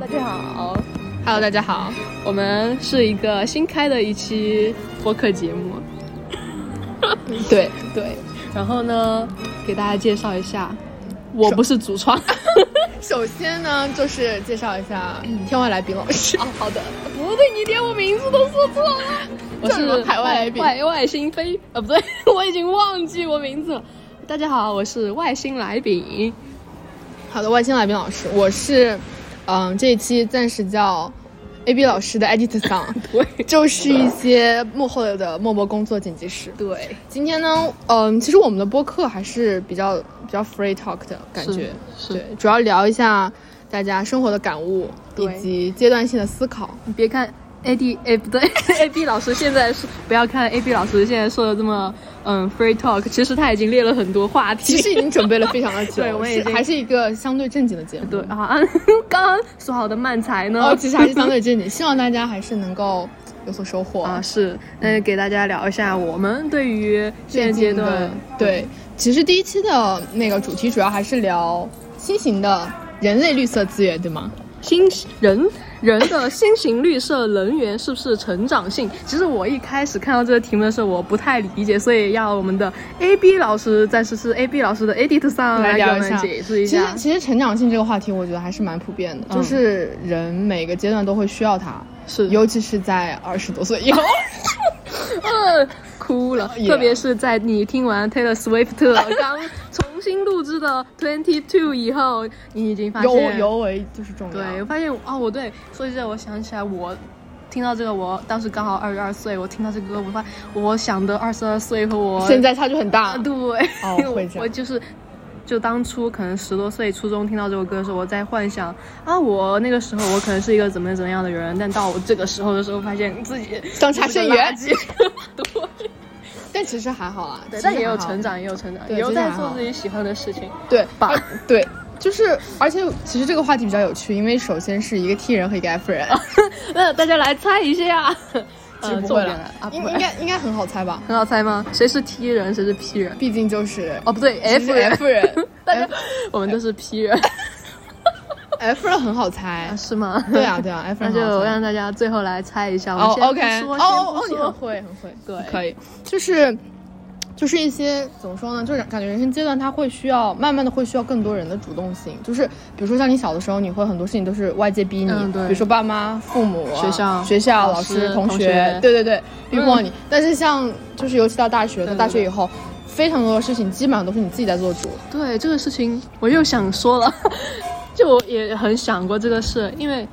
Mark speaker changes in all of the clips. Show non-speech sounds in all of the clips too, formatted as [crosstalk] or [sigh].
Speaker 1: 大家好，
Speaker 2: Hello，大家好，我们是一个新开的一期播客节 [laughs] 目。对对，然后呢，给大家介绍一下，我不是主创。
Speaker 3: 首先呢，就是介绍一下天外来宾老师。
Speaker 2: 嗯哦，好的。 [laughs] 不对，你连我名字都说错了。我
Speaker 3: 叫什么
Speaker 2: 是
Speaker 3: 海外来宾
Speaker 2: 外外星飞，呃，不对， [laughs] 我已经忘记我名字了。大家好，我是外星来宾。
Speaker 3: [laughs] 好的，外星来宾老师，我是，嗯、这一期暂时叫 A B 老师的 edit 桑，
Speaker 2: [laughs] 对
Speaker 3: 就是一些幕后的默默工作剪辑师。
Speaker 2: 对，
Speaker 3: 今天呢，嗯、其实我们的播客还是比较比较 free talk 的感觉，
Speaker 2: 是是
Speaker 3: 对，主要聊一下大家生活的感悟以
Speaker 2: 对
Speaker 3: 及阶段性的思考。
Speaker 2: 你别看 A D 哎不对 [laughs] A B 老师现在是不要看 A B 老师现在说的这么嗯 free talk，其实他已经列了很多话题。
Speaker 3: 其实已经准备了非常的久，
Speaker 2: [laughs] 对我也
Speaker 3: 是
Speaker 2: 已经
Speaker 3: 还是一个相对正经的节目。
Speaker 2: 对啊， [laughs] 刚刚说好的漫才呢？
Speaker 3: 哦，其实还是相对正经，希望大家还是能够有所收获。
Speaker 2: [laughs] 啊是，那就给大家聊一下我们对于
Speaker 3: 最
Speaker 2: 现阶
Speaker 3: 近的
Speaker 2: 段
Speaker 3: 对，其实第一期的那个主题主要还是聊新型的人类绿色资源，对吗？
Speaker 2: 新人人的新型绿色能源是不是成长性？其实我一开始看到这个题目的时候，我不太理解，所以要我们的 A B 老师暂时是 A B 老师的 Edit 上
Speaker 3: 来
Speaker 2: 给
Speaker 3: 聊
Speaker 2: 我
Speaker 3: 一
Speaker 2: 们
Speaker 3: 下
Speaker 2: 啊解释一
Speaker 3: 其
Speaker 2: 下
Speaker 3: 实。，其实成长性这个话题，我觉得还是蛮普遍的，就
Speaker 2: 嗯
Speaker 3: 是人每个阶段都会需要它，
Speaker 2: 是
Speaker 3: 尤其是在二十多岁以后。
Speaker 2: 呃， [laughs] 哭了，
Speaker 3: 也
Speaker 2: 特别是在你听完 Taylor Swift 刚
Speaker 3: [laughs]
Speaker 2: 重新录制的 Twenty Two 以后，你已经发
Speaker 3: 尤
Speaker 2: 现，
Speaker 3: 尤为就是重要。
Speaker 2: 对，我发现哦，我对，说起这个，我想起来我。听到这个，我当时刚好二十二岁，我听到这个歌，我发我想的二十二岁和我
Speaker 3: 现在差距很大。 [laughs]
Speaker 2: 对，
Speaker 3: 哦
Speaker 2: 我
Speaker 3: 会这样
Speaker 2: 我就是，就当初可能十多岁初中听到这首歌的时候，我在幻想啊，我那个时候我可能是一个怎么怎么样的人，但到我这个时候的时候，发现自己
Speaker 3: 相差甚远
Speaker 2: 是个垃圾 [laughs] 对，
Speaker 3: 但其实还好啦，其实
Speaker 2: 但也有
Speaker 3: 还好
Speaker 2: 成。长，也有成长，
Speaker 3: 对
Speaker 2: 也有
Speaker 3: 其实
Speaker 2: 在
Speaker 3: 还
Speaker 2: 做
Speaker 3: 好
Speaker 2: 自己喜欢的事情。
Speaker 3: 对，
Speaker 2: 吧
Speaker 3: 而对，就是，而且其实这个话题比较有趣，因为首先是一个 T 人和一个 F 人，
Speaker 2: [laughs] 嗯那大家来猜一下，
Speaker 3: [laughs] 其实
Speaker 2: 呃，
Speaker 3: 不
Speaker 2: 重
Speaker 3: 会
Speaker 2: 点
Speaker 3: 了
Speaker 2: 来啊，，不
Speaker 3: 应
Speaker 2: 会
Speaker 3: 应该应该很好猜吧？
Speaker 2: 很好猜吗？谁是 T 人，谁是 P 人？
Speaker 3: 毕竟就是
Speaker 2: 哦，不对
Speaker 3: 其实
Speaker 2: ，F 人，
Speaker 3: F 人
Speaker 2: [laughs] 大家我们都是 P 人，
Speaker 3: ，F 人很好猜
Speaker 2: [laughs] 啊，是吗？
Speaker 3: 对啊对啊，F
Speaker 2: 那
Speaker 3: 人很好
Speaker 2: 就
Speaker 3: 猜
Speaker 2: 让大家最后来猜一下。我
Speaker 3: 哦
Speaker 2: 们先不
Speaker 3: ，OK，
Speaker 2: 说
Speaker 3: 哦
Speaker 2: 先
Speaker 3: 哦
Speaker 2: 不
Speaker 3: 哦，你
Speaker 2: 说
Speaker 3: 很会很会，
Speaker 2: 对
Speaker 3: 可以，就是。就是一些怎么说呢，就是感觉人生阶段它会需要慢慢的会需要更多人的主动性，就是比如说像你小的时候，你会很多事情都是外界逼你，
Speaker 2: 嗯对
Speaker 3: 比如说爸妈、父母啊、
Speaker 2: 学校
Speaker 3: 学校、
Speaker 2: 老
Speaker 3: 老
Speaker 2: 师
Speaker 3: 师、同
Speaker 2: 同学嗯
Speaker 3: 对对对，逼迫你。但是像就是尤其到大学，
Speaker 2: 对
Speaker 3: 到
Speaker 2: 对
Speaker 3: 大学
Speaker 2: 对
Speaker 3: 以后，非常多的事情基本上都是你自己在做主，
Speaker 2: 对这个事情，我又想说了， [laughs] 就我也很想过这个事，因为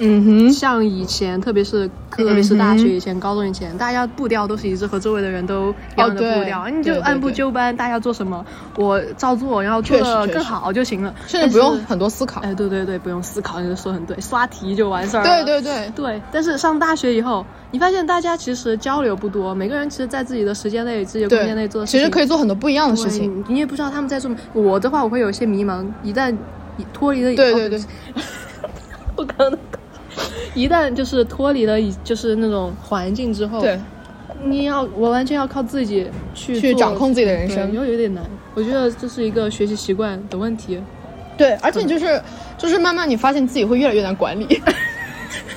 Speaker 3: 嗯哼，
Speaker 2: 像以前，特别是特别是大
Speaker 3: 嗯
Speaker 2: 学以前、高中以前，大家步调都是一致，和周围的人都一样的
Speaker 3: 哦对
Speaker 2: 步调，你
Speaker 3: 对
Speaker 2: 就
Speaker 3: 对
Speaker 2: 按部
Speaker 3: 对
Speaker 2: 就班，大家做什么我照做，然后做
Speaker 3: 确实
Speaker 2: 的
Speaker 3: 确
Speaker 2: 更
Speaker 3: 实
Speaker 2: 好就行了，
Speaker 3: 甚至
Speaker 2: 但
Speaker 3: 不用
Speaker 2: 是
Speaker 3: 很多思考。
Speaker 2: 哎，对对对，不用思考，你就说得很对，刷题就完事儿
Speaker 3: 对
Speaker 2: 了。
Speaker 3: 对对，
Speaker 2: 对，但是上大学以后，你发现大家其实交流不多，每个人其实，在自己的时间内、自己的空间内做
Speaker 3: 对，
Speaker 2: 的事
Speaker 3: 其
Speaker 2: 情，
Speaker 3: 实可以做很多不一样的
Speaker 2: 对
Speaker 3: 事情。
Speaker 2: 你也不知道他们在做什么。我的话，我会有一些迷茫，一旦脱离了以后，
Speaker 3: 对对
Speaker 2: [laughs]
Speaker 3: 对，
Speaker 2: 不可能。一旦就是脱离了以就是那种环境之后，
Speaker 3: 对，
Speaker 2: 你要我完全要靠自己去
Speaker 3: 去
Speaker 2: 做
Speaker 3: 掌控自己的人
Speaker 2: 对
Speaker 3: 生。
Speaker 2: 就有点难。我觉得这是一个学习习惯的问题，
Speaker 3: 对，而
Speaker 2: 嗯
Speaker 3: 且就是就是慢慢你发现自己会越来越难管
Speaker 2: [laughs]
Speaker 3: 理，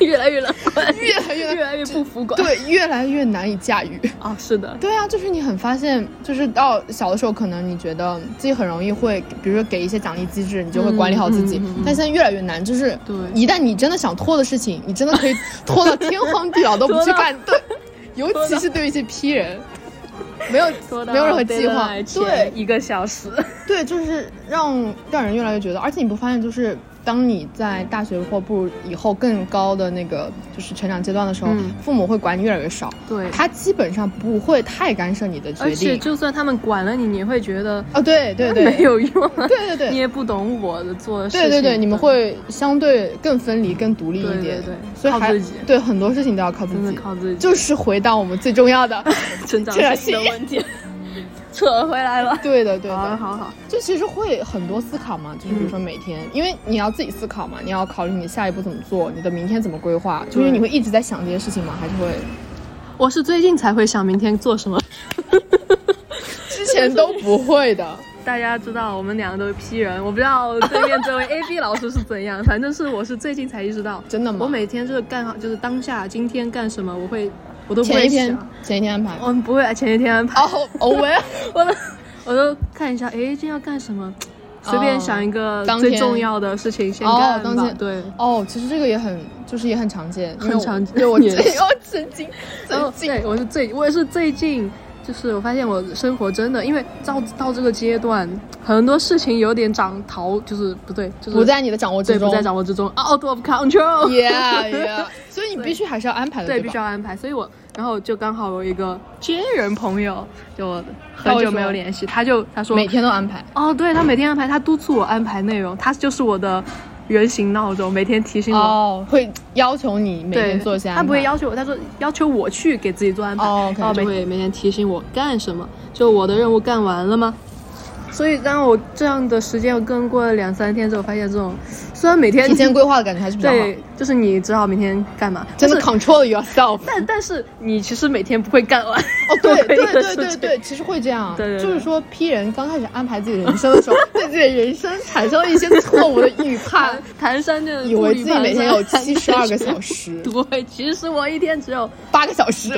Speaker 2: 越来越难管，
Speaker 3: [laughs] 越来越难
Speaker 2: 越来越不服管。
Speaker 3: 对，越来越难以驾驭。
Speaker 2: 啊，是的，
Speaker 3: 对啊，就是你很发现，就是到小的时候，可能你觉得自己很容易会，比如说给一些奖励机制，你就会管理好自己。
Speaker 2: 嗯嗯嗯嗯
Speaker 3: 但现在越来越难，就是
Speaker 2: 对
Speaker 3: 一旦你真的想拖的事情，你真的
Speaker 2: [laughs]
Speaker 3: 可以拖到天荒地老都不去干。对，尤其是对于一些 P 人，没有
Speaker 2: 拖到
Speaker 3: 没有任何计划
Speaker 2: deadline，
Speaker 3: 对
Speaker 2: 前一个小
Speaker 3: [laughs]
Speaker 2: 时。
Speaker 3: 对，就是让让人越来越觉得，而且你不发现，就是当你在大学或步入以后更高的那个就是成长阶段的时候，
Speaker 2: 嗯
Speaker 3: 父母会管你越来越少，
Speaker 2: 对
Speaker 3: 他基本上不会太干涉你的
Speaker 2: 而
Speaker 3: 决
Speaker 2: 且
Speaker 3: 定。
Speaker 2: 就算他们管了你，你也会觉得
Speaker 3: 哦，对对对，
Speaker 2: 没有用啊，
Speaker 3: 对对对
Speaker 2: 你也不懂我的做的事情。
Speaker 3: 对对对，你们会相对更分离、更独立一
Speaker 2: 对
Speaker 3: 点，
Speaker 2: 对对
Speaker 3: 所以
Speaker 2: 靠
Speaker 3: 还
Speaker 2: 自己
Speaker 3: 对很多事情都要靠自
Speaker 2: 真的
Speaker 3: 己，
Speaker 2: 靠自己，
Speaker 3: 就是回到我们最重
Speaker 2: [laughs]
Speaker 3: 要的，
Speaker 2: 成长性的问题，扯回来了。
Speaker 3: 对的对的，
Speaker 2: 好了好好，
Speaker 3: 就其实会很多思考嘛，就是比如说每天，因为你要自己思考嘛，你要考虑你下一步怎么做，你的明天怎么规划，就是
Speaker 2: 对
Speaker 3: 你会一直在想这些事情吗？还是会
Speaker 2: 我是最近才会想明天做什么。
Speaker 3: 之前都不会的？
Speaker 2: [laughs] 大家知道我们两个都是 P 人，我不知道对面这位 A B 老师是怎样，反正是我是最近才意识到，
Speaker 3: 真的吗
Speaker 2: 我每天就是干好，就是当下今天干什么，我会我都不
Speaker 3: 前
Speaker 2: 会
Speaker 3: 一天
Speaker 2: 想，
Speaker 3: 前一
Speaker 2: [laughs]
Speaker 3: 天安排。
Speaker 2: 我不会啊前一天安排，
Speaker 3: 哦哦喂，
Speaker 2: [laughs] 我都我都看一下，哎，今天要干什么，随便想一个
Speaker 3: 哦当天
Speaker 2: 最重要的事情先
Speaker 3: 哦
Speaker 2: 干，
Speaker 3: 当
Speaker 2: 吧
Speaker 3: 天，
Speaker 2: 对。
Speaker 3: 哦，其实这个也很，就是也很常见，因为
Speaker 2: 很
Speaker 3: 我
Speaker 2: 常见
Speaker 3: 对
Speaker 2: [laughs]
Speaker 3: 我
Speaker 2: 也
Speaker 3: 最
Speaker 2: 是
Speaker 3: 哦曾经曾
Speaker 2: 哦，
Speaker 3: 经
Speaker 2: 对，我是最，我也是最近，就是我发现我生活真的，因为到到这个阶段，很多事情有点长逃，就是不对，就是
Speaker 3: 不在你的掌握之
Speaker 2: 嗯对
Speaker 3: 中
Speaker 2: 不在掌握之中，out of
Speaker 3: [laughs]
Speaker 2: control。[laughs]
Speaker 3: ，yeah yeah，所以你必须还是要安排的，
Speaker 2: 对，
Speaker 3: 吧
Speaker 2: 必须要安排，所以我，然后就刚好我有一个军人朋友，就我
Speaker 3: 他
Speaker 2: 很
Speaker 3: 会
Speaker 2: 久没
Speaker 3: 说
Speaker 2: 有联系，他就他说
Speaker 3: 每天都安排。
Speaker 2: 哦，对他每天安排，他督促我安排内容，他就是我的人形闹钟，每天提醒我
Speaker 3: 哦，会要求你每
Speaker 2: 对，
Speaker 3: 天做一些安排。
Speaker 2: 他不会要求我，他说要求我去给自己做安排，
Speaker 3: 哦，OK
Speaker 2: 然后每会每天提醒我干什么，就我的任务干完了吗？所以当我这样的时间跟过了两三天之后，发现这种虽然每天
Speaker 3: 提前规划的感觉还是比较好。
Speaker 2: 对，就是你知道明天干嘛，
Speaker 3: 真的
Speaker 2: 但是
Speaker 3: control yourself。
Speaker 2: 但但是你其实每天不会干完。
Speaker 3: [laughs]
Speaker 2: [laughs]
Speaker 3: 哦，对对
Speaker 2: 同一个
Speaker 3: 对
Speaker 2: 事
Speaker 3: 对
Speaker 2: 情
Speaker 3: 对，其实会这样，
Speaker 2: 对对对
Speaker 3: 就是说批人刚开始安排自己人生的时候， [laughs] 对自己的人生产生了一些 [laughs] 错误的预判
Speaker 2: 盘，盘山就是
Speaker 3: 以为自己每天有七十二个小
Speaker 2: 时，
Speaker 3: 时、
Speaker 2: 对，其实我一天只有
Speaker 3: 八个小时，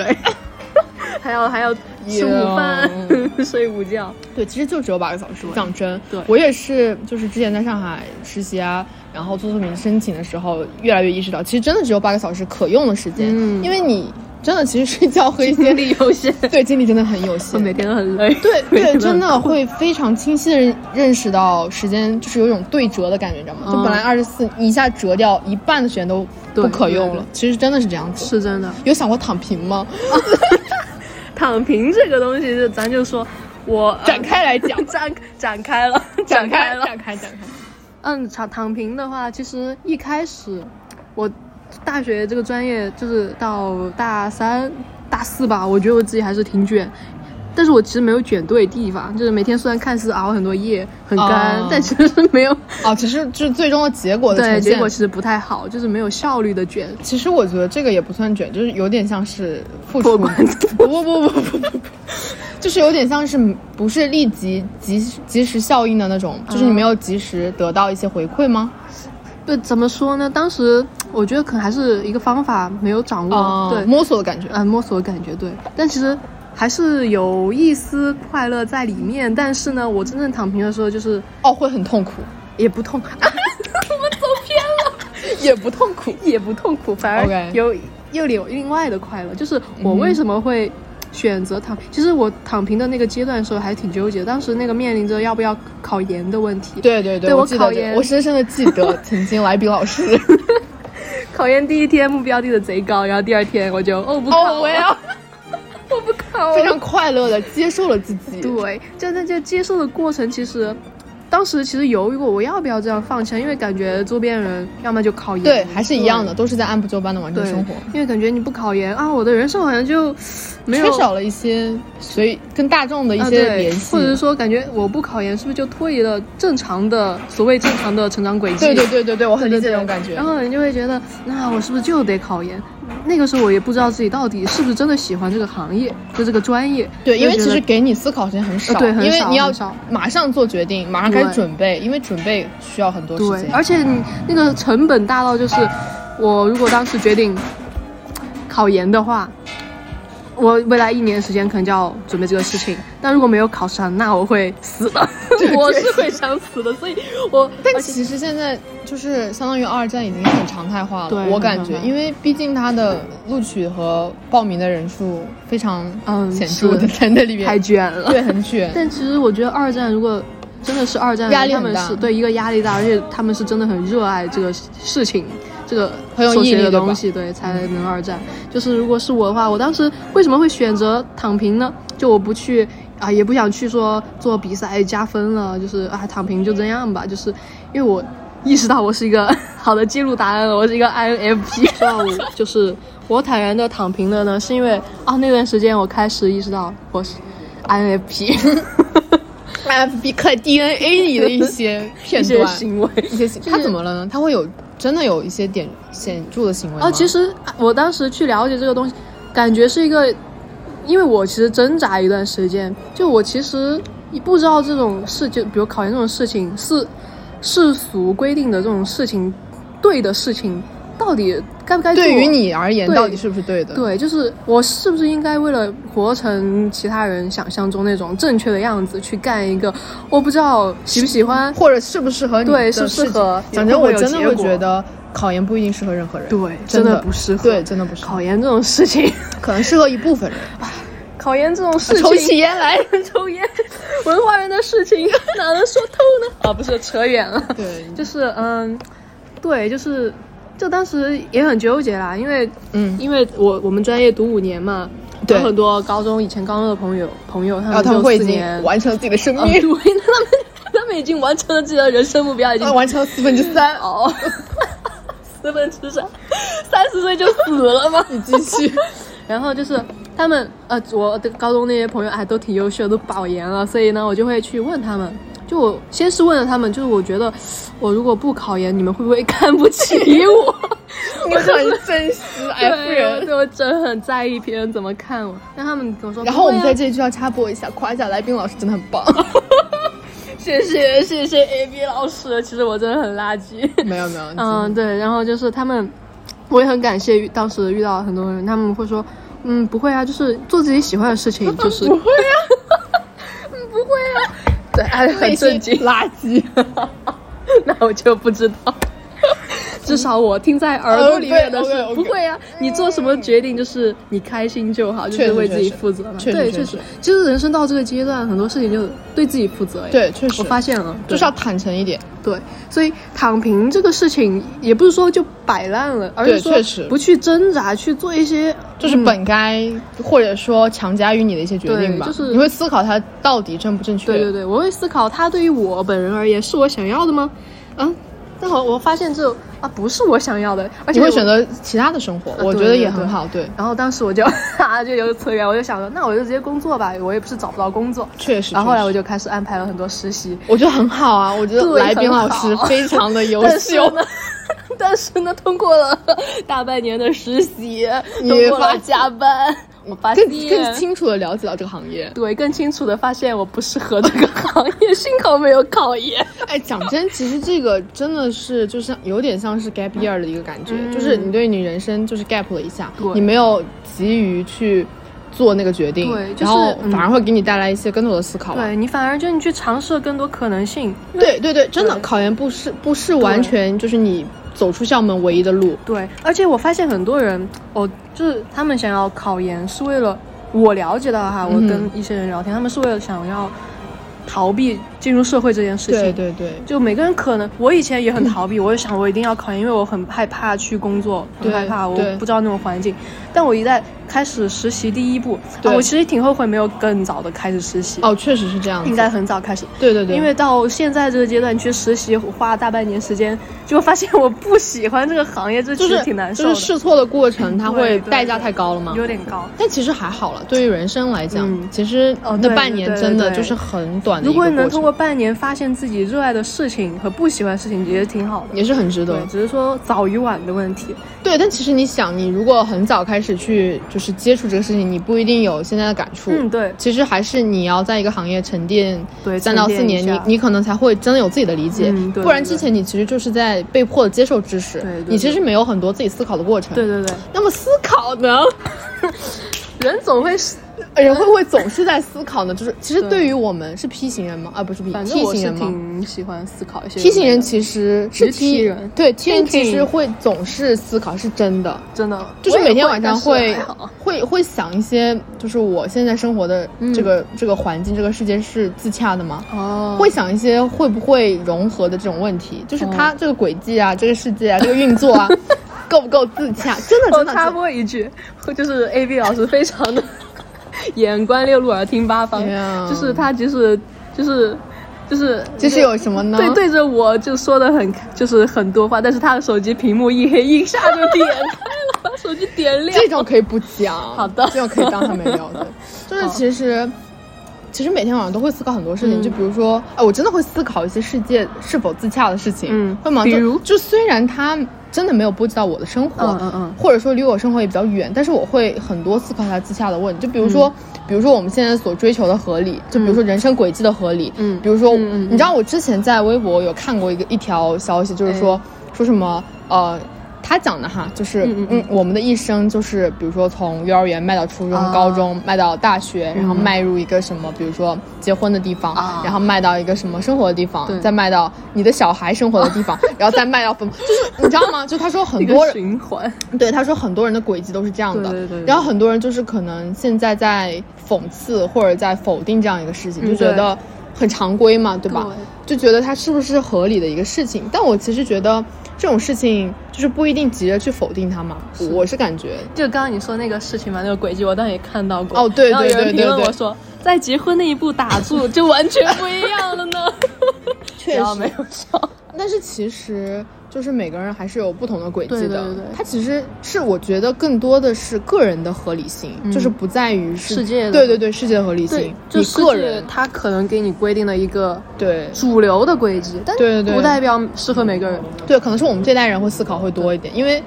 Speaker 2: 还要还要吃午饭、 [laughs] 睡午觉。
Speaker 3: 对，其实就只有八个小时。讲真，
Speaker 2: 对
Speaker 3: 我也是，就是之前在上海实习啊，然后做作品申请的时候，越来越意识到，其实真的只有八个小时可用的时间，
Speaker 2: 嗯
Speaker 3: 因为你真的其实睡觉和一些
Speaker 2: 精力有 [laughs] 限，
Speaker 3: 对精力真的很有
Speaker 2: 我 [laughs]
Speaker 3: 限。
Speaker 2: 每天都很累。
Speaker 3: 对
Speaker 2: [laughs] 每天
Speaker 3: 对，
Speaker 2: 都很
Speaker 3: 真的会非常清晰的认认识到时间，就是有一种对折的感觉，你知道吗？就
Speaker 2: 嗯
Speaker 3: 本来二十四，你一下折掉一半的时间都不
Speaker 2: 对
Speaker 3: 可用
Speaker 2: 对
Speaker 3: 了
Speaker 2: 对。
Speaker 3: 其实真的是这样子。
Speaker 2: 是真的。
Speaker 3: 有想过躺平吗？
Speaker 2: 躺平这个东西是，咱就说，我，
Speaker 3: 展开来讲
Speaker 2: [laughs] [laughs] 展展开了，
Speaker 3: [laughs] 展
Speaker 2: 开
Speaker 3: 开，
Speaker 2: 了。
Speaker 3: 展开，展开。
Speaker 2: 嗯，躺躺平的话，其实一开始我大学这个专业就是到大三、大四吧，我觉得我自己还是挺卷。但是我其实没有卷对地方，就是每天虽然看似熬很多夜很干，
Speaker 3: 哦
Speaker 2: 但其实是
Speaker 3: [laughs]
Speaker 2: 没有
Speaker 3: 哦，其实就是最终的结果的呈
Speaker 2: 对
Speaker 3: 现。
Speaker 2: 结果其实不太好，就是没有效率的卷。
Speaker 3: 其实我觉得这个也不算卷，就是有点像是付
Speaker 2: 破
Speaker 3: 出，
Speaker 2: 罐
Speaker 3: [laughs] 不不不不不不不，就是有点像是不是立即及时及时效应的那种，就是你
Speaker 2: 嗯
Speaker 3: 没有及时得到一些回馈吗？
Speaker 2: 对，怎么说呢？当时我觉得可能还是一个方法没有掌握，
Speaker 3: 哦
Speaker 2: 嗯对，
Speaker 3: 摸索的感觉。
Speaker 2: 呃，摸索的感觉对，但其实还是有一丝快乐在里面。但是呢，我真正躺平的时候，就是
Speaker 3: 哦，会很痛苦，
Speaker 2: 也不 [laughs] 痛，啊、
Speaker 3: 也不痛苦。
Speaker 2: [laughs] 也不痛苦，反
Speaker 3: OK 嗯
Speaker 2: 而有又有另外的快乐。就是我为什么会选择躺？其实我躺平的那个阶段的时候还挺纠结，当时那个面临着要不要考研的问题。，
Speaker 3: 对对
Speaker 2: 对
Speaker 3: 我
Speaker 2: 我
Speaker 3: 记
Speaker 2: 考
Speaker 3: 得这个
Speaker 2: 研
Speaker 3: 我深深的记 [laughs] 得曾经来宾老师，
Speaker 2: 考研第一天目标定的贼高，然后第二天我就哦不考 [laughs] 了，
Speaker 3: [laughs] 哦，我要
Speaker 2: 我不考了，
Speaker 3: 非常快乐的接受了自己。
Speaker 2: 对，就在这接受的过程，其实当时其实犹豫过我要不要这样放弃，因为感觉周边人要么就考研，
Speaker 3: 对，还是一样的，都是在按部就班的完成
Speaker 2: 对
Speaker 3: 生活，
Speaker 2: 因为感觉你不考研啊，我的人生好像就没有
Speaker 3: 缺少了一些随跟大众的一
Speaker 2: 啊
Speaker 3: 些
Speaker 2: 对
Speaker 3: 联系，
Speaker 2: 或者是说感觉我不考研是不是就脱离了正常的所谓正常的成长轨迹？
Speaker 3: 对对对对对，我很理
Speaker 2: 对
Speaker 3: 解
Speaker 2: 对
Speaker 3: 这种感觉。
Speaker 2: 然后你就会觉得，那我是不是就得考研？那个时候我也不知道自己到底是不是真的喜欢这个行业，就这个专业。
Speaker 3: 对，因为
Speaker 2: 就觉
Speaker 3: 其
Speaker 2: 得
Speaker 3: 实给你思考时间很少，
Speaker 2: 呃对很
Speaker 3: 因为
Speaker 2: 少
Speaker 3: 你要
Speaker 2: 很少
Speaker 3: 马上做决定，马上开始
Speaker 2: 对
Speaker 3: 准备，因为准备需要很多时
Speaker 2: 对
Speaker 3: 间，。
Speaker 2: 而且你那个成本大到就是，我如果当时决定考研的话，我未来一年时间可能就要准备这个事情。但如果没有考上，那我会死 [laughs] 的，我是会想死的。所以我，
Speaker 3: 但
Speaker 2: 而且
Speaker 3: 其实现在就是相当于二战已经很常态化了
Speaker 2: 对，
Speaker 3: 我
Speaker 2: 很
Speaker 3: 感
Speaker 2: 常
Speaker 3: 觉，
Speaker 2: 态
Speaker 3: 因为毕竟它的录取和报名的人数非常
Speaker 2: 嗯
Speaker 3: 显著的
Speaker 2: 是
Speaker 3: 在那里面，
Speaker 2: 太卷了。
Speaker 3: [laughs] 对很卷。
Speaker 2: 但其实我觉得二战如果真的是二战，
Speaker 3: 压力
Speaker 2: 他
Speaker 3: 很
Speaker 2: 们
Speaker 3: 大
Speaker 2: 是对一个压力大，而且他们是真的很热爱这个事情，这个
Speaker 3: 很有
Speaker 2: 所
Speaker 3: 毅
Speaker 2: 学
Speaker 3: 力
Speaker 2: 的
Speaker 3: 对吧
Speaker 2: 东西，对，才能二战。就是如果是我的话，我当时为什么会选择躺平呢？就我不去啊，也不想去说做比赛加分了，就是啊，躺平就这样吧，就是因为我。意识到我是一个好的记录答案了，我是一个
Speaker 3: [laughs]
Speaker 2: INFP。说到我就是我坦然的躺平了呢，是因为啊那段时间我开始意识到我是 INFP。
Speaker 3: F B 看 D N A 里的一
Speaker 2: [laughs]
Speaker 3: 些 [laughs] 片
Speaker 2: 一些
Speaker 3: 段，
Speaker 2: 行为。
Speaker 3: 一些行他怎么了呢？他会有真的有一些点显著的行为吗
Speaker 2: 哦，其实我当时去了解这个东西，感觉是一个，因为我其实挣扎一段时间，就我其实你不知道这种事，就比如考研这种事情，世世俗规定的这种事情，对的事情，到底该不该做？
Speaker 3: 对于你而言，
Speaker 2: 对
Speaker 3: 到底是不是对的？
Speaker 2: 对，就是我是不是应该为了活成其他人想象中那种正确的样子，去干一个我不知道喜不喜欢？
Speaker 3: 或者适不适合你
Speaker 2: 对
Speaker 3: 的
Speaker 2: 适不适
Speaker 3: 事
Speaker 2: 合
Speaker 3: 情讲
Speaker 2: 也
Speaker 3: 真，
Speaker 2: 会
Speaker 3: 我
Speaker 2: 有
Speaker 3: 真的
Speaker 2: 结
Speaker 3: 会
Speaker 2: 果
Speaker 3: 觉得考研不一定适合任何人。
Speaker 2: 对，
Speaker 3: 真
Speaker 2: 真
Speaker 3: 的
Speaker 2: 不适合。
Speaker 3: 对，真的不适合啊
Speaker 2: 考，研这种事情，
Speaker 3: 可能适合一部分人。
Speaker 2: 考研这种事情，
Speaker 3: [laughs] 抽起烟来。
Speaker 2: [laughs] 抽烟，文化人的事情哪能说透呢？啊，不是，扯远了。
Speaker 3: 对，
Speaker 2: 就是嗯，对，就是就当时也很纠结啦，因为
Speaker 3: 嗯，
Speaker 2: 因为我我们专业读五年嘛，
Speaker 3: 对
Speaker 2: 有很多高中以前高中的朋友朋友，他
Speaker 3: 然后
Speaker 2: 们
Speaker 3: 他
Speaker 2: 嗯
Speaker 3: 们
Speaker 2: 就
Speaker 3: 会已
Speaker 2: 四
Speaker 3: 经
Speaker 2: 年，
Speaker 3: 完成了自己的生
Speaker 2: 啊
Speaker 3: 命
Speaker 2: 对，，他们他们已经完成了自己的人生目标，已经
Speaker 3: 呃完成了四分之三。
Speaker 2: 哦， [laughs] 四分之三，三十岁就死了吗？
Speaker 3: 你继续，
Speaker 2: 然后就是他们呃，我的高中那些朋友哎都挺优秀，都保研了，所以呢，我就会去问他们。就我先是问了他们，就是我觉得我如果不考研，你们会不会看不起我？
Speaker 3: [laughs] 你很珍惜 F
Speaker 2: [laughs] 对我
Speaker 3: 人。
Speaker 2: 对我真的很在意别人怎么看我。让他们怎么说？
Speaker 3: 然后我们
Speaker 2: 不会啊
Speaker 3: 在这里就要插播一下，夸一下来宾老师真的很
Speaker 2: [laughs]
Speaker 3: 棒。
Speaker 2: 谢谢谢谢 A B 老师，其实我真的很垃圾。
Speaker 3: 没有没有，
Speaker 2: 嗯，对，然后就是他们，我也很感谢遇当时遇到很多人，他们会说，嗯，不会啊，就是做自己喜欢的事情，就是
Speaker 3: [laughs]
Speaker 2: 不会啊，不会啊，对，哎，很震惊，
Speaker 3: 垃圾。
Speaker 2: 那我就不知
Speaker 3: [laughs]
Speaker 2: 道。至少我听在耳朵里面的是、
Speaker 3: OK，OK，OK
Speaker 2: 不会啊，你做什么决定就是你开心就好，就
Speaker 3: 确
Speaker 2: 是
Speaker 3: 实
Speaker 2: 为自己
Speaker 3: 确实
Speaker 2: 负责嘛。
Speaker 3: 确实
Speaker 2: 对，
Speaker 3: 确
Speaker 2: 确
Speaker 3: 实
Speaker 2: 实，就是人生到这个阶段，很多事情就对自己负责。哎
Speaker 3: 对，确实
Speaker 2: 我，发现了，
Speaker 3: 就
Speaker 2: 对
Speaker 3: 是要坦诚一点。
Speaker 2: 对，所以躺平这个事情也不是说就摆烂了，而
Speaker 3: 对
Speaker 2: 是说
Speaker 3: 确实
Speaker 2: 不去挣扎，去做一些
Speaker 3: 就是
Speaker 2: 嗯
Speaker 3: 本该或者说强加于你的一些决定
Speaker 2: 对
Speaker 3: 吧，
Speaker 2: 就是
Speaker 3: 你会思考它到底正不正确。
Speaker 2: 嗯对对对，我会思考它对于我本人而言是我想要的吗？嗯，但我我发现这啊不是我想要的，而且
Speaker 3: 你会
Speaker 2: 我
Speaker 3: 选。择其他的生活，
Speaker 2: 对
Speaker 3: 我觉得
Speaker 2: 对
Speaker 3: 也
Speaker 2: 对
Speaker 3: 很好。对，
Speaker 2: 然后当时我就 [laughs] 啊就有扯远，我就想着那我就直接工作吧，我也不是找不到工作。
Speaker 3: 确实。
Speaker 2: 然后后来
Speaker 3: 确
Speaker 2: 我
Speaker 3: 实
Speaker 2: 就开始安排了很多实习，
Speaker 3: 我觉得很好啊，我觉得
Speaker 2: 对
Speaker 3: 来
Speaker 2: 很
Speaker 3: 宾老
Speaker 2: 好
Speaker 3: 师非常的优
Speaker 2: 但是
Speaker 3: 秀。
Speaker 2: 呢，但是呢，通过了大半年的实习，
Speaker 3: 你
Speaker 2: 通过
Speaker 3: 发
Speaker 2: 了加班，我发现
Speaker 3: 更更清楚的了解到这个行业。
Speaker 2: 对，更清楚的发现我不适合这个行业，幸好没有考研。
Speaker 3: [laughs] 哎，讲真，其实这个真的是就像有点像是 gap year 的一个感觉，就是你对你人生就是 gap 了一下
Speaker 2: 嗯对，
Speaker 3: 你没有急于去做那个决定，
Speaker 2: 对就是
Speaker 3: 然后
Speaker 2: 嗯
Speaker 3: 反而会给你带来一些更多的思考吧。
Speaker 2: 对你反而就你去尝试了更多可能性。
Speaker 3: 对对对，真的
Speaker 2: 对
Speaker 3: 考研不是不是完全就是你走出校门唯一的路，
Speaker 2: 对，而且我发现很多人，哦，就是他们想要考研是为了，我了解到哈，我
Speaker 3: 嗯
Speaker 2: 跟一些人聊天，他们是为了想要逃避进入社会这件事情。
Speaker 3: 对对对。
Speaker 2: 就每个人可能，我以前也很逃避，我就想我一定要考研，因为我很害怕去工作，很
Speaker 3: 嗯对
Speaker 2: 害怕我
Speaker 3: 对
Speaker 2: 不知道那种环境。但我一旦开始实习第一步，啊，
Speaker 3: 对
Speaker 2: 我其实挺后悔没有更早的开始实习，
Speaker 3: 哦，确实是这样子。
Speaker 2: 应该很早开始，
Speaker 3: 对对对，
Speaker 2: 因为到现在这个阶段去实习花大半年时间，结果发现我不喜欢这个行业，这
Speaker 3: 就
Speaker 2: 其
Speaker 3: 是
Speaker 2: 实挺难受
Speaker 3: 就
Speaker 2: 的，
Speaker 3: 是试错的过程，它
Speaker 2: 对
Speaker 3: 会
Speaker 2: 对
Speaker 3: 代价
Speaker 2: 对
Speaker 3: 太高了嘛。
Speaker 2: 有点高。
Speaker 3: 但其实还好了，对于人生来讲，
Speaker 2: 嗯
Speaker 3: 其实
Speaker 2: 哦
Speaker 3: 那
Speaker 2: 对
Speaker 3: 半
Speaker 2: 对
Speaker 3: 年
Speaker 2: 对
Speaker 3: 真的
Speaker 2: 对
Speaker 3: 就是很短的
Speaker 2: 如
Speaker 3: 一个
Speaker 2: 果
Speaker 3: 过
Speaker 2: 你
Speaker 3: 程，
Speaker 2: 能通过半年发现自己热爱的事情和不喜欢的事情，也挺好的。
Speaker 3: 也是很值得
Speaker 2: 对，只是说早与晚的问题。
Speaker 3: 对但其实你想，你如果很早开始去就是接触这个事情，你不一定有现在的感触。
Speaker 2: 嗯，对。
Speaker 3: 其实还是你要在一个行业沉淀
Speaker 2: 对
Speaker 3: 三到
Speaker 2: 沉淀
Speaker 3: 四年，
Speaker 2: 一
Speaker 3: 你
Speaker 2: 下
Speaker 3: 你可能才会真的有自己的理解。
Speaker 2: 嗯对
Speaker 3: 不然
Speaker 2: 对
Speaker 3: 之
Speaker 2: 对
Speaker 3: 前你其实就是在被迫的接受知识，
Speaker 2: 对对
Speaker 3: 你其
Speaker 2: 对
Speaker 3: 实没有很多自己思考的过程。
Speaker 2: 对对对，
Speaker 3: 那么思考
Speaker 2: [laughs]
Speaker 3: 呢？
Speaker 2: 人总会是，
Speaker 3: 人会不会总是在思考呢？就是其实
Speaker 2: 对
Speaker 3: 对于我们是 P 型人吗？啊，不是 P
Speaker 2: 反正
Speaker 3: T
Speaker 2: 我
Speaker 3: 型
Speaker 2: 是
Speaker 3: 人吗？
Speaker 2: 挺喜欢思考一些。
Speaker 3: T 型人其实是
Speaker 2: 你是 T 人
Speaker 3: 对 T 人其实
Speaker 2: Thinking
Speaker 3: 会总是思考，是真的，
Speaker 2: 真的，
Speaker 3: 就是每天晚上
Speaker 2: 我也会但
Speaker 3: 会
Speaker 2: 是还好啊
Speaker 3: 会会想一些，就是我现在生活的
Speaker 2: 嗯
Speaker 3: 这个、这个环境、这个世界是自洽的吗？
Speaker 2: 哦，
Speaker 3: 会想一些会不会融合的这种问题，就是它这个轨迹啊，这个世界啊，这个运作啊， [laughs] 够不够自洽？真的
Speaker 2: 我
Speaker 3: 真的
Speaker 2: 插
Speaker 3: 真的，
Speaker 2: 播一句，就是 A B 老师非常的 [laughs] 眼观六路，耳听八方
Speaker 3: Yeah
Speaker 2: 就是他即使就是就是
Speaker 3: 就是有什么呢？
Speaker 2: 对对着我就说的很就是很多话，但是他的手机屏幕一黑，一下就点开了， [laughs] 把手机点亮
Speaker 3: 这。种可以不
Speaker 2: [laughs]
Speaker 3: 讲，好
Speaker 2: 的
Speaker 3: 这种可以当他没有
Speaker 2: [laughs]
Speaker 3: 的。就是其实，其实每天晚上都会思考很多事情，
Speaker 2: 嗯
Speaker 3: 就比如说，哎，我真的会思考一些世界是否自洽的事情，
Speaker 2: 嗯
Speaker 3: 会吗？
Speaker 2: 比
Speaker 3: 就
Speaker 2: 如
Speaker 3: 就虽然它真的没有波及到我的生活，
Speaker 2: 嗯嗯嗯嗯
Speaker 3: 或者说离我生活也比较远，但是我会很多思考它自洽的问题，就比如说。比如说我们现在所追求的合理，就比如说人生轨迹的合理，
Speaker 2: 嗯
Speaker 3: 比如说，
Speaker 2: 嗯嗯嗯
Speaker 3: 你知道我之前在微博有看过一个一条消息，就是说、说什么呃。他讲的哈，就是
Speaker 2: 哎嗯
Speaker 3: 嗯
Speaker 2: 嗯嗯
Speaker 3: 我们的一生就是，比如说从幼儿园迈到初中、
Speaker 2: 啊
Speaker 3: 高中，迈到大学，然后
Speaker 2: 嗯
Speaker 3: 迈入一个什么，比如说结婚的地方，
Speaker 2: 啊
Speaker 3: 然后迈到一个什么生活的地方
Speaker 2: 对，
Speaker 3: 再迈到你的小孩生活的
Speaker 2: [laughs]
Speaker 3: 地方，然后再迈到分，就是你知道吗？就他说很
Speaker 2: 一
Speaker 3: 多
Speaker 2: 个
Speaker 3: 人，
Speaker 2: 循环。
Speaker 3: 对，他说很多人的轨迹都是这样的，
Speaker 2: 对对对对
Speaker 3: 然后很多人就是可能现在在讽刺或者在否定这样一个事情，
Speaker 2: 嗯
Speaker 3: 就觉得很常规嘛，对吧？就觉得它是不是合理的一个事情？但我其实觉得这种事情就是不一定急着去否定它嘛，我是感觉
Speaker 2: 就刚刚你说那个事情嘛，那个轨迹，我当然也看到过。
Speaker 3: 哦对
Speaker 2: 然后有
Speaker 3: 对
Speaker 2: 人
Speaker 3: 对
Speaker 2: 评论
Speaker 3: 对对
Speaker 2: 我说，在结婚那一步打住，就完全不一样
Speaker 3: [laughs]
Speaker 2: 了呢。
Speaker 3: 确
Speaker 2: 然后没有笑。
Speaker 3: 但是其实就是每个人还是有不同的轨迹的，
Speaker 2: 对对对
Speaker 3: 它其实是我觉得更多的是个人的合理性，
Speaker 2: 嗯
Speaker 3: 就是不在于是
Speaker 2: 世界的
Speaker 3: 对对对世界的合理性，
Speaker 2: 就
Speaker 3: 你
Speaker 2: 世
Speaker 3: 个
Speaker 2: 界
Speaker 3: 人
Speaker 2: 它可能给你规定了一个
Speaker 3: 对
Speaker 2: 主流的轨迹，但
Speaker 3: 对对对
Speaker 2: 不代表适合每个人。
Speaker 3: 对，可能是我们这代人会思考会多一点，因为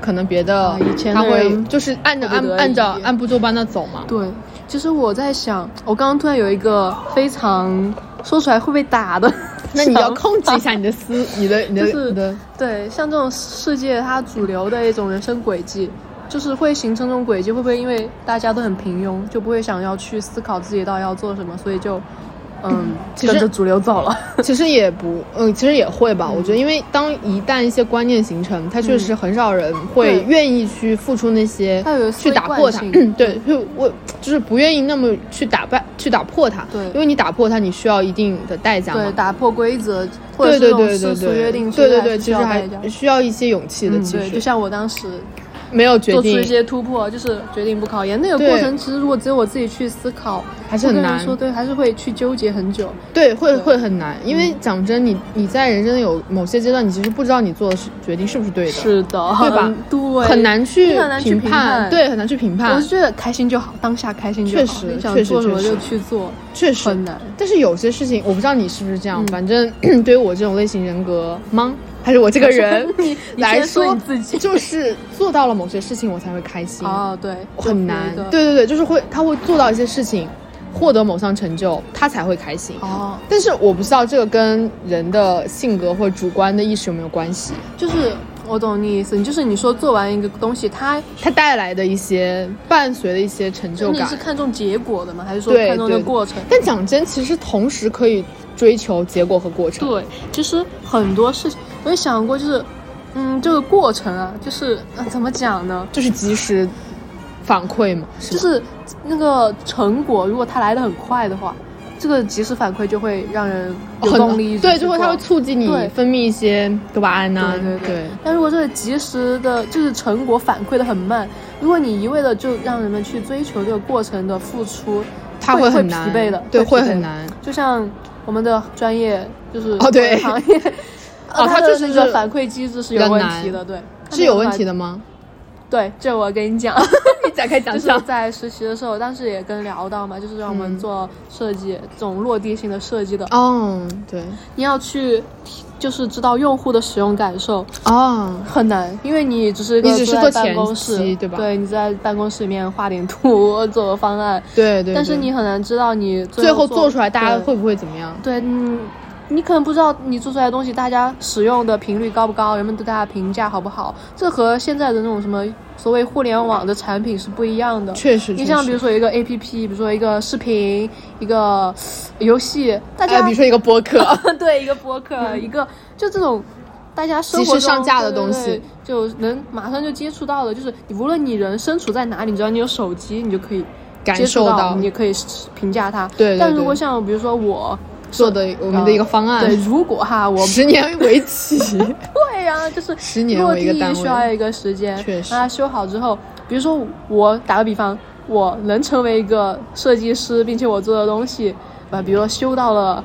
Speaker 3: 可能别的
Speaker 2: 啊以前的
Speaker 3: 他会
Speaker 2: 人
Speaker 3: 就是按着
Speaker 2: 会不
Speaker 3: 按
Speaker 2: 得
Speaker 3: 按照
Speaker 2: 已
Speaker 3: 按部就班的走嘛。，
Speaker 2: 对，其实我在想，我刚刚突然有一个非常说出来会被打的
Speaker 3: 那你要
Speaker 2: 控。
Speaker 3: 控制一下你的
Speaker 2: [laughs]
Speaker 3: 思，你的你的
Speaker 2: 就是
Speaker 3: 你的，
Speaker 2: 对，像这种世界它主流的一种人生轨迹，就是会形成这种轨迹，会不会因为大家都很平庸，就不会想要去思考自己到底要做什么，所以就嗯
Speaker 3: 其
Speaker 2: 跟
Speaker 3: 实
Speaker 2: 着主流走了。
Speaker 3: 其实也不，嗯，其实也会吧。我觉得，因为当一旦一些观念形成，他确实很少人会
Speaker 2: 嗯对
Speaker 3: 愿意去付出那些
Speaker 2: 它有一，
Speaker 3: 去
Speaker 2: 些
Speaker 3: 打破它
Speaker 2: 惯。性
Speaker 3: 对，就我就是不愿意那么去打败，去打破它。
Speaker 2: 对
Speaker 3: 因为你打破它，你需要一定的代价嘛。
Speaker 2: 对，打破规则或者是
Speaker 3: 对
Speaker 2: 这
Speaker 3: 对
Speaker 2: 种
Speaker 3: 对
Speaker 2: 世
Speaker 3: 对
Speaker 2: 俗
Speaker 3: 对
Speaker 2: 约定，
Speaker 3: 对对对，
Speaker 2: 需
Speaker 3: 其实
Speaker 2: 要
Speaker 3: 还
Speaker 2: 代价。
Speaker 3: 需要一些勇气的。
Speaker 2: 嗯，
Speaker 3: 其
Speaker 2: 对，就
Speaker 3: 实
Speaker 2: 像我当时
Speaker 3: 没有决
Speaker 2: 做出
Speaker 3: 定
Speaker 2: 一些突破，就是决定不考研那个
Speaker 3: 对
Speaker 2: 过程，其实如果只有我自己去思考，
Speaker 3: 还是很
Speaker 2: 我跟人
Speaker 3: 难
Speaker 2: 说对，还是会去纠结很久。
Speaker 3: 对，会
Speaker 2: 对嗯
Speaker 3: 会很难，因为讲真，你你在人生的有某些阶段，你其实不知道你做的是决定是不是对的，
Speaker 2: 是的，
Speaker 3: 对吧
Speaker 2: 很对，
Speaker 3: 很难去
Speaker 2: 很难去
Speaker 3: 评
Speaker 2: 评判
Speaker 3: 对，很难去评
Speaker 2: 我
Speaker 3: 判
Speaker 2: 是，觉得开心就好，当下开心就好。
Speaker 3: 确实
Speaker 2: 你想
Speaker 3: 确实
Speaker 2: 做什么
Speaker 3: 确实
Speaker 2: 就去做，
Speaker 3: 确实
Speaker 2: 很难。
Speaker 3: 但是有些事情，我不知道你是不是这样，
Speaker 2: 嗯
Speaker 3: 反正 [clears throat] 对于我这种类型人格吗，还是我这个人
Speaker 2: [laughs] 你你
Speaker 3: 来
Speaker 2: 先说你自己
Speaker 3: 就是做到了某些事情，我才会开心，
Speaker 2: 哦，对，
Speaker 3: 很难。
Speaker 2: 就有一个
Speaker 3: 对，对对，就是会，他会做到一些事情，获得某项成就，他才会开心。
Speaker 2: 哦，
Speaker 3: 但是我不知道这个跟人的性格或主观的意识有没有关系，
Speaker 2: 就是我懂你意思，就是你说做完一个东西，它
Speaker 3: 它带来的一些伴随的一些成就
Speaker 2: 你
Speaker 3: 感
Speaker 2: 嗯是。看重结果的吗？还是说
Speaker 3: 对
Speaker 2: 看重那
Speaker 3: 对
Speaker 2: 个过程？
Speaker 3: 但讲真，其实同时可以追求结果和过程。
Speaker 2: 对，其实很多事情我也想过，就是嗯，这个过程啊，就是、呃怎么讲呢？
Speaker 3: 就是及时反馈嘛，
Speaker 2: 就
Speaker 3: 是吧？
Speaker 2: 是那个成果，如果它来的很快的话，这个及时反馈就会让人有动力一直去做，
Speaker 3: 对，就会它会促进你
Speaker 2: 对
Speaker 3: 分泌一些啊多巴胺呐、
Speaker 2: 对对对但如果这个及时的，就是成果反馈的很慢，如果你一味的就让人们去追求这个过程的付出，
Speaker 3: 它
Speaker 2: 会
Speaker 3: 很
Speaker 2: 疲
Speaker 3: 难，
Speaker 2: 惫的，
Speaker 3: 对，
Speaker 2: 会
Speaker 3: 会
Speaker 2: 疲惫
Speaker 3: 很
Speaker 2: 的。
Speaker 3: 难。
Speaker 2: 就像我们的专业，就是
Speaker 3: 哦对
Speaker 2: 行业，
Speaker 3: [laughs] 哦它
Speaker 2: 它的
Speaker 3: 就是
Speaker 2: 那
Speaker 3: 就
Speaker 2: 个
Speaker 3: 是
Speaker 2: 反馈机制是
Speaker 3: 比
Speaker 2: 有
Speaker 3: 较
Speaker 2: 问
Speaker 3: 难
Speaker 2: 题的，对，它
Speaker 3: 是
Speaker 2: 没
Speaker 3: 有
Speaker 2: 办
Speaker 3: 问
Speaker 2: 法
Speaker 3: 题的。吗？
Speaker 2: 对，这我跟你
Speaker 3: [laughs]
Speaker 2: 讲，
Speaker 3: 你展开讲
Speaker 2: 就是在实习的时候，当时也跟聊到嘛，就是让我们
Speaker 3: 嗯
Speaker 2: 做设计、这种落地性的设计的，
Speaker 3: 哦，对，
Speaker 2: 你要去就是知道用户的使用感受，
Speaker 3: 哦，
Speaker 2: 很难，因为你只是一个
Speaker 3: 你只是
Speaker 2: 坐
Speaker 3: 做
Speaker 2: 在办
Speaker 3: 前
Speaker 2: 公
Speaker 3: 期
Speaker 2: 室，
Speaker 3: 对吧
Speaker 2: 对，你在办公室里面画点图， [laughs] 做个方案，
Speaker 3: 对对。
Speaker 2: 但是
Speaker 3: 对
Speaker 2: 你很难知道你
Speaker 3: 最
Speaker 2: 后
Speaker 3: 后做出来，大家
Speaker 2: 对
Speaker 3: 会不会怎么样？
Speaker 2: 对，嗯，你可能不知道你做出来的东西，大家使用的频率高不高，人们对它的评价好不好，这和现在的那种什么所谓互联网的产品是不一样的。
Speaker 3: 确实，
Speaker 2: 你像
Speaker 3: 确
Speaker 2: 比
Speaker 3: 实
Speaker 2: 如说一个 A P P，比如说一个视频，一个游戏，大家、
Speaker 3: 哎，比如说一个播
Speaker 2: [laughs]
Speaker 3: 客，
Speaker 2: 对一个播客，一个就这种大家生活
Speaker 3: 嗯及时
Speaker 2: 中
Speaker 3: 上架的
Speaker 2: 对对
Speaker 3: 东西
Speaker 2: 对就能马上就接触到的，就是你无论你人身处在哪里，只要你有手机，你就可以
Speaker 3: 感
Speaker 2: 接触
Speaker 3: 受到
Speaker 2: 你也可以评价它。
Speaker 3: 对对
Speaker 2: 但
Speaker 3: 对嗯
Speaker 2: 如果像比如说我
Speaker 3: 做的我们的一个方案
Speaker 2: 对，，如果哈我
Speaker 3: 十年为期，
Speaker 2: [laughs] 会啊，就是
Speaker 3: 十年
Speaker 2: 落
Speaker 3: 为一个单
Speaker 2: 地需要
Speaker 3: 位，
Speaker 2: 一个时间，
Speaker 3: 确实
Speaker 2: 那它修好之后，比如说我打个比方，我能成为一个设计师，并且我做的东西，啊，比如说修到了。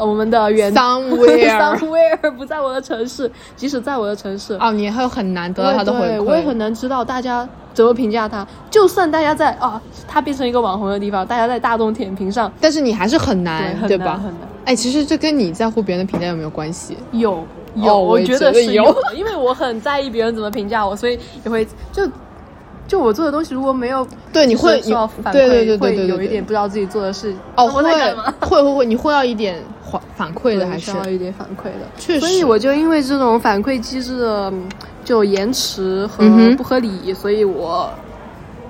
Speaker 2: 呃，我们的原 [laughs]
Speaker 3: Somewhere
Speaker 2: somewhere 不在我的城市，即使在我的城市，
Speaker 3: 哦，你还有很难得到他的回
Speaker 2: 对
Speaker 3: 馈，
Speaker 2: 我也很难知道大家怎么评价它。就算大家在啊，它变成一个网红的地方，大家在大众点评上，
Speaker 3: 但是你还是很
Speaker 2: 对，
Speaker 3: 难，
Speaker 2: 很
Speaker 3: 对
Speaker 2: 难
Speaker 3: 吧
Speaker 2: 很？难。
Speaker 3: 哎，其实这跟你在乎别人的评价有没有关系？
Speaker 2: 有有，
Speaker 3: 哦我
Speaker 2: 我
Speaker 3: 也
Speaker 2: 觉
Speaker 3: 觉
Speaker 2: 得
Speaker 3: 得
Speaker 2: 是
Speaker 3: 有
Speaker 2: 有的，因为我很在意别人怎么评价我，所以也会就就我做的东西如果没有
Speaker 3: 对你会
Speaker 2: 受到反馈，
Speaker 3: 对对对对对对
Speaker 2: 会有
Speaker 3: 对
Speaker 2: 一点不知道自己做的是
Speaker 3: 哦，
Speaker 2: 我
Speaker 3: 会
Speaker 2: 在干嘛。
Speaker 3: 会 [laughs] 会会，你会要一点反反馈的
Speaker 2: 对
Speaker 3: 还是
Speaker 2: 需？要一点反馈的，
Speaker 3: 确实
Speaker 2: 所以我就因为这种反馈机制的嗯就延迟和
Speaker 3: 嗯哼
Speaker 2: 不合理，所以我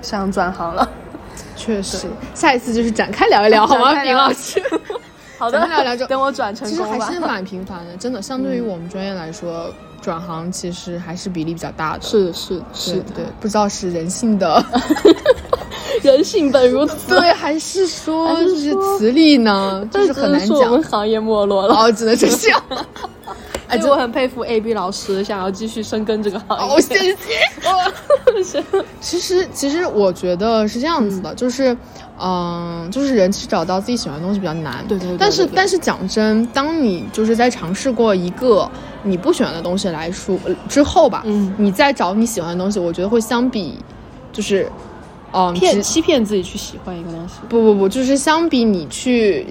Speaker 2: 想转行了。
Speaker 3: 确实，下一次就是展开聊一聊，好
Speaker 2: 展
Speaker 3: 吗，
Speaker 2: 开 [laughs]
Speaker 3: 饼
Speaker 2: 聊
Speaker 3: 老师？
Speaker 2: [laughs] 好的，
Speaker 3: 咱们聊聊这
Speaker 2: 等我转成
Speaker 3: 其实
Speaker 2: 功嗯
Speaker 3: 还
Speaker 2: 吧。
Speaker 3: 是蛮频繁的，真的，相对于我们专业来说，转行其实还是比例比较大的。
Speaker 2: 是是
Speaker 3: 对
Speaker 2: 是的，
Speaker 3: 对，不知道是人性 [laughs] 的，
Speaker 2: [laughs] 人性本如此。
Speaker 3: 对，还是说
Speaker 2: 还
Speaker 3: 就是是
Speaker 2: 说
Speaker 3: 磁力呢，就
Speaker 2: 这
Speaker 3: 是很难
Speaker 2: 是我们
Speaker 3: 讲。
Speaker 2: 行业没落了。
Speaker 3: 哦，只能这 [laughs] 样。哎，
Speaker 2: [laughs] 哎，
Speaker 3: 这
Speaker 2: 我很佩服 A B 老师，想要继续深耕这个行业。
Speaker 3: 哦，谢谢。其实，其实我觉得是这样子的，就是，嗯、就是人其实找到自己喜欢的东西比较难。
Speaker 2: 对对对
Speaker 3: 但是
Speaker 2: 对对
Speaker 3: 但是讲真，当你就是在尝试过一个你不喜欢的东西来说呃之后吧，
Speaker 2: 嗯
Speaker 3: 你再找你喜欢的东西，我觉得会相比，就是，
Speaker 2: [laughs]
Speaker 3: 嗯、
Speaker 2: 骗
Speaker 3: 只
Speaker 2: 欺骗自己去喜欢一个东西。
Speaker 3: 不不不，就是相比你去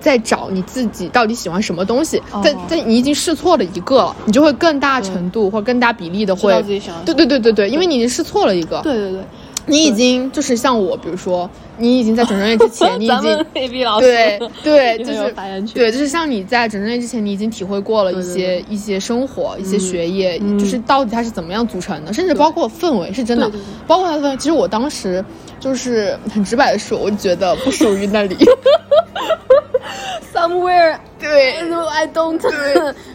Speaker 3: 再找你自己到底喜欢什么东西，
Speaker 2: 哦
Speaker 3: 但但你已经试错了一个了，你就会更大程度或更大比例的
Speaker 2: 知
Speaker 3: 会
Speaker 2: 道自己想要
Speaker 3: 对
Speaker 2: 什
Speaker 3: 对对对对，因为你已经试错了一个，
Speaker 2: 对对对，
Speaker 3: 你已经就是像我，比如说你已经在转专业之
Speaker 2: [laughs]
Speaker 3: 前，你
Speaker 2: [laughs]
Speaker 3: 已
Speaker 2: 咱
Speaker 3: 经
Speaker 2: 们 A B 老师 [laughs]
Speaker 3: 对对，
Speaker 2: 也
Speaker 3: 就
Speaker 2: 很有
Speaker 3: 是
Speaker 2: 发言权
Speaker 3: 对，就是像你在转专业之前，你已经体会过了一
Speaker 2: 对对嗯
Speaker 3: 些一些生活、一些学业，就是到底它是怎么样组成的，甚至包括氛围是真的
Speaker 2: 对对对，
Speaker 3: 包括它的氛围。其实我当时就是很直白的说，我就觉得不属于
Speaker 2: [laughs]
Speaker 3: 那里。
Speaker 2: somewhere
Speaker 3: 对
Speaker 2: no I don't，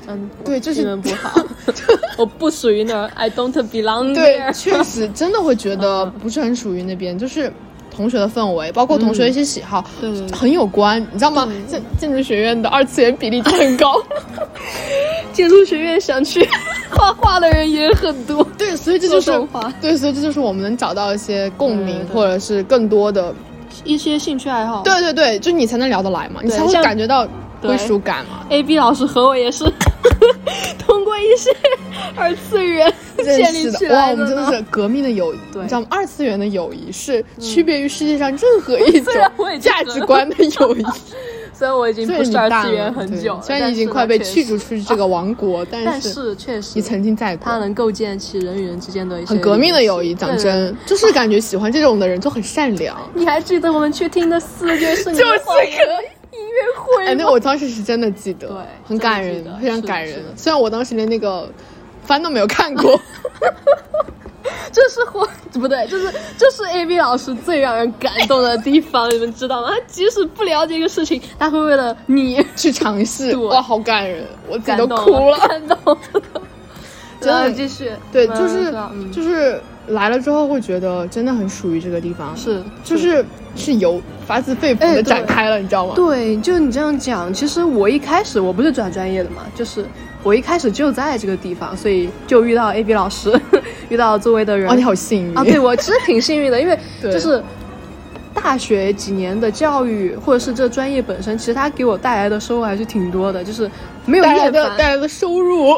Speaker 2: 嗯，
Speaker 3: 对就是
Speaker 2: 英文不
Speaker 3: [laughs]
Speaker 2: 好，我不属于那儿，I don't belong
Speaker 3: 对，
Speaker 2: there。
Speaker 3: 确实真的会觉得不是很属于那边，就是。同学的氛围，包括同学的一些喜好，
Speaker 2: 嗯对对对
Speaker 3: 很有关，你知道吗？建建筑学院的二次元比例就很高，
Speaker 2: 建筑学院想 [laughs] 去画画的人也很多。
Speaker 3: [laughs] 对，所以这就是
Speaker 2: 说动画
Speaker 3: [laughs] 对，所以这就是我们能找到一些共鸣，
Speaker 2: 对对对哦
Speaker 3: 或者是更多的，
Speaker 2: 一些兴趣爱好。
Speaker 3: 对对对，就你才能聊得来嘛，你才会
Speaker 2: 像
Speaker 3: 感觉到
Speaker 2: 对
Speaker 3: 归属感嘛。
Speaker 2: ，A B 老师和我也是 [laughs] 通过一些二次元
Speaker 3: 认
Speaker 2: [laughs] 建立
Speaker 3: 识
Speaker 2: 起
Speaker 3: 的哇，
Speaker 2: 来
Speaker 3: 我们真的
Speaker 2: 呢。
Speaker 3: 是革命的友谊，
Speaker 2: 对
Speaker 3: 你知道吗？二次元的友谊是区别于世界上任何一种
Speaker 2: 虽然我已经
Speaker 3: 价值观的友谊。
Speaker 2: [laughs] 虽然我已经
Speaker 3: 虽
Speaker 2: 不
Speaker 3: 然你
Speaker 2: 是二
Speaker 3: 大
Speaker 2: 次元
Speaker 3: 了，
Speaker 2: 很
Speaker 3: 对
Speaker 2: 久了，
Speaker 3: 虽然你已
Speaker 2: 但是
Speaker 3: 经
Speaker 2: 呢
Speaker 3: 快被
Speaker 2: 确实哦
Speaker 3: 驱逐出去这个王国，但
Speaker 2: 但
Speaker 3: 是
Speaker 2: 是确实
Speaker 3: 你曾经在
Speaker 2: 它
Speaker 3: 过。
Speaker 2: 能构建起人与人之间的一些
Speaker 3: 很革命的友
Speaker 2: 联
Speaker 3: 谊，
Speaker 2: 系
Speaker 3: 讲。
Speaker 2: 对
Speaker 3: 真，就是感觉喜欢这种的人就很善良。
Speaker 2: 你还记得我们去听的四月是你的
Speaker 3: 就是
Speaker 2: 谎言音乐会吗？
Speaker 3: 哎，那我当时是真的记得，
Speaker 2: 对
Speaker 3: 很感
Speaker 2: 真
Speaker 3: 人
Speaker 2: 的记，得
Speaker 3: 非常
Speaker 2: 是的
Speaker 3: 感
Speaker 2: 是
Speaker 3: 人
Speaker 2: 的。
Speaker 3: 虽然我当时连那个番都没有看
Speaker 2: [laughs]
Speaker 3: 过，
Speaker 2: 这是火不对，这是这是 A B 老师最让人感动的地方，你们知道吗？他即使不了解一个事情，他会为了你
Speaker 3: 去尝试，
Speaker 2: 对
Speaker 3: 哇，好感人，我自己
Speaker 2: 感
Speaker 3: 都
Speaker 2: 动
Speaker 3: 哭了。
Speaker 2: 感动 [laughs] 了。
Speaker 3: 真的
Speaker 2: 然后继续，[laughs]
Speaker 3: 对，
Speaker 2: 嗯
Speaker 3: 就是
Speaker 2: 知道嗯
Speaker 3: 就是来了之后会觉得真的很属于这个地方，
Speaker 2: 是
Speaker 3: 就是是由发自肺
Speaker 2: 哎
Speaker 3: 腑的
Speaker 2: 对
Speaker 3: 展开了，你知道吗？
Speaker 2: 对，就你这样讲，其实我一开始我不是转专业的嘛，就是我一开始就在这个地方，所以就遇到 A B 老师， [laughs] 遇到周围的人
Speaker 3: 哦，你好幸运
Speaker 2: 啊，
Speaker 3: [laughs]
Speaker 2: 对，我其实挺幸运的，因为
Speaker 3: 对
Speaker 2: 就是大学几年的教育，或者是这专业本身，其实它给我带来的收获还是挺多的，就是没有
Speaker 3: 带来
Speaker 2: 厌
Speaker 3: 的
Speaker 2: 烦，
Speaker 3: 带来的收入，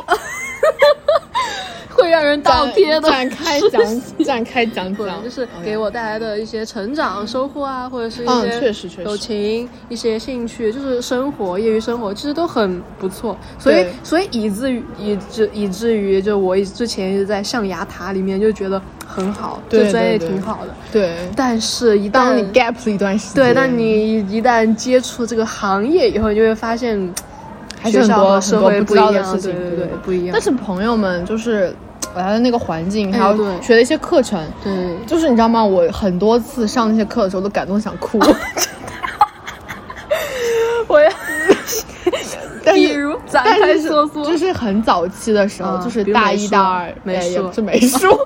Speaker 2: 会让人 [laughs] 倒
Speaker 3: 展
Speaker 2: 贴的。
Speaker 3: 展开讲展开讲
Speaker 2: 对，
Speaker 3: 讲，
Speaker 2: 就是
Speaker 3: 哎呀
Speaker 2: 给我带来的一些成长收获啊，或者是一
Speaker 3: 嗯
Speaker 2: 些
Speaker 3: 确实确实
Speaker 2: 友情、一些兴趣，就是生活、业余生活，其实都很不错。所以
Speaker 3: 对，
Speaker 2: 所以以至于以至以至于，就我一之前一直在象牙塔里面就觉得很好，
Speaker 3: 对
Speaker 2: 这专业
Speaker 3: 对对
Speaker 2: 挺好的。
Speaker 3: 对。
Speaker 2: 但是，一旦
Speaker 3: 当你 gap 了一段时间，
Speaker 2: 对，但你一旦接触这个行业以后，你就会发现
Speaker 3: 还是
Speaker 2: 学
Speaker 3: 很
Speaker 2: 校
Speaker 3: 多
Speaker 2: 和
Speaker 3: 很
Speaker 2: 社
Speaker 3: 多
Speaker 2: 会
Speaker 3: 不知
Speaker 2: 一
Speaker 3: 道的
Speaker 2: 样，
Speaker 3: 事情，
Speaker 2: 对
Speaker 3: 对
Speaker 2: 对，不一样。
Speaker 3: 但是朋友们就是我来的那个环境，
Speaker 2: 哎
Speaker 3: 还有
Speaker 2: 对
Speaker 3: 学的一些课程，
Speaker 2: 对，
Speaker 3: 就是你知道吗？我很多次上那些课的时候都感动想哭，
Speaker 2: 哦我要
Speaker 3: [laughs] 但
Speaker 2: 比
Speaker 3: 是
Speaker 2: 如展
Speaker 3: 但
Speaker 2: 开
Speaker 3: 是
Speaker 2: 说说，
Speaker 3: 就是很早期的时候，
Speaker 2: 啊
Speaker 3: 就是
Speaker 2: 比如
Speaker 3: 大
Speaker 2: 美
Speaker 3: 一
Speaker 2: 术
Speaker 3: 大二，
Speaker 2: 美
Speaker 3: 哎也
Speaker 2: 术
Speaker 3: 不是
Speaker 2: [laughs]
Speaker 3: 美术，
Speaker 2: [laughs]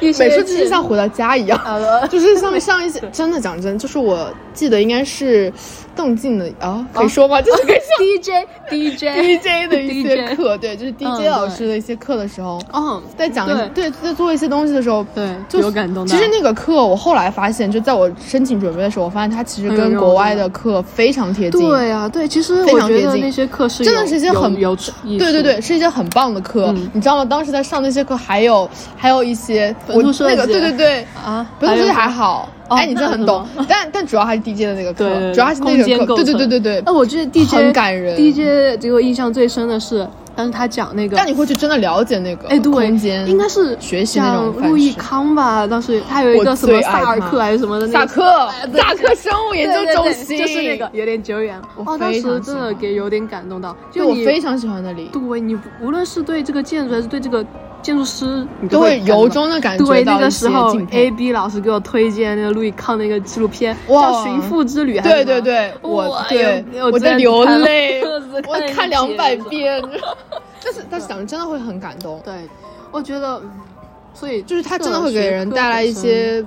Speaker 2: 一
Speaker 3: 美
Speaker 2: 些
Speaker 3: 术就是
Speaker 2: 见 [laughs]
Speaker 3: 像回到家一样。
Speaker 2: 好了，
Speaker 3: 就是上面上一些，真的讲真，就是我记得应该是邓静的啊，
Speaker 2: 哦
Speaker 3: 可以说吗？就是 [laughs] 可以
Speaker 2: DJ [laughs] DJ，
Speaker 3: DJ 的一些
Speaker 2: DJ
Speaker 3: 课，对，就是 DJ
Speaker 2: 嗯对
Speaker 3: 老师的一些课的时候，
Speaker 2: 嗯，
Speaker 3: 在讲一对在做一些东西的时候，
Speaker 2: 对
Speaker 3: 就
Speaker 2: 有感动到
Speaker 3: 其实那个课我后来发现，就在我申请准备的时候，我发现它其实
Speaker 2: 哎很有
Speaker 3: 跟
Speaker 2: 用
Speaker 3: 国外的课非常贴近。
Speaker 2: 对啊，对，其实
Speaker 3: 非
Speaker 2: 我
Speaker 3: 常
Speaker 2: 觉
Speaker 3: 接
Speaker 2: 得
Speaker 3: 近
Speaker 2: 那些课是
Speaker 3: 真的
Speaker 2: 有
Speaker 3: 是一些
Speaker 2: 有
Speaker 3: 很
Speaker 2: 有艺
Speaker 3: 对对
Speaker 2: 术啊
Speaker 3: 对，是一些很棒的课，
Speaker 2: 嗯
Speaker 3: 你知道吗？当时在上那些课，还有还有一些
Speaker 2: 本土
Speaker 3: 我
Speaker 2: 设计
Speaker 3: 那个对对对，
Speaker 2: 啊，
Speaker 3: 本土设
Speaker 2: 有
Speaker 3: 计还好，
Speaker 2: 哦
Speaker 3: 哎，你这很懂，
Speaker 2: [laughs]
Speaker 3: 但但主要还是 DJ 的那个
Speaker 2: 对对
Speaker 3: 课，
Speaker 2: 对
Speaker 3: 主要还是那
Speaker 2: 空间
Speaker 3: 个课，
Speaker 2: 构
Speaker 3: 对
Speaker 2: 成
Speaker 3: 对对对对。
Speaker 2: 呃那我觉得 DJ
Speaker 3: 很感人
Speaker 2: DJ 给我印象最深的是，当时他讲那个，
Speaker 3: 但你会去真的了解那个
Speaker 2: 哎对，
Speaker 3: 空间，
Speaker 2: 应该是
Speaker 3: 学习那种
Speaker 2: 像路易
Speaker 3: 方式
Speaker 2: 康吧，当时他有一个
Speaker 3: 我
Speaker 2: 什么
Speaker 3: 最爱
Speaker 2: 萨尔克
Speaker 3: 他
Speaker 2: 还是什么的那
Speaker 3: 萨
Speaker 2: 个
Speaker 3: 克
Speaker 2: 对
Speaker 3: 萨克生物研
Speaker 2: 对
Speaker 3: 究
Speaker 2: 对
Speaker 3: 中
Speaker 2: 对
Speaker 3: 心，
Speaker 2: 就是那个，有点久远了。
Speaker 3: 我
Speaker 2: 哦，当
Speaker 3: 非
Speaker 2: 时
Speaker 3: 常
Speaker 2: 真
Speaker 3: 喜
Speaker 2: 的
Speaker 3: 欢
Speaker 2: 给有点感动到，
Speaker 3: 对
Speaker 2: 就
Speaker 3: 我
Speaker 2: 你
Speaker 3: 非常喜欢那里，
Speaker 2: 对你不无论是对这个建筑还是对这个建筑师，你
Speaker 3: 都
Speaker 2: 会
Speaker 3: 会
Speaker 2: 感动
Speaker 3: 由
Speaker 2: 到
Speaker 3: 衷的感
Speaker 2: 对
Speaker 3: 觉
Speaker 2: 那
Speaker 3: 到
Speaker 2: 个
Speaker 3: 一
Speaker 2: 时
Speaker 3: 些
Speaker 2: 候
Speaker 3: 敬
Speaker 2: ，A
Speaker 3: 佩。
Speaker 2: B 老师给我推荐那个路易康那个纪录片，
Speaker 3: 哇
Speaker 2: 叫《寻父之旅》还是
Speaker 3: 对
Speaker 2: 什么
Speaker 3: 对，对，我
Speaker 2: 哇哎
Speaker 3: 对
Speaker 2: 有有
Speaker 3: 我在
Speaker 2: 真
Speaker 3: 流
Speaker 2: 看了
Speaker 3: 泪
Speaker 2: 我，
Speaker 3: 我
Speaker 2: 看了一
Speaker 3: 看两
Speaker 2: 集
Speaker 3: 百遍。 [laughs] 但是但是讲真的会很感动，
Speaker 2: 对，我觉得，嗯所以
Speaker 3: 就是它真的会给人带来一些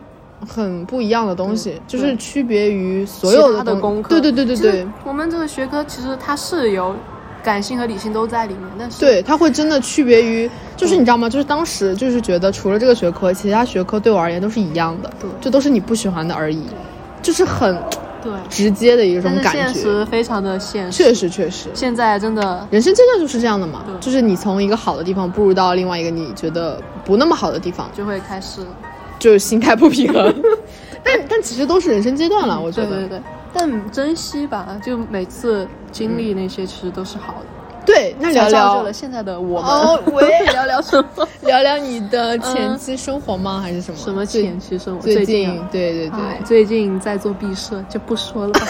Speaker 3: 很不一样的东西，
Speaker 2: 对
Speaker 3: 就是区别于所
Speaker 2: 所有
Speaker 3: 有
Speaker 2: 的
Speaker 3: 东
Speaker 2: 功课。
Speaker 3: 对对对对
Speaker 2: 其实
Speaker 3: 对
Speaker 2: 我们这个学科其实它是有感性和理性都在里面，但是
Speaker 3: 对，它会真的区别于，就是你知道吗？就是当时就是觉得除了这个学科，其他学科对我而言都是一样的，
Speaker 2: 对
Speaker 3: 就都是你不喜欢的而已，就是很
Speaker 2: 对，
Speaker 3: 直接的一种
Speaker 2: 但是
Speaker 3: 感
Speaker 2: 现
Speaker 3: 觉。
Speaker 2: 实非常的现实，
Speaker 3: 确实确实，
Speaker 2: 现在真的
Speaker 3: 人生阶段就是这样的嘛
Speaker 2: 对，
Speaker 3: 就是你从一个好的地方步入到另外一个你觉得不那么好的地方，
Speaker 2: 就会开始
Speaker 3: 就是心态不平
Speaker 2: [laughs]
Speaker 3: 衡。但但其实都是人生阶段了，我觉
Speaker 2: 对
Speaker 3: 得。
Speaker 2: 嗯对对，但珍惜吧，就每次经历那些其实都是好的，
Speaker 3: 对那嗯聊
Speaker 2: 才造就
Speaker 3: 聊
Speaker 2: 了现在的我们。 [laughs]
Speaker 3: 哦喂，
Speaker 2: 聊聊什
Speaker 3: [laughs]
Speaker 2: 么？
Speaker 3: 聊聊你的前期生活吗？还是什么？
Speaker 2: 嗯什么
Speaker 3: 最
Speaker 2: 前期生活？
Speaker 3: 最
Speaker 2: 近
Speaker 3: 近
Speaker 2: 啊。？
Speaker 3: 对对对。
Speaker 2: 哎最近在做毕设，就不
Speaker 3: [laughs]
Speaker 2: 说了 [laughs] 吧。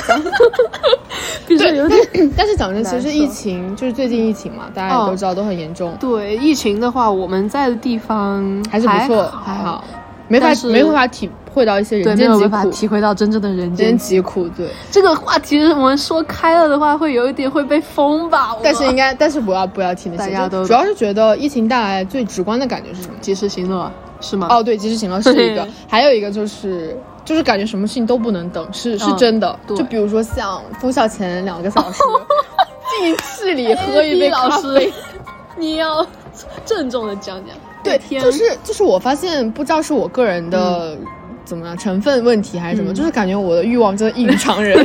Speaker 2: 毕设
Speaker 3: 对
Speaker 2: 有点，
Speaker 3: [coughs] 但是讲真，其
Speaker 2: 难
Speaker 3: 实
Speaker 2: 受
Speaker 3: 疫情就是最近疫情嘛，大家也都知道都很严重，
Speaker 2: 嗯对疫情的话，我们在的地方
Speaker 3: 还是不错，
Speaker 2: 好
Speaker 3: 还好，没法
Speaker 2: 但是
Speaker 3: 没有办法体会到一
Speaker 2: 对，
Speaker 3: 些人
Speaker 2: 没
Speaker 3: 间
Speaker 2: 有
Speaker 3: 疾
Speaker 2: 办法
Speaker 3: 苦，
Speaker 2: 体会到真正的人
Speaker 3: 人
Speaker 2: 间
Speaker 3: 间。疾苦对。
Speaker 2: 这个话题我们说开了的话，会有一点会被封吧。我
Speaker 3: 但是应该，但是不要不要提那些，
Speaker 2: 大家都
Speaker 3: 就主要是觉得疫情带来最直观的感觉是什么？
Speaker 2: 及时行乐是吗？
Speaker 3: 哦，对，及时行乐是一个
Speaker 2: 对，
Speaker 3: 还有一个就是。就是感觉什么事情都不能等，是是
Speaker 2: 嗯
Speaker 3: 真的。
Speaker 2: 对
Speaker 3: 就比如说像封校前两个
Speaker 2: [laughs]
Speaker 3: 小时，进室里喝一杯咖
Speaker 2: 哎老
Speaker 3: 啡，
Speaker 2: 师， [laughs] 你要郑重的讲讲。
Speaker 3: 对，
Speaker 2: 天
Speaker 3: 就是就是我发现，不知道是我个人的、怎么样成分问题还是什么，
Speaker 2: 嗯
Speaker 3: 就是感觉我的欲望真的异于
Speaker 2: [laughs]
Speaker 3: 常人，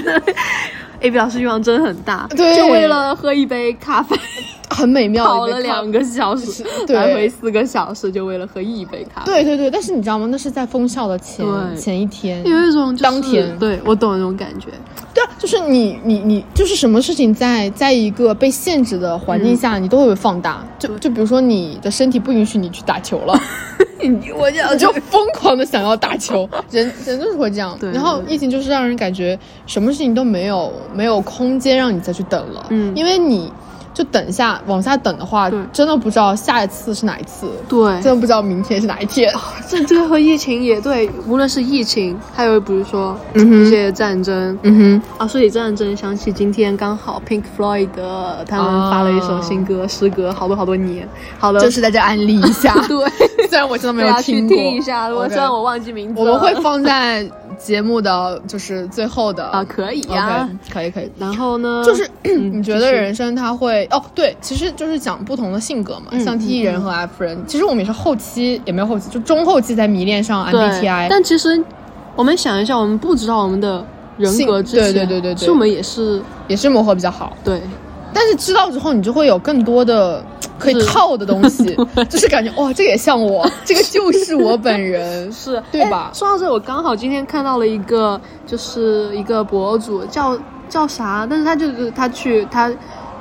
Speaker 2: A B 老师欲望真的很大，
Speaker 3: 对
Speaker 2: 就为了喝一杯咖啡，
Speaker 3: 很美妙
Speaker 2: 跑
Speaker 3: 的一
Speaker 2: 了
Speaker 3: 杯咖啡。
Speaker 2: 两个小时，
Speaker 3: 对
Speaker 2: 来回四个小时，就为了喝一杯咖啡。
Speaker 3: 对对对，但是你知道吗？那是在封校的前
Speaker 2: 对
Speaker 3: 前一天。
Speaker 2: 有一种就是
Speaker 3: 当天
Speaker 2: 对我懂那种感 [laughs] 觉，
Speaker 3: 对啊，就是你你你，就是什么事情在在一个被限制的环
Speaker 2: 嗯
Speaker 3: 境下，你都会放大。就就比如说你的身体不允许你去打球
Speaker 2: [laughs]
Speaker 3: 了，
Speaker 2: 我就
Speaker 3: 你就疯狂的想要打球，人人就是会这样。
Speaker 2: 对
Speaker 3: 然后
Speaker 2: 对对
Speaker 3: 疫情就是让人感觉什么事情都没有没有空间让你再去等了，
Speaker 2: 嗯
Speaker 3: 因为你就等一下往下等的话
Speaker 2: 对，
Speaker 3: 真的不知道下一次是哪一次，
Speaker 2: 对，
Speaker 3: 真的不知道明天是哪一天。
Speaker 2: 这这个和疫情也对，无论是疫情，还有比如说
Speaker 3: 嗯哼
Speaker 2: 一些战争。
Speaker 3: 嗯
Speaker 2: 啊，说起战争，想起今天刚好 Pink Floyd 的他们发了一首新歌，时隔好多好多年。好的，，
Speaker 3: [laughs] 就是在这安利一下
Speaker 2: 对，
Speaker 3: 虽然我真的没
Speaker 2: 大
Speaker 3: 有
Speaker 2: 家去
Speaker 3: 听过。
Speaker 2: 听一下。我
Speaker 3: OK
Speaker 2: 虽然我忘记名字
Speaker 3: 我
Speaker 2: 了，
Speaker 3: 们会放在节目的就是最后的
Speaker 2: 啊，可以
Speaker 3: OK，
Speaker 2: 呀、嗯
Speaker 3: 可以可以。
Speaker 2: 然后呢，
Speaker 3: 就是你觉得人生它会哦，对，其实就是讲不同的性格嘛，
Speaker 2: 嗯
Speaker 3: 像 T E 人和 F 人，其实我们也是后期也没有后期，就中后期才迷恋上
Speaker 2: 对
Speaker 3: MBTI。
Speaker 2: 但其实我们想一下，我们不知道我们的人格
Speaker 3: 性
Speaker 2: 之前，
Speaker 3: 对对对对对
Speaker 2: 其实我们也是
Speaker 3: 也是磨合比较好，
Speaker 2: 对
Speaker 3: 但是知道之后你就会有更多的可以
Speaker 2: 是
Speaker 3: 套的
Speaker 2: [laughs]
Speaker 3: 东西，就是感觉哇，这个也像我，这个就是我本
Speaker 2: [laughs]
Speaker 3: 人，
Speaker 2: 是
Speaker 3: 对
Speaker 2: 哎
Speaker 3: 吧
Speaker 2: 说到这，我刚好今天看到了一个，就是一个博主叫叫啥，但是他就是他去他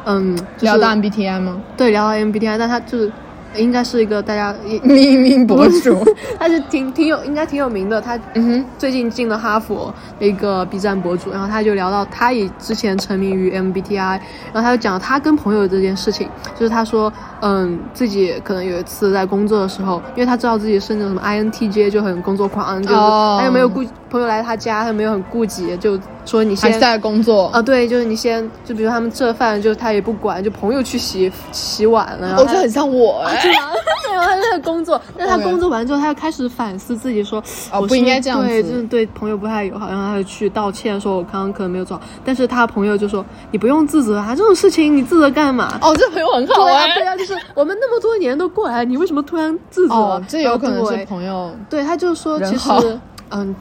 Speaker 2: 嗯、就是、
Speaker 3: 聊到 MBTI 吗？ [laughs]
Speaker 2: 对聊到 MBTI，但他就是应该是一个大家 [laughs] 也
Speaker 3: 命运博主，
Speaker 2: 他是挺挺有应该挺有名的，他
Speaker 3: 嗯哼，
Speaker 2: 最近进了哈佛的一个 B 站博主，然后他就聊到他也之前沉迷于 MBTI，然后他就讲他跟朋友这件事情，就是他说，嗯，自己可能有一次在工作的时候，因为他知道自己是那种什么 INTJ，就很工作狂，就是
Speaker 3: 哦
Speaker 2: 他又没有顾朋友来他家，他又没有很顾及，就说你
Speaker 3: 还
Speaker 2: 先
Speaker 3: 是在工作
Speaker 2: 啊、，对，就是你先，就比如他们吃了饭，就他也不管，就朋友去洗洗碗了，然后
Speaker 3: 我
Speaker 2: 他
Speaker 3: 觉得很像我，哎
Speaker 2: 对啊，对啊， [laughs] 他在工作，但是他
Speaker 3: OK
Speaker 2: 工作完之后，他又开始反思自己说，
Speaker 3: 哦
Speaker 2: 我
Speaker 3: 不
Speaker 2: 是
Speaker 3: 应
Speaker 2: 是
Speaker 3: 该这样
Speaker 2: 对，
Speaker 3: 子
Speaker 2: 就是对朋友不太友好，然后他就去道歉，说我刚刚可能没有做好，但是他朋友就说你不用自责啊，这种事情你自责干嘛？
Speaker 3: 哦，这朋友很好
Speaker 2: 对啊，
Speaker 3: 哎
Speaker 2: 对，啊，就是我们那么多年都过来，你为什么突然自责？
Speaker 3: 哦，这有可能
Speaker 2: 对
Speaker 3: 是朋友
Speaker 2: 对，他就说
Speaker 3: 人
Speaker 2: 其
Speaker 3: 好
Speaker 2: 实嗯，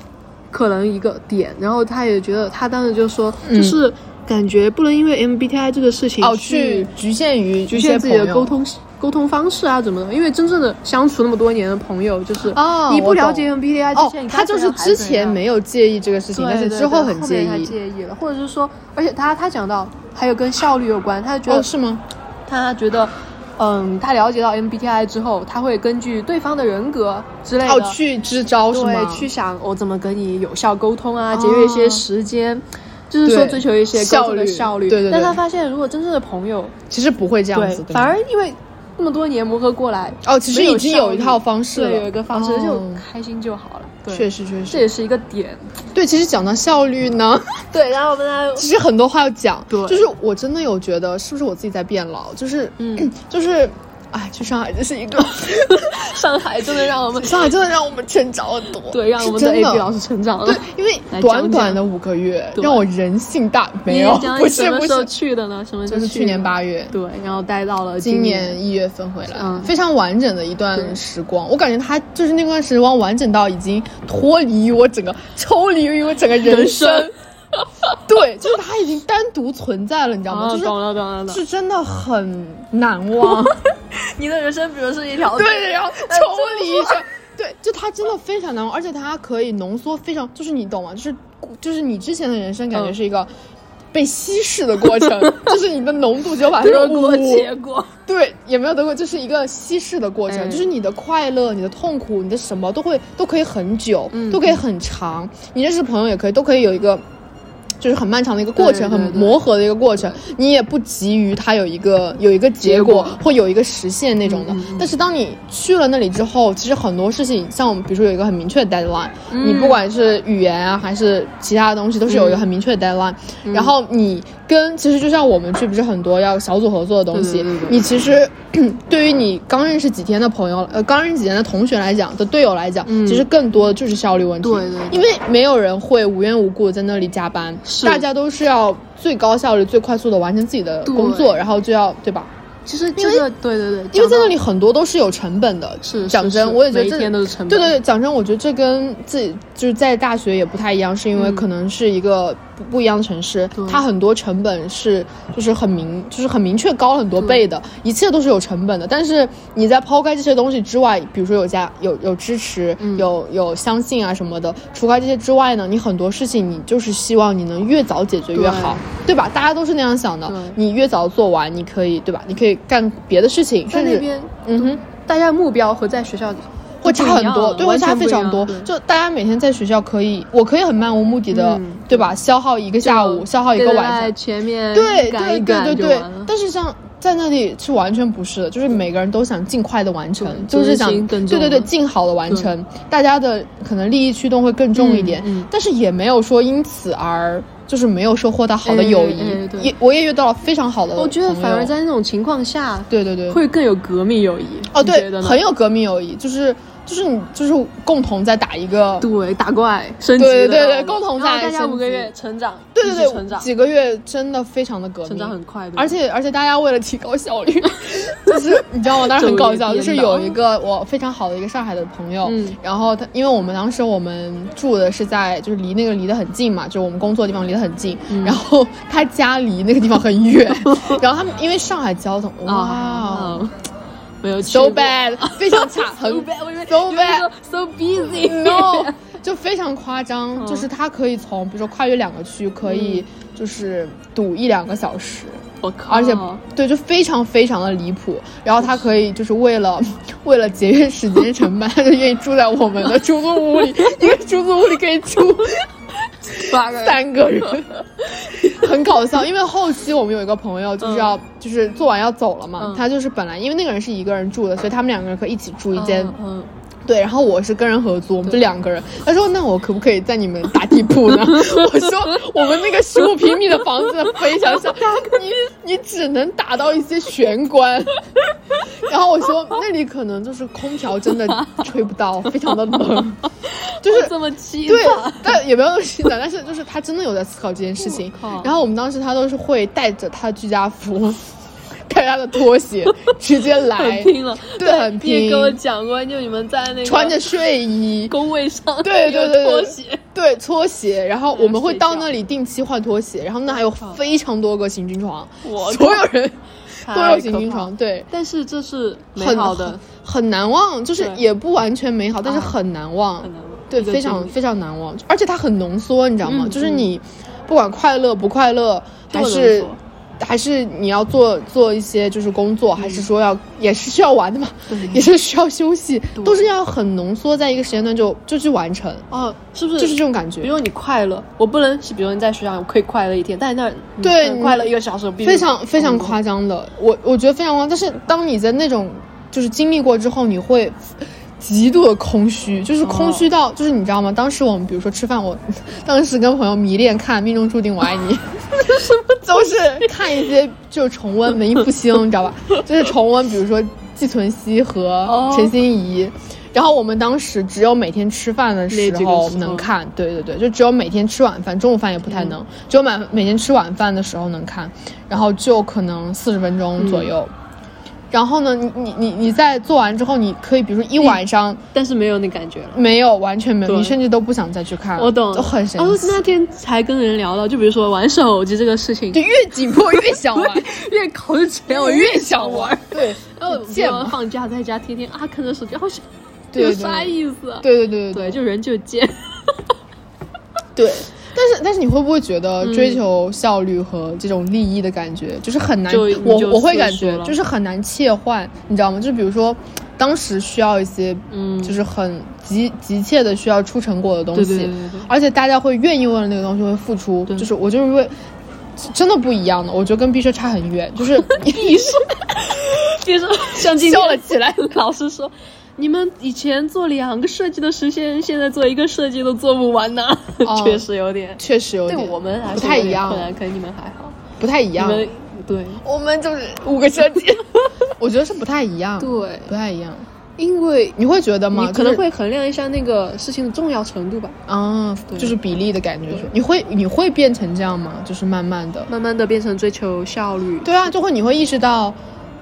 Speaker 2: 可能一个点，然后他也觉得他当时就说，就
Speaker 3: 嗯
Speaker 2: 是感觉不能因为 MBTI 这个事情
Speaker 3: 哦，去局限于
Speaker 2: 局
Speaker 3: 一些
Speaker 2: 限自己的
Speaker 3: 朋友
Speaker 2: 沟通沟通方式啊，怎么的？因为真正的相处那么多年的朋友，就是
Speaker 3: 哦
Speaker 2: 你
Speaker 3: 我
Speaker 2: 不了解
Speaker 3: 懂
Speaker 2: MBTI 之
Speaker 3: 哦
Speaker 2: 前，你，
Speaker 3: 他就是之前没有介意这个事情，
Speaker 2: 对，
Speaker 3: 但是
Speaker 2: 对
Speaker 3: 之后
Speaker 2: 对
Speaker 3: 很介
Speaker 2: 面他
Speaker 3: 意。
Speaker 2: 介意了，或者是说，而且他他讲到还有跟效率有关，他觉得、
Speaker 3: 哦，是吗？
Speaker 2: 他觉得。嗯，他了解到 MBTI 之后，他会根据对方的人格之类的，
Speaker 3: 哦，去支招是吗？
Speaker 2: 对，去想我怎么跟你有效沟通啊，
Speaker 3: 哦
Speaker 2: 节约一些时间，就是说
Speaker 3: 对
Speaker 2: 追求一些沟通的效
Speaker 3: 效
Speaker 2: 率。
Speaker 3: 率对对对
Speaker 2: 但他发现，如果真正的朋友，
Speaker 3: 其实不会这样
Speaker 2: 对
Speaker 3: 子，的，
Speaker 2: 反而因为那么多年磨合过来，
Speaker 3: 哦，其实
Speaker 2: 没有
Speaker 3: 已经
Speaker 2: 效
Speaker 3: 有一
Speaker 2: 率
Speaker 3: 套方式了，
Speaker 2: 对，有一个方式、
Speaker 3: 哦
Speaker 2: 就开心就好了。对，
Speaker 3: 确实确实
Speaker 2: 这也是一个点。
Speaker 3: 对。其实讲到效率呢， [laughs]
Speaker 2: 对，然后我们来，
Speaker 3: 其实很多话要讲，
Speaker 2: 对
Speaker 3: 就是我真的有觉得是不是我自己在变老，就是
Speaker 2: 嗯，
Speaker 3: [clears throat] 就是。哎，去上海这是一
Speaker 2: [laughs]
Speaker 3: 个，
Speaker 2: 上海真的让我们，
Speaker 3: [laughs] 上海真的让我们成长很多，
Speaker 2: [laughs] 对，让我们
Speaker 3: 是
Speaker 2: 的
Speaker 3: 真
Speaker 2: A
Speaker 3: 的
Speaker 2: B 老师成长了
Speaker 3: 对。，因为
Speaker 2: 来
Speaker 3: 短
Speaker 2: 讲
Speaker 3: 短
Speaker 2: 讲
Speaker 3: 的五个月，
Speaker 2: 对
Speaker 3: 让我人性大没
Speaker 2: 你
Speaker 3: 有，
Speaker 2: 讲
Speaker 3: 不
Speaker 2: 你什
Speaker 3: 是
Speaker 2: 么
Speaker 3: 不
Speaker 2: 时候
Speaker 3: 是，
Speaker 2: 去的呢？什么时
Speaker 3: 就
Speaker 2: 候
Speaker 3: 是
Speaker 2: 去
Speaker 3: 去年
Speaker 2: 的
Speaker 3: 八月，
Speaker 2: 对，然后待到了
Speaker 3: 今
Speaker 2: 年
Speaker 3: 年一月份回来，
Speaker 2: 嗯
Speaker 3: 非常完整的一段
Speaker 2: 对
Speaker 3: 时光。我感觉他就是那段时光完整到已经脱离于我整个，抽离于我整个人
Speaker 2: 人生
Speaker 3: [laughs] 对，就是他已经单独存在了，你知道吗？
Speaker 2: 啊，
Speaker 3: 就是
Speaker 2: 懂了懂了懂了。
Speaker 3: 是真的很难忘。
Speaker 2: 你的人生，比如是一条
Speaker 3: 对，
Speaker 2: [laughs]
Speaker 3: 然后抽离一下。对，就他真的非常难忘，而且他可以浓缩非常，就是你懂吗？就是就是你之前的人生感觉
Speaker 2: 嗯
Speaker 3: 是一个被稀释的过 [laughs] 程，就是你的浓度只有百分之
Speaker 2: 得
Speaker 3: 五
Speaker 2: 过，且过。
Speaker 3: 对，也没有得过，就是一个稀释的过程，
Speaker 2: 嗯
Speaker 3: 就是你的快乐、你的痛苦、你的什么都会都可以很久，
Speaker 2: 嗯
Speaker 3: 都可以很长。你认识朋友也可以，都可以有一个。就是很漫长的一个过程，
Speaker 2: 对对
Speaker 3: 很
Speaker 2: 对
Speaker 3: 磨合的一个过程，你也不急于它有一个有一个结
Speaker 2: 结
Speaker 3: 果
Speaker 2: 果
Speaker 3: 或有一个实现那种的。
Speaker 2: 嗯嗯嗯
Speaker 3: 但是当你去了那里之后，其实很多事情，像我们比如说有一个很明确的 deadline，、
Speaker 2: 嗯
Speaker 3: 你不管是语言啊还是其他的东西，都是有一个很明确的 deadline、然
Speaker 2: 嗯
Speaker 3: 后你跟其实就像我们去不是很多要小组合作的东西，
Speaker 2: 对对对对
Speaker 3: 你其实 [clears throat] 对于你刚认识几天的朋友，呃，刚认识几天的同学来讲的队友来讲，
Speaker 2: 嗯
Speaker 3: 其实更多的就是效率问题。
Speaker 2: 对对对
Speaker 3: 因为没有人会无缘无故地在那里加班，
Speaker 2: 是
Speaker 3: 大家都是要最高效率、最快速的完成自己的
Speaker 2: 对
Speaker 3: 工作，然后就要对吧？
Speaker 2: 其实这个对对对，
Speaker 3: 因为在那
Speaker 2: 里
Speaker 3: 里很多都是有成本的。
Speaker 2: 是是
Speaker 3: 讲真，
Speaker 2: 是
Speaker 3: 我也觉得
Speaker 2: 每一
Speaker 3: 这
Speaker 2: 天都是成本。
Speaker 3: 对对对，讲真，我觉得这跟自己就是在大学也不太一样，是因为
Speaker 2: 嗯
Speaker 3: 可能是一个不不一样的城市
Speaker 2: 对，
Speaker 3: 它很多成本是就是很明就是很明确高了很多
Speaker 2: 对
Speaker 3: 倍的，一切都是有成本的。但是你在抛开这些东西之外，比如说有家有有支持，
Speaker 2: 嗯
Speaker 3: 有有相信啊什么的，除开这些之外呢，你很多事情你就是希望你能越早解决越
Speaker 2: 对
Speaker 3: 好，对吧？大家都是那样想的
Speaker 2: 对，
Speaker 3: 你越早做完，你可以对吧？你可以干别的事情，
Speaker 2: 在
Speaker 3: 甚
Speaker 2: 那
Speaker 3: 至
Speaker 2: 边，
Speaker 3: 嗯哼。
Speaker 2: 大家目标和在学校
Speaker 3: 会差很多，对，会
Speaker 2: 完
Speaker 3: 差
Speaker 2: 全
Speaker 3: 非常多。就大家每天在学校可以，我可以很漫无目的的，
Speaker 2: 嗯
Speaker 3: 对吧？消耗一个下午，消耗一个晚上，
Speaker 2: 前面
Speaker 3: 对
Speaker 2: 赶
Speaker 3: 对
Speaker 2: 一
Speaker 3: 对
Speaker 2: 赶
Speaker 3: 对
Speaker 2: 就
Speaker 3: 对
Speaker 2: 完。了。
Speaker 3: 但是像在那里是完全不是的，就是每个人都想尽快的完成，
Speaker 2: 对
Speaker 3: 就是想
Speaker 2: 执行更重
Speaker 3: 对对对
Speaker 2: 了
Speaker 3: 尽好的完成，大家的可能利益驱动会更重一点，
Speaker 2: 嗯嗯
Speaker 3: 但是也没有说因此而就是没有收获到好的
Speaker 2: 哎
Speaker 3: 友
Speaker 2: 哎
Speaker 3: 谊，
Speaker 2: 哎对
Speaker 3: 也我也遇到了非常好的朋友，
Speaker 2: 我觉得反而在那种情况下，
Speaker 3: 对对对
Speaker 2: 会更有革命友谊。
Speaker 3: 哦
Speaker 2: 你觉
Speaker 3: 对
Speaker 2: 得，呢
Speaker 3: 很有革命友谊，就是就是你就是共同在打一个。
Speaker 2: 对打怪升级的道
Speaker 3: 对
Speaker 2: 路，
Speaker 3: 对对共同在
Speaker 2: 然后大家
Speaker 3: 升级
Speaker 2: 五个月成长，
Speaker 3: 对
Speaker 2: 一
Speaker 3: 对
Speaker 2: 起
Speaker 3: 对，
Speaker 2: 成长
Speaker 3: 几个月真的非常的革命，
Speaker 2: 成长很快的，
Speaker 3: 而且而且大家为了提高效率， [laughs] 就是你知道吗？当时很搞
Speaker 2: [laughs] 昼
Speaker 3: 笑，
Speaker 2: 夜颠倒
Speaker 3: 就是有一个我非常好的一个上海的朋友，
Speaker 2: 嗯
Speaker 3: 然后他因为我们当时我们住的是在就是离那个离得很近嘛，就是我们工作的地方离得很近，
Speaker 2: 嗯
Speaker 3: 然后他家离那个地方
Speaker 2: [laughs]
Speaker 3: 很远，然后他们因为上海交通，哇、
Speaker 2: 啊， [laughs] 没有去
Speaker 3: so
Speaker 2: 过
Speaker 3: bad，非常差，
Speaker 2: [laughs]
Speaker 3: 很
Speaker 2: so bad，我以为
Speaker 3: so
Speaker 2: 你会
Speaker 3: bad 嗯
Speaker 2: 说 so busy。
Speaker 3: no，就 [laughs] 非常夸张，
Speaker 2: 嗯
Speaker 3: 就是他可以从比如说跨越两个区，可以就是堵一两个小时，
Speaker 2: 我靠！
Speaker 3: 而且对，就非常非常的离谱。然后他可以就是为了为了节约时间成本，他就愿意住在我们的出租屋里，一个出租屋里可以住
Speaker 2: 八个人
Speaker 3: 三个人，很搞笑。因为后期我们有一个朋友就是要、就是做完要走了嘛，
Speaker 2: 嗯
Speaker 3: 他就是本来因为那个人是一个人住的，所以他们两个人可以一起住一间
Speaker 2: 嗯嗯，
Speaker 3: 对，然后我是跟人合租，我们就两个人。他说：“那我可不可以在你们打地铺呢？” [laughs] 我说：“我们那个十五平米的房子非常
Speaker 2: [laughs]
Speaker 3: 小，你你只能打到一些玄关。” [laughs] 然后我说：“那里可能就是空调真的吹不到，非常的冷， [laughs] 就是
Speaker 2: 哦这么气
Speaker 3: 对
Speaker 2: 愤，
Speaker 3: 但也没有那么心疼，但是就是他真的有在思考这件事情
Speaker 2: 我靠。
Speaker 3: 然后我们当时他都是会带着他的居家服， [laughs] 带着他的拖鞋 [laughs] 直接来
Speaker 2: 很，拼了，
Speaker 3: 对很
Speaker 2: 你
Speaker 3: 拼
Speaker 2: 也跟我讲过，就你们在那个
Speaker 3: 穿着睡衣。
Speaker 2: 工位上，
Speaker 3: [laughs] 对对对对
Speaker 2: 拖鞋，
Speaker 3: 对拖鞋，然后
Speaker 2: 还有
Speaker 3: 我们会
Speaker 2: 睡
Speaker 3: 到
Speaker 2: 觉
Speaker 3: 那里定期换拖鞋，然后那还有
Speaker 2: 靠
Speaker 3: 非常多个行军床，
Speaker 2: 我
Speaker 3: 所有人
Speaker 2: 太
Speaker 3: 都有景
Speaker 2: 可
Speaker 3: 星
Speaker 2: 怕
Speaker 3: 床，对，
Speaker 2: 但是这是美
Speaker 3: 很
Speaker 2: 好的，
Speaker 3: 很难忘，就是
Speaker 2: 对啊
Speaker 3: 也不完全美好，但是很难忘，
Speaker 2: 很难忘
Speaker 3: 对，
Speaker 2: 一个
Speaker 3: 非
Speaker 2: 经
Speaker 3: 常
Speaker 2: 历
Speaker 3: 非常难忘，而且它很浓缩，你知道吗？
Speaker 2: 嗯
Speaker 3: 就是
Speaker 2: 嗯
Speaker 3: 你不管快乐不快乐，
Speaker 2: 都
Speaker 3: 还
Speaker 2: 能
Speaker 3: 是
Speaker 2: 做
Speaker 3: 还是你要做做一些就是工作，还是说要也是需要玩的嘛，
Speaker 2: 嗯对
Speaker 3: [laughs] 也是需要休息，
Speaker 2: 对
Speaker 3: 都是要很浓缩在一个时间段就就去完成，
Speaker 2: 哦，是不是
Speaker 3: 就是这种感
Speaker 2: 比
Speaker 3: 觉，
Speaker 2: 如你快乐，我不能是，比如你在学校我可以快乐一天，但是那你
Speaker 3: 对
Speaker 2: 可能
Speaker 3: 你
Speaker 2: 快乐一个小时，我必须
Speaker 3: 非常非常
Speaker 2: 嗯
Speaker 3: 夸张的，我我觉得非常夸张，但是当你在那种就是经历过之后，你会。极度的空虚，就是空
Speaker 2: 哦
Speaker 3: 虚到，就是你知道吗？当时我们比如说吃饭，我当时跟朋友迷恋看《命中注定我爱你》， [laughs] 都是看一些就是重温文艺复兴，你知道吧？就是重温，比如说季存希和
Speaker 2: 哦
Speaker 3: 陈欣怡。然后我们当时只有每天吃饭的时
Speaker 2: 那几个
Speaker 3: 候
Speaker 2: 时候
Speaker 3: 能看，对对对，就只有每天吃晚饭，中午饭也
Speaker 2: 嗯
Speaker 3: 不太能，只有晚每天吃晚饭的时候能看，然后就可能四十分
Speaker 2: 嗯
Speaker 3: 钟左右。然后呢，你你你你在做完之后，你可以比如说一晚上
Speaker 2: 但是没有那感觉了。
Speaker 3: 没有完全没
Speaker 2: 嗯
Speaker 3: 有，
Speaker 2: 对
Speaker 3: 你甚至都不想再去看，
Speaker 2: 我懂，
Speaker 3: 嗯都很神
Speaker 2: 哦，
Speaker 3: 奇。
Speaker 2: 那天才跟人聊到，就比如说玩手机这个事情
Speaker 3: 就， [laughs] 越紧迫越想玩，
Speaker 2: [laughs] 越考试前我越想玩。
Speaker 3: 对， [laughs]
Speaker 2: 然后哦我
Speaker 3: 贱嘛
Speaker 2: 们放假在家天天啊看着手机，好像
Speaker 3: 对
Speaker 2: 有
Speaker 3: 对
Speaker 2: 啥意思啊？
Speaker 3: 对对对
Speaker 2: 对，就人就 [laughs] 贱。
Speaker 3: 对。但是但是你会不会觉得
Speaker 2: 嗯
Speaker 3: 追求效率和这种利益的感觉，就是很难？
Speaker 2: 就
Speaker 3: 我
Speaker 2: 你就
Speaker 3: 我会
Speaker 2: 四
Speaker 3: 感
Speaker 2: 十
Speaker 3: 觉
Speaker 2: 了
Speaker 3: 就是很难切换，你知道吗？就比如说，当时需要一些
Speaker 2: 嗯
Speaker 3: 就是很急急切的需要出成果的东
Speaker 2: 对
Speaker 3: 西，
Speaker 2: 对对对对
Speaker 3: 而且大家会愿意为了那个东西会付出，
Speaker 2: 对
Speaker 3: 就是我就是为。真的不一样的，我觉得跟毕设差
Speaker 2: [laughs]
Speaker 3: 很远，就是
Speaker 2: 艺术，比如说像今天
Speaker 3: 笑了起来，
Speaker 2: 老师说。你们以前做两个设计都实现，现在做一个设计都做不完呢，
Speaker 3: 哦
Speaker 2: [laughs] 确实有点。
Speaker 3: 确实有
Speaker 2: 对
Speaker 3: 点
Speaker 2: 我们来
Speaker 3: 不
Speaker 2: 说
Speaker 3: 太
Speaker 2: 有
Speaker 3: 一
Speaker 2: 点
Speaker 3: 样
Speaker 2: 困，难，可能你们还好。
Speaker 3: 不太一
Speaker 2: 你
Speaker 3: 样。
Speaker 2: 们对
Speaker 3: 我们就是五个设计，
Speaker 2: [laughs]
Speaker 3: 我觉得是不太一样，
Speaker 2: 对，
Speaker 3: 不太一样。
Speaker 2: 因为
Speaker 3: 你会觉得吗？
Speaker 2: 你可能
Speaker 3: 就是
Speaker 2: 会衡量一下那个事情的重要程度吧。哦
Speaker 3: 啊，就是比例的感觉是。你会你会变成这样吗？就是慢慢的，
Speaker 2: 慢慢的变成追求效率。
Speaker 3: 对啊，就会你会意识到，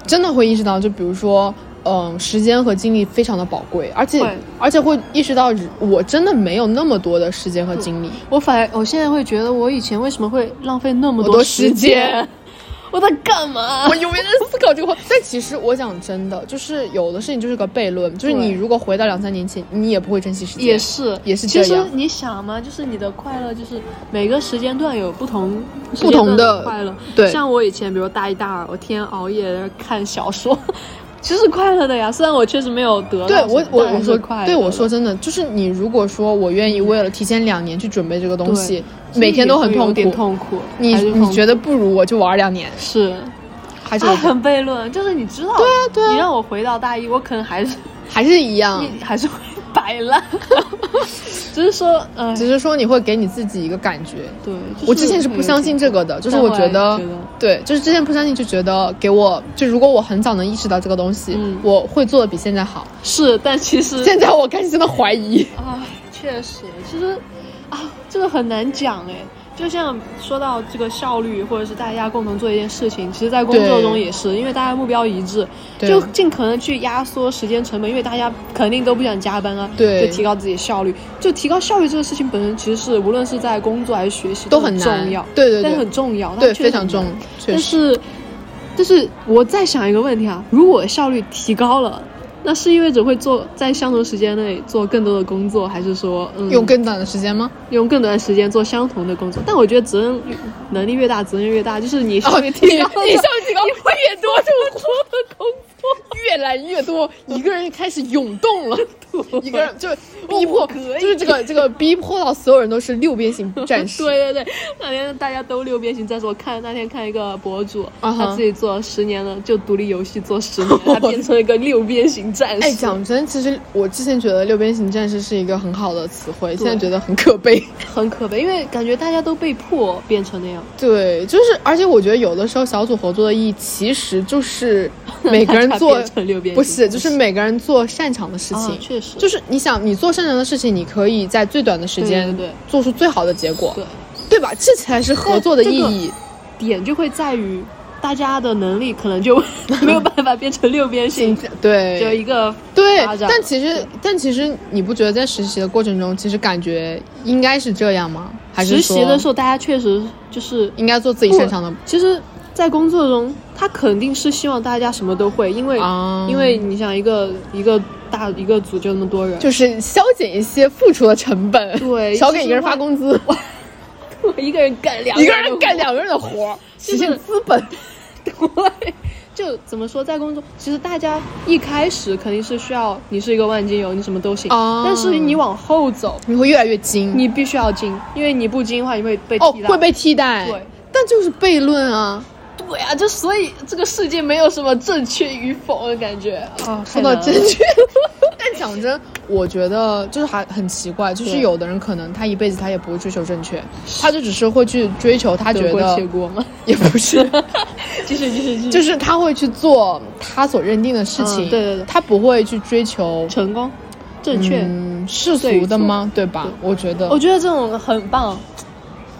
Speaker 3: 真的会意识到，就比如说。嗯，时间和精力非常的宝贵，而且
Speaker 2: 会
Speaker 3: 而且会意识到我真的没有那么多的时间和精力。
Speaker 2: 我反我现在会觉得，我以前为什么会浪费那么
Speaker 3: 我多时
Speaker 2: 时
Speaker 3: 间？
Speaker 2: [laughs] [laughs] 我在干嘛
Speaker 3: 我？永远在思考这个话。 [laughs] 但其实我讲真的，就是有的事情就是个悖论，就是你
Speaker 2: 对
Speaker 3: 如果回到两三年前，你也不会珍惜时间。
Speaker 2: 也是
Speaker 3: 也是这
Speaker 2: 其实
Speaker 3: 样
Speaker 2: 你想嘛，就是你的快乐，就是每个时间段有不同
Speaker 3: 不
Speaker 2: 时间段
Speaker 3: 同的
Speaker 2: 的快乐。
Speaker 3: 对
Speaker 2: 像我以前，比如大一、大二，我天天熬夜在那看小说， [laughs] 其实快乐的呀。虽然我确实没有得到
Speaker 3: 对
Speaker 2: 什么，
Speaker 3: 我我
Speaker 2: 但还
Speaker 3: 我
Speaker 2: 是
Speaker 3: 说
Speaker 2: 快乐
Speaker 3: 对
Speaker 2: 的
Speaker 3: 我说真的，就是你如果说我愿意为了提前两年去准备这个东西，
Speaker 2: 对
Speaker 3: 每天都很
Speaker 2: 所以也会
Speaker 3: 痛
Speaker 2: 有
Speaker 3: 苦
Speaker 2: 点，痛苦。
Speaker 3: 你
Speaker 2: 还是痛
Speaker 3: 你
Speaker 2: 苦
Speaker 3: 觉得不如我就玩两年，
Speaker 2: 是？
Speaker 3: 还是有
Speaker 2: 啊， [laughs] 很悖论，就是你知道，对啊
Speaker 3: 对啊嗯
Speaker 2: 你让我回到大一，我可能还是
Speaker 3: 还是一样，
Speaker 2: 你还是会摆烂， [laughs] 只是说，嗯、
Speaker 3: 只是说你会给你自己一个感觉。
Speaker 2: 对，就是
Speaker 3: 我之前是不相信这个的，就是我觉得
Speaker 2: 但后来觉得，
Speaker 3: 对，就是之前不相信，就觉得给我，就如果我很早能意识到这个东西
Speaker 2: 嗯，
Speaker 3: 我会做的比现在好。
Speaker 2: 是，但其实
Speaker 3: 现在我开始真的怀疑，
Speaker 2: 啊，确实，其实啊，这个很难讲哎。就像说到这个效率，或者是大家共同做一件事情，其实，在工作
Speaker 3: 对
Speaker 2: 中也是，因为大家目标一致，
Speaker 3: 对
Speaker 2: 就尽可能去压缩时间成本，因为大家肯定都不想加班啊，
Speaker 3: 对
Speaker 2: 就提高自己效率。就提高效率这个事情本身，其实是无论是在工作还是学习
Speaker 3: 都
Speaker 2: 很
Speaker 3: 很难
Speaker 2: 重要，
Speaker 3: 对对对
Speaker 2: 但很重要，但
Speaker 3: 对，
Speaker 2: 确实
Speaker 3: 非常
Speaker 2: 很难
Speaker 3: 重，确
Speaker 2: 但
Speaker 3: 实。
Speaker 2: 是，但是我在想一个问题啊，如果效率提高了，那是意味着会做在相同时间内做更多的工作，还是说，嗯，
Speaker 3: 用更短的时间吗？
Speaker 2: 用更短的时间做相同的工作？但我觉得责任能力越大，责任越大，就是 [laughs] 你效
Speaker 3: 哦，
Speaker 2: 率
Speaker 3: 你
Speaker 2: 提高了，
Speaker 3: 你上提高越多痛苦的工作， [laughs] 越来越多，一个人开始涌动了，一个人就逼迫，就是这个这个逼迫到所有人都是六边形战士。
Speaker 2: [laughs] 对对对，那天大家都六边形战士。我看那天看一个博主
Speaker 3: 啊哈
Speaker 2: 他自己做十年了，就独立游戏做十
Speaker 3: [laughs]
Speaker 2: 年，他变成了一个六边形战士。
Speaker 3: 哎，讲真，其实我之前觉得六边形战士是一个很好的词汇，现在觉得很可悲。 [laughs]
Speaker 2: 很可悲，因为感觉大家都被迫变成那样。
Speaker 3: 啊对，就是，而且我觉得有的时候小组合作的意义其实 [laughs] 就是每个人
Speaker 2: 大家
Speaker 3: 做
Speaker 2: 变成六边形
Speaker 3: 不是，就
Speaker 2: 战
Speaker 3: 是每个人做擅长的事情。
Speaker 2: 啊确实
Speaker 3: 就是你想你做擅长的事情，你可以在最短的时间
Speaker 2: 对对对
Speaker 3: 做出最好的结果，
Speaker 2: 对。
Speaker 3: 对吧？这才是合作的
Speaker 2: 但
Speaker 3: 意
Speaker 2: 这个
Speaker 3: 义。
Speaker 2: 点就会在于大家的能力可能就 [laughs] 没有办法变成六边形，
Speaker 3: [laughs] 对，
Speaker 2: 就一个
Speaker 3: 对
Speaker 2: 发，展
Speaker 3: 但其实但其实你不觉得在实习的过程中，其实感觉应该是这样吗？还是
Speaker 2: 实习的时
Speaker 3: 候
Speaker 2: 候，大家确实就是
Speaker 3: 应该做自己擅长的？
Speaker 2: 其实在工作中，他肯定是希望大家什么都会，因为、
Speaker 3: 啊
Speaker 2: 因为你想一个一个大一个组就那么多人，
Speaker 3: 就是削减一些付出的成本，
Speaker 2: 对
Speaker 3: 少给一个人发工资，
Speaker 2: 我 [laughs] 一个人干两
Speaker 3: [laughs] 一个人干两个人的活
Speaker 2: [laughs]
Speaker 3: 儿，
Speaker 2: 就
Speaker 3: 实
Speaker 2: 是
Speaker 3: 现资本。
Speaker 2: 对， [laughs] 就怎么说，在工作，其实大家一开始肯定是需要你是一个万金油，你什么都行。
Speaker 3: 哦
Speaker 2: 但是你往后走，
Speaker 3: 你会越来越精，
Speaker 2: 你必须要精，因为你不精的话，你会被
Speaker 3: 哦
Speaker 2: 替代。
Speaker 3: 会被替代，
Speaker 2: 对，
Speaker 3: 但就是悖论啊。
Speaker 2: 对啊，就所以这个世界没有什么正确与否的感觉啊。
Speaker 3: 说哦到正
Speaker 2: [laughs]
Speaker 3: 确， [laughs] 但讲真，我觉得就是还很奇怪，就是
Speaker 2: 对
Speaker 3: 有的人可能他一辈子他也不会追求正确，他就只是会去追求他觉
Speaker 2: 得
Speaker 3: [laughs]
Speaker 2: 过且
Speaker 3: 得
Speaker 2: 过吗？
Speaker 3: 也不是， [laughs]
Speaker 2: 继续继续继续，
Speaker 3: 就是他会去做他所认定的事情，
Speaker 2: 嗯对对对
Speaker 3: 他不会去追求
Speaker 2: 成功，正确。
Speaker 3: 嗯世俗的吗？对吧？我觉得，
Speaker 2: 我觉得这种很棒。哦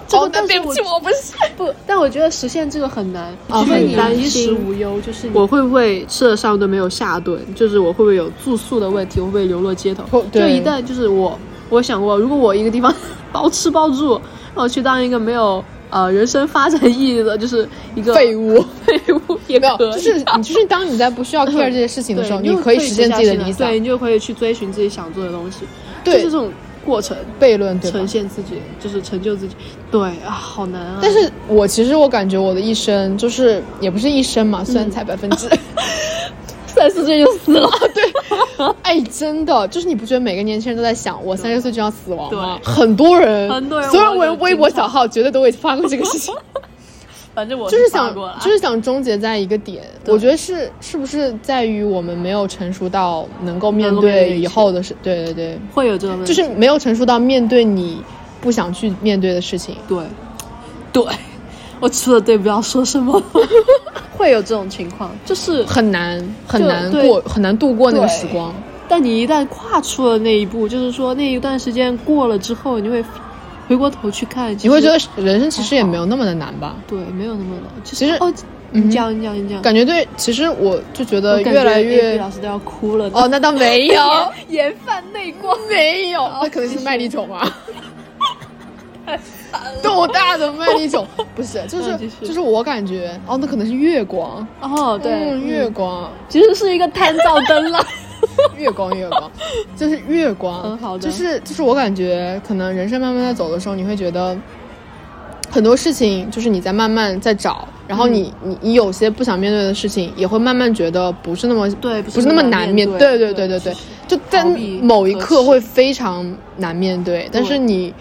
Speaker 2: 这个
Speaker 3: 哦，
Speaker 2: 但
Speaker 3: 对
Speaker 2: 是
Speaker 3: 不
Speaker 2: 我
Speaker 3: 起，我不是，
Speaker 2: [laughs] 不，但我觉得实现这个哦很难，
Speaker 3: 啊
Speaker 2: 就是
Speaker 3: 很
Speaker 2: 你
Speaker 3: 难
Speaker 2: 衣食无忧，就是我会不会吃了上顿没有下顿，就是我会不会有住宿的问题，我会不会流落街头
Speaker 3: 哦？
Speaker 2: 就
Speaker 3: 对
Speaker 2: 一旦就是我，我想过，如果我一个地方 [laughs] 包吃包住，让我去当一个没有呃人生发展意义的，就是一个 [laughs]
Speaker 3: 废物。
Speaker 2: 废
Speaker 3: [laughs]
Speaker 2: 物也
Speaker 3: 没有，
Speaker 2: 可以，啊
Speaker 3: 就是你，就是当你在不需要 care 这些事情的时候，
Speaker 2: 嗯对，
Speaker 3: 你
Speaker 2: 就
Speaker 3: 可以实现自己的
Speaker 2: 可以
Speaker 3: 理
Speaker 2: 下
Speaker 3: 想
Speaker 2: 对，你就可以去追寻自己想做的东西，
Speaker 3: 对
Speaker 2: 就是这种过程，
Speaker 3: 悖论，对吧
Speaker 2: 呈？现自己，就是成就自己，对啊，好难啊！
Speaker 3: 但是我其实我感觉我的一生就是也不是一
Speaker 2: 嗯
Speaker 3: 生嘛，虽然才百分
Speaker 2: [laughs]
Speaker 3: 之，
Speaker 2: 三十岁就死了，
Speaker 3: 哎，真的就是你不觉得每个年轻人都在想我三十岁就要死亡吗？
Speaker 2: 对
Speaker 3: 很多人，
Speaker 2: 很多人
Speaker 3: 所有
Speaker 2: 我有
Speaker 3: 微微博
Speaker 2: 经常
Speaker 3: 小号绝对都会发过这个
Speaker 2: [laughs]
Speaker 3: 事情，
Speaker 2: 反正我
Speaker 3: [laughs] 就是
Speaker 2: 发
Speaker 3: 想
Speaker 2: 过了，
Speaker 3: 就是想终结在一个点。
Speaker 2: 对
Speaker 3: 我觉得是是不是在于我们没有成熟到能够面
Speaker 2: 能够面对
Speaker 3: 对
Speaker 2: 一切
Speaker 3: 以后的事？对对对，
Speaker 2: 会有这种问
Speaker 3: 就
Speaker 2: 题，
Speaker 3: 是没有成熟到面对你不想去面对的事情。
Speaker 2: 对，对， [laughs] 我除了对不要说什么， [laughs] 会有这种情况，就是，
Speaker 3: 很难很
Speaker 2: 就
Speaker 3: 难
Speaker 2: 对
Speaker 3: 过很难度过那个
Speaker 2: 对
Speaker 3: 时光，
Speaker 2: 但你一旦跨出了那一步，就是说那一段时间过了之后，你会回过头去看，其
Speaker 3: 你会
Speaker 2: 实
Speaker 3: 觉得人生其实也没有那么的难吧？
Speaker 2: 对，没有那么难，其
Speaker 3: 其实
Speaker 2: 哦，
Speaker 3: 嗯哼
Speaker 2: 你讲，你讲，你讲，
Speaker 3: 感觉对，其实我就觉
Speaker 2: 我
Speaker 3: 得
Speaker 2: 感
Speaker 3: 越来
Speaker 2: 觉
Speaker 3: 越
Speaker 2: AP 老师都要哭了，
Speaker 3: 哦，那倒没有，
Speaker 2: 眼泛泪光，没有，
Speaker 3: [laughs] 那可能是麦粒肿吧。豆大的麦粒肿不是，就
Speaker 2: 嗯继
Speaker 3: 是
Speaker 2: 续
Speaker 3: 就是我感觉哦，那可能是月光，
Speaker 2: 哦，对，
Speaker 3: 嗯月
Speaker 2: 嗯
Speaker 3: 光，
Speaker 2: 其实是一个探照灯 [laughs] 了，
Speaker 3: 月光，
Speaker 2: [laughs]
Speaker 3: 月光，就是月光。
Speaker 2: 嗯好的
Speaker 3: 就是就是我感觉，可能人生慢慢在走的时候，你会觉得很多事情就是你在慢慢在找，然后你、
Speaker 2: 嗯
Speaker 3: 你你有些不想面对的事情，也会慢慢觉得不是那么
Speaker 2: 对
Speaker 3: 不
Speaker 2: 不
Speaker 3: 是
Speaker 2: 是
Speaker 3: 那么
Speaker 2: 那么
Speaker 3: 难
Speaker 2: 难
Speaker 3: 面
Speaker 2: 面
Speaker 3: 对
Speaker 2: 对
Speaker 3: 对
Speaker 2: 对
Speaker 3: 对
Speaker 2: 就
Speaker 3: 对
Speaker 2: 是，
Speaker 3: 就在
Speaker 2: 逃避
Speaker 3: 某一
Speaker 2: 可
Speaker 3: 刻
Speaker 2: 耻
Speaker 3: 会非常难面对，但是
Speaker 2: 对
Speaker 3: 你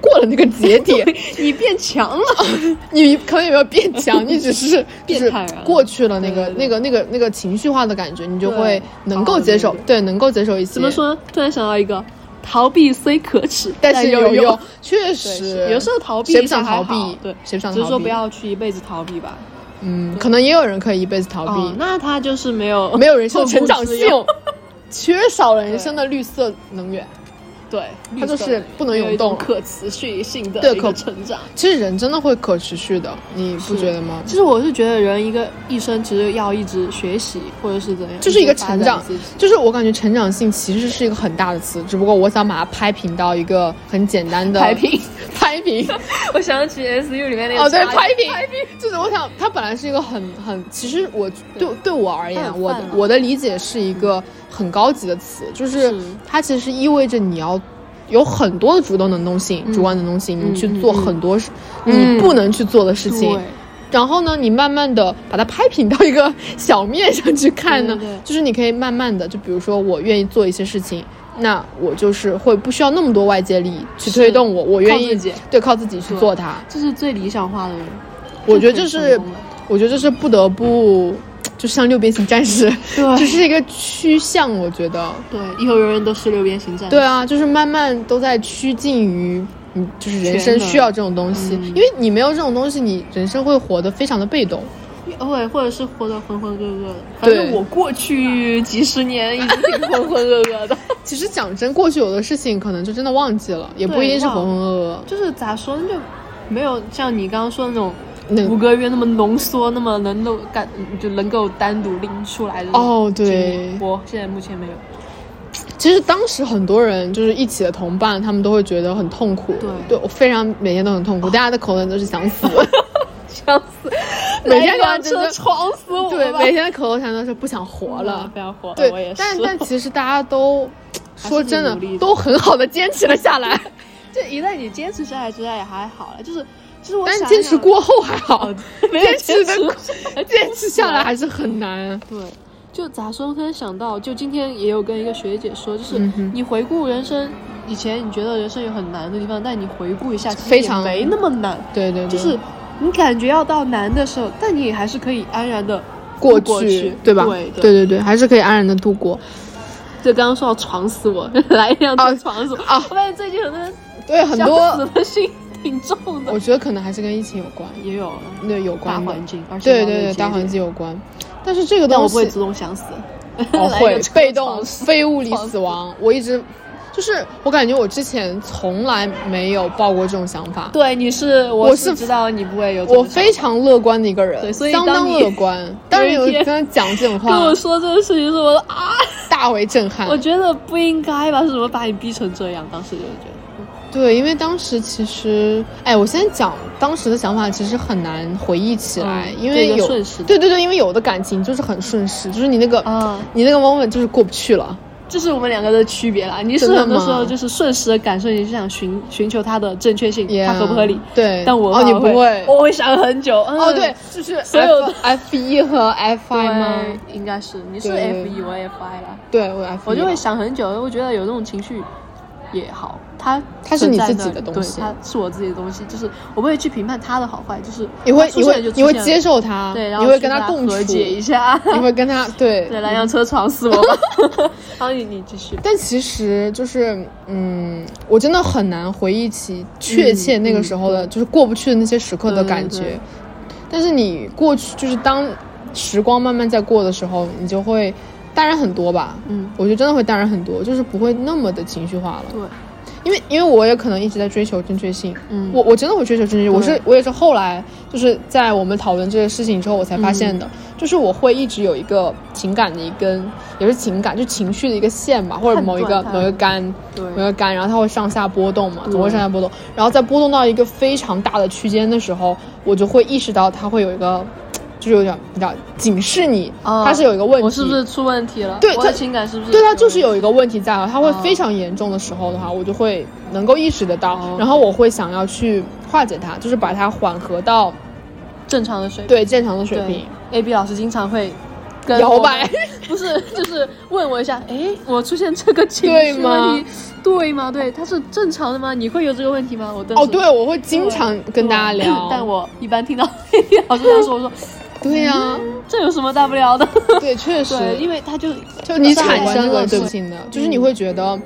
Speaker 3: 过了那个节点，
Speaker 2: 你变强了，
Speaker 3: [laughs] 你可能也没有变
Speaker 2: [laughs]
Speaker 3: 强，你只是就
Speaker 2: 变
Speaker 3: 是
Speaker 2: 态人
Speaker 3: 过去了那个
Speaker 2: 对对对
Speaker 3: 那个那个那个情绪化的感觉，你就
Speaker 2: 对
Speaker 3: 会能够
Speaker 2: 好
Speaker 3: 接受
Speaker 2: 对，
Speaker 3: 对，能够接受一些。
Speaker 2: 怎么？说？突然想到一个，逃避虽可耻，
Speaker 3: 但是有
Speaker 2: 用
Speaker 3: 用。，确
Speaker 2: [laughs] 对
Speaker 3: 实，
Speaker 2: 有时候逃避
Speaker 3: 谁
Speaker 2: 一
Speaker 3: 不
Speaker 2: 下
Speaker 3: 想
Speaker 2: 还
Speaker 3: 逃
Speaker 2: 好
Speaker 3: 避？
Speaker 2: 对，
Speaker 3: 谁不想逃避？
Speaker 2: 只是说不，要去一辈子逃避吧。
Speaker 3: 嗯，可能也有人可以一辈子逃
Speaker 2: 哦，
Speaker 3: 避，
Speaker 2: 那他就是没有
Speaker 3: [laughs] 没有人生的成长
Speaker 2: 后顾
Speaker 3: 性
Speaker 2: 之忧，
Speaker 3: 缺少了人生的绿色能源。
Speaker 2: [laughs] 对，
Speaker 3: 他就是
Speaker 2: 绿色的
Speaker 3: 不能
Speaker 2: 有一
Speaker 3: 涌动
Speaker 2: 种可持续性的一
Speaker 3: 对可
Speaker 2: 个成长。
Speaker 3: 其实人真的会可持续的，你不
Speaker 2: 是
Speaker 3: 觉得吗？
Speaker 2: 其实我是觉得人一个一生其实要一直学习或者是怎样，
Speaker 3: 就是一个
Speaker 2: 直发展
Speaker 3: 成长
Speaker 2: 自己，
Speaker 3: 就是我感觉成长性其实是一个很大的词，只不过我想把它拍平到一个很简单
Speaker 2: [laughs]
Speaker 3: 的
Speaker 2: 拍平，
Speaker 3: 拍平。
Speaker 2: 我想起 S U 里面那
Speaker 3: 哦，对，拍
Speaker 2: 屏
Speaker 3: 平，就是我想，它本来是一个很很，其实我对对我而言
Speaker 2: 它，很
Speaker 3: 我
Speaker 2: 泛
Speaker 3: 的
Speaker 2: 了
Speaker 3: 我的理解是一个很高级的词，就是
Speaker 2: 嗯是
Speaker 3: 它其实意味着你要。有很多的主动能动性、主观能动性，
Speaker 2: 嗯
Speaker 3: 你去做
Speaker 2: 嗯嗯
Speaker 3: 很多事、
Speaker 2: 嗯
Speaker 3: 你不能去做的事情，
Speaker 2: 对，
Speaker 3: 然后呢，你慢慢的把它拍平到一个 [laughs] 小面上去看呢，
Speaker 2: 对对对
Speaker 3: 就是你可以慢慢的，就比如说我愿意做一些事情，那我就是会不需要那么多外界力去推动我，我愿
Speaker 2: 靠
Speaker 3: 意
Speaker 2: 自己
Speaker 3: 对靠自己去
Speaker 2: 对
Speaker 3: 做它。
Speaker 2: 这是最理想化的人。
Speaker 3: 我觉得
Speaker 2: 这
Speaker 3: 这
Speaker 2: 很成
Speaker 3: 是
Speaker 2: 功了，
Speaker 3: 我觉得这是不得不，就像六边形战士，
Speaker 2: 对
Speaker 3: 这是一个趋向，我觉得。
Speaker 2: 对，以后人人都是六边形战士。
Speaker 3: 对啊，就是慢慢都在趋近于，嗯，就是人
Speaker 2: 全
Speaker 3: 生
Speaker 2: 能
Speaker 3: 需要这种东西，
Speaker 2: 嗯
Speaker 3: 因为你没有这种东西，你人生会活得非常的被动。
Speaker 2: 对，或者是活得浑浑噩噩的。反正我过去几十年一直挺浑浑噩噩的， [laughs]
Speaker 3: 其实讲真，过去有的事情可能就真的忘记了，也不
Speaker 2: 对
Speaker 3: 一定是
Speaker 2: 忘
Speaker 3: 浑
Speaker 2: 了
Speaker 3: 浑噩噩。
Speaker 2: 就是咋说呢，就没有像你刚刚说的那种
Speaker 3: 那
Speaker 2: 五个月那么浓缩，那么能够感就能够单独拎出来的那种
Speaker 3: 哦对
Speaker 2: 经历我现在目前没有。
Speaker 3: 其实当时很多人就是一起的同伴，他们都会觉得很痛苦。
Speaker 2: 对 [laughs]
Speaker 3: 我非常每天都很痛苦，大家的口吻都是想死。
Speaker 2: 笑死！
Speaker 3: [laughs] 每天
Speaker 2: 辆
Speaker 3: 都
Speaker 2: 车撞死我吧，
Speaker 3: [laughs] 对，每天口头禅都是不想活了
Speaker 2: 嗯，不要活了，我
Speaker 3: 对
Speaker 2: 也，是。
Speaker 3: 但但其实大家都
Speaker 2: 还是
Speaker 3: 说真的
Speaker 2: 努力的
Speaker 3: 都很好的坚持了下来，
Speaker 2: [laughs] 这一旦你坚持下来之后也还好了，就是就是我
Speaker 3: 但
Speaker 2: 想
Speaker 3: 坚持
Speaker 2: 想哦
Speaker 3: 过后还好，
Speaker 2: 没有
Speaker 3: 坚持的
Speaker 2: 的
Speaker 3: [laughs] 坚持下来还是很难。
Speaker 2: 对，就咋说？突然想到，就今天也有跟一个学姐说，就是
Speaker 3: 嗯哼
Speaker 2: 你回顾人生，以前你觉得人生有很难的地方，但你回顾一下，其实
Speaker 3: 非
Speaker 2: 也
Speaker 3: 常
Speaker 2: 没那么难，
Speaker 3: 对对对，
Speaker 2: 就是你感觉要到难的时候，但你也还是可以安然的
Speaker 3: 过去，
Speaker 2: 过去
Speaker 3: 对吧？
Speaker 2: 对
Speaker 3: 对对对，还是可以安然的度过。
Speaker 2: 就刚刚说要床死我， [laughs] 来一辆
Speaker 3: 啊
Speaker 2: 车床死我。
Speaker 3: 啊
Speaker 2: 我发现最近很多人
Speaker 3: 对，很
Speaker 2: 想死
Speaker 3: 多
Speaker 2: 的心挺重
Speaker 3: 我
Speaker 2: 的，
Speaker 3: 觉得可能还是跟疫情有关，
Speaker 2: 也有
Speaker 3: 对，有
Speaker 2: 大
Speaker 3: 关的。
Speaker 2: 环境，而且
Speaker 3: 对
Speaker 2: 到
Speaker 3: 对
Speaker 2: 那
Speaker 3: 对，
Speaker 2: 个
Speaker 3: 大
Speaker 2: 节
Speaker 3: 环
Speaker 2: 点，
Speaker 3: 境有关。但是这个
Speaker 2: 但
Speaker 3: 东
Speaker 2: 我不会
Speaker 3: 西 [laughs]
Speaker 2: 自动想死，
Speaker 3: 哦
Speaker 2: 来一
Speaker 3: 会
Speaker 2: 个车
Speaker 3: 被动
Speaker 2: 床死
Speaker 3: 非物理
Speaker 2: 床
Speaker 3: 死亡，我一直就是我感觉我之前从来没有抱过这种想法。
Speaker 2: 对，你是我
Speaker 3: 我是
Speaker 2: 知道你不会有这
Speaker 3: 我
Speaker 2: 种想法
Speaker 3: 非常乐观的一个人，
Speaker 2: 对所以
Speaker 3: 相
Speaker 2: 当
Speaker 3: 当
Speaker 2: 你
Speaker 3: 乐
Speaker 2: [laughs]
Speaker 3: 观。当然有
Speaker 2: 有一天
Speaker 3: 跟他讲这种
Speaker 2: 跟
Speaker 3: 话
Speaker 2: 我，说这个事情是我的啊，
Speaker 3: [laughs] 大为震撼
Speaker 2: 我。觉得不应该吧？是什么把你逼成这样？当时就是觉得，
Speaker 3: 对，因为当时其实，哎，我先讲当时的想法，其实很难回忆起来，
Speaker 2: 嗯
Speaker 3: 因
Speaker 2: 这
Speaker 3: 为
Speaker 2: 个
Speaker 3: 有
Speaker 2: 瞬时
Speaker 3: 对对对，因为有的感情就是很顺势，就是你那个、
Speaker 2: 啊，
Speaker 3: 你那个 moment 就是过不去了。
Speaker 2: 这是我们两个的区别啦。你是
Speaker 3: 真的
Speaker 2: 很多时候
Speaker 3: 吗
Speaker 2: 就是瞬时的感受，你是想寻寻求它的正确性
Speaker 3: Yeah，
Speaker 2: 它合不合理？
Speaker 3: 对
Speaker 2: 但我
Speaker 3: 哦你不
Speaker 2: 会
Speaker 3: 会
Speaker 2: 我会想很久。
Speaker 3: 哦，
Speaker 2: 嗯
Speaker 3: 对，，就是
Speaker 2: 所有的
Speaker 3: F [laughs] 一和 F
Speaker 2: 对
Speaker 3: I 吗？
Speaker 2: 应该是你是
Speaker 3: 对
Speaker 2: F E，我 F I 啦，
Speaker 3: 对，我 F
Speaker 2: 我就会想很久，我觉得有那种情绪。也好，它
Speaker 3: 它是你
Speaker 2: 存在
Speaker 3: 自己
Speaker 2: 那
Speaker 3: 的
Speaker 2: 里
Speaker 3: 东西
Speaker 2: 对，它是我自己的东西，就是我不会去评判它的好坏，就是
Speaker 3: 你会
Speaker 2: 它
Speaker 3: 你
Speaker 2: 出现
Speaker 3: 会
Speaker 2: 就出
Speaker 3: 你会
Speaker 2: 现了
Speaker 3: 接受他，
Speaker 2: 对，然后
Speaker 3: 你会
Speaker 2: 去
Speaker 3: 跟
Speaker 2: 他
Speaker 3: 共处，
Speaker 2: 和解一下。
Speaker 3: 你会跟他对
Speaker 2: [laughs] 对，来辆车撞死我吧。 [laughs] 然后你你继续。
Speaker 3: 但其实就是，嗯，我真的很难回忆起确切那个时候的，就是过不去的那些时刻的感
Speaker 2: 嗯
Speaker 3: 觉。
Speaker 2: 对对对
Speaker 3: 但是你过去，就是当时光慢慢在过的时候，你就会淡然很多吧。
Speaker 2: 嗯，
Speaker 3: 我觉得真的会淡然很多，就是不会那么的情绪化了。
Speaker 2: 对，
Speaker 3: 因为因为我也可能一直在追求正确性，
Speaker 2: 嗯
Speaker 3: 我我真的会追求正确性，我
Speaker 2: 对
Speaker 3: 是我也是后来就是在我们讨论这个事情之后，我才发现
Speaker 2: 嗯
Speaker 3: 的，就是我会一直有一个情感的一根，也是情感就情绪的一个线吧，或者
Speaker 2: 判断
Speaker 3: 某一个
Speaker 2: 它
Speaker 3: 某一个杆，
Speaker 2: 对
Speaker 3: 某一个杆，然后它会上下波动嘛，
Speaker 2: 对
Speaker 3: 总会上下波动，然后在波动到一个非常大的区间的时候，我就会意识到它会有一个，就是有点比较警示你，
Speaker 2: 哦
Speaker 3: 它是有一个问题，
Speaker 2: 我是不是出问题了？
Speaker 3: 对
Speaker 2: 我的
Speaker 3: 他
Speaker 2: 情感是不是？
Speaker 3: 对他就是有一个问题在啊，他会
Speaker 2: 哦
Speaker 3: 非常严重的时候的话，我就会能够意识得到，
Speaker 2: 哦
Speaker 3: 然后我会想要去化解它，就是把它缓和到
Speaker 2: 正常的水平。
Speaker 3: 对正常的水平。
Speaker 2: A B 老师经常会跟
Speaker 3: 摇
Speaker 2: 我们 [laughs]
Speaker 3: 摆，
Speaker 2: 不是就是问我一下，哎，我出现这个情
Speaker 3: 对
Speaker 2: 绪
Speaker 3: 吗
Speaker 2: 问题，对吗？对，它是正常的吗？你会有这个问题吗？我顿
Speaker 3: 哦，
Speaker 2: 时
Speaker 3: 对，我会经常跟大家
Speaker 2: 对
Speaker 3: 聊。
Speaker 2: [clears throat] 但我一般听到 A B 老师这样说，我说
Speaker 3: 对呀、
Speaker 2: [laughs] 这有什么大不了的？
Speaker 3: 对，确实，
Speaker 2: 对，因为他就
Speaker 3: 就你产生了
Speaker 2: 对
Speaker 3: 对不情的，
Speaker 2: 嗯
Speaker 3: 就是你会觉得。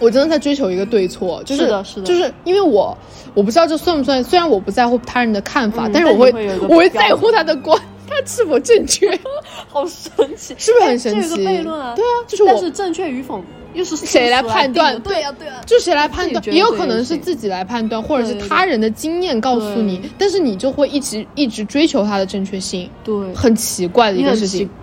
Speaker 3: 我真的在追求一个对错，就是
Speaker 2: 的是的
Speaker 3: 就是因为我我不知道这算不算，虽然我不在乎他人的看法，
Speaker 2: 嗯
Speaker 3: 但是我
Speaker 2: 但你会有一个
Speaker 3: 我会
Speaker 2: 标准
Speaker 3: 在乎他的观，他是否正确，
Speaker 2: 好神奇，
Speaker 3: 是不是很神
Speaker 2: 哎这有
Speaker 3: 奇
Speaker 2: 个悖论啊，
Speaker 3: 对啊就是
Speaker 2: 但
Speaker 3: 我
Speaker 2: 是正确与否又是
Speaker 3: 谁来判断
Speaker 2: 世俗来定的对呀、啊对呀、
Speaker 3: 就谁来判
Speaker 2: 自己
Speaker 3: 断，
Speaker 2: 觉得
Speaker 3: 也有
Speaker 2: 对
Speaker 3: 可能
Speaker 2: 就是行
Speaker 3: 自己来判断，或者是
Speaker 2: 对对
Speaker 3: 他人的经验告诉你
Speaker 2: 对，
Speaker 3: 但是你就会一直一直追求它的正确性，
Speaker 2: 对，
Speaker 3: 很奇怪的一
Speaker 2: 你
Speaker 3: 个
Speaker 2: 很
Speaker 3: 事
Speaker 2: 奇
Speaker 3: 情。，
Speaker 2: 呃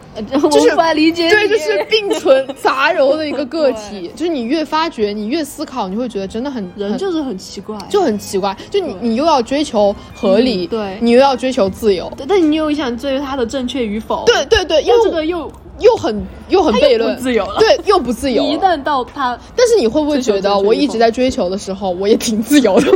Speaker 2: 我
Speaker 3: 是
Speaker 2: 无法理解你，
Speaker 3: 对，就是并存杂糅的一个个
Speaker 2: [laughs]
Speaker 3: 体，就是你越发觉，你越思考，你会觉得真的很
Speaker 2: 人
Speaker 3: 很
Speaker 2: 就是很奇怪，
Speaker 3: 就很奇怪，就你
Speaker 2: 对
Speaker 3: 你又要追求合
Speaker 2: 嗯
Speaker 3: 理，
Speaker 2: 对
Speaker 3: 你又要追求自由，
Speaker 2: 对，但你又想追求他的正确与否，
Speaker 3: 对，对对，因
Speaker 2: 但这
Speaker 3: 为
Speaker 2: 个
Speaker 3: 我
Speaker 2: 又
Speaker 3: 又很又很悖
Speaker 2: 又
Speaker 3: 论，
Speaker 2: 不自由了
Speaker 3: 对，又不自由
Speaker 2: 你一
Speaker 3: 了
Speaker 2: 旦到他，
Speaker 3: 但是你会不会觉
Speaker 2: 追求
Speaker 3: 得啊
Speaker 2: 正确
Speaker 3: 我
Speaker 2: 与
Speaker 3: 一
Speaker 2: 否
Speaker 3: 直在追求的时候，我也挺自由的，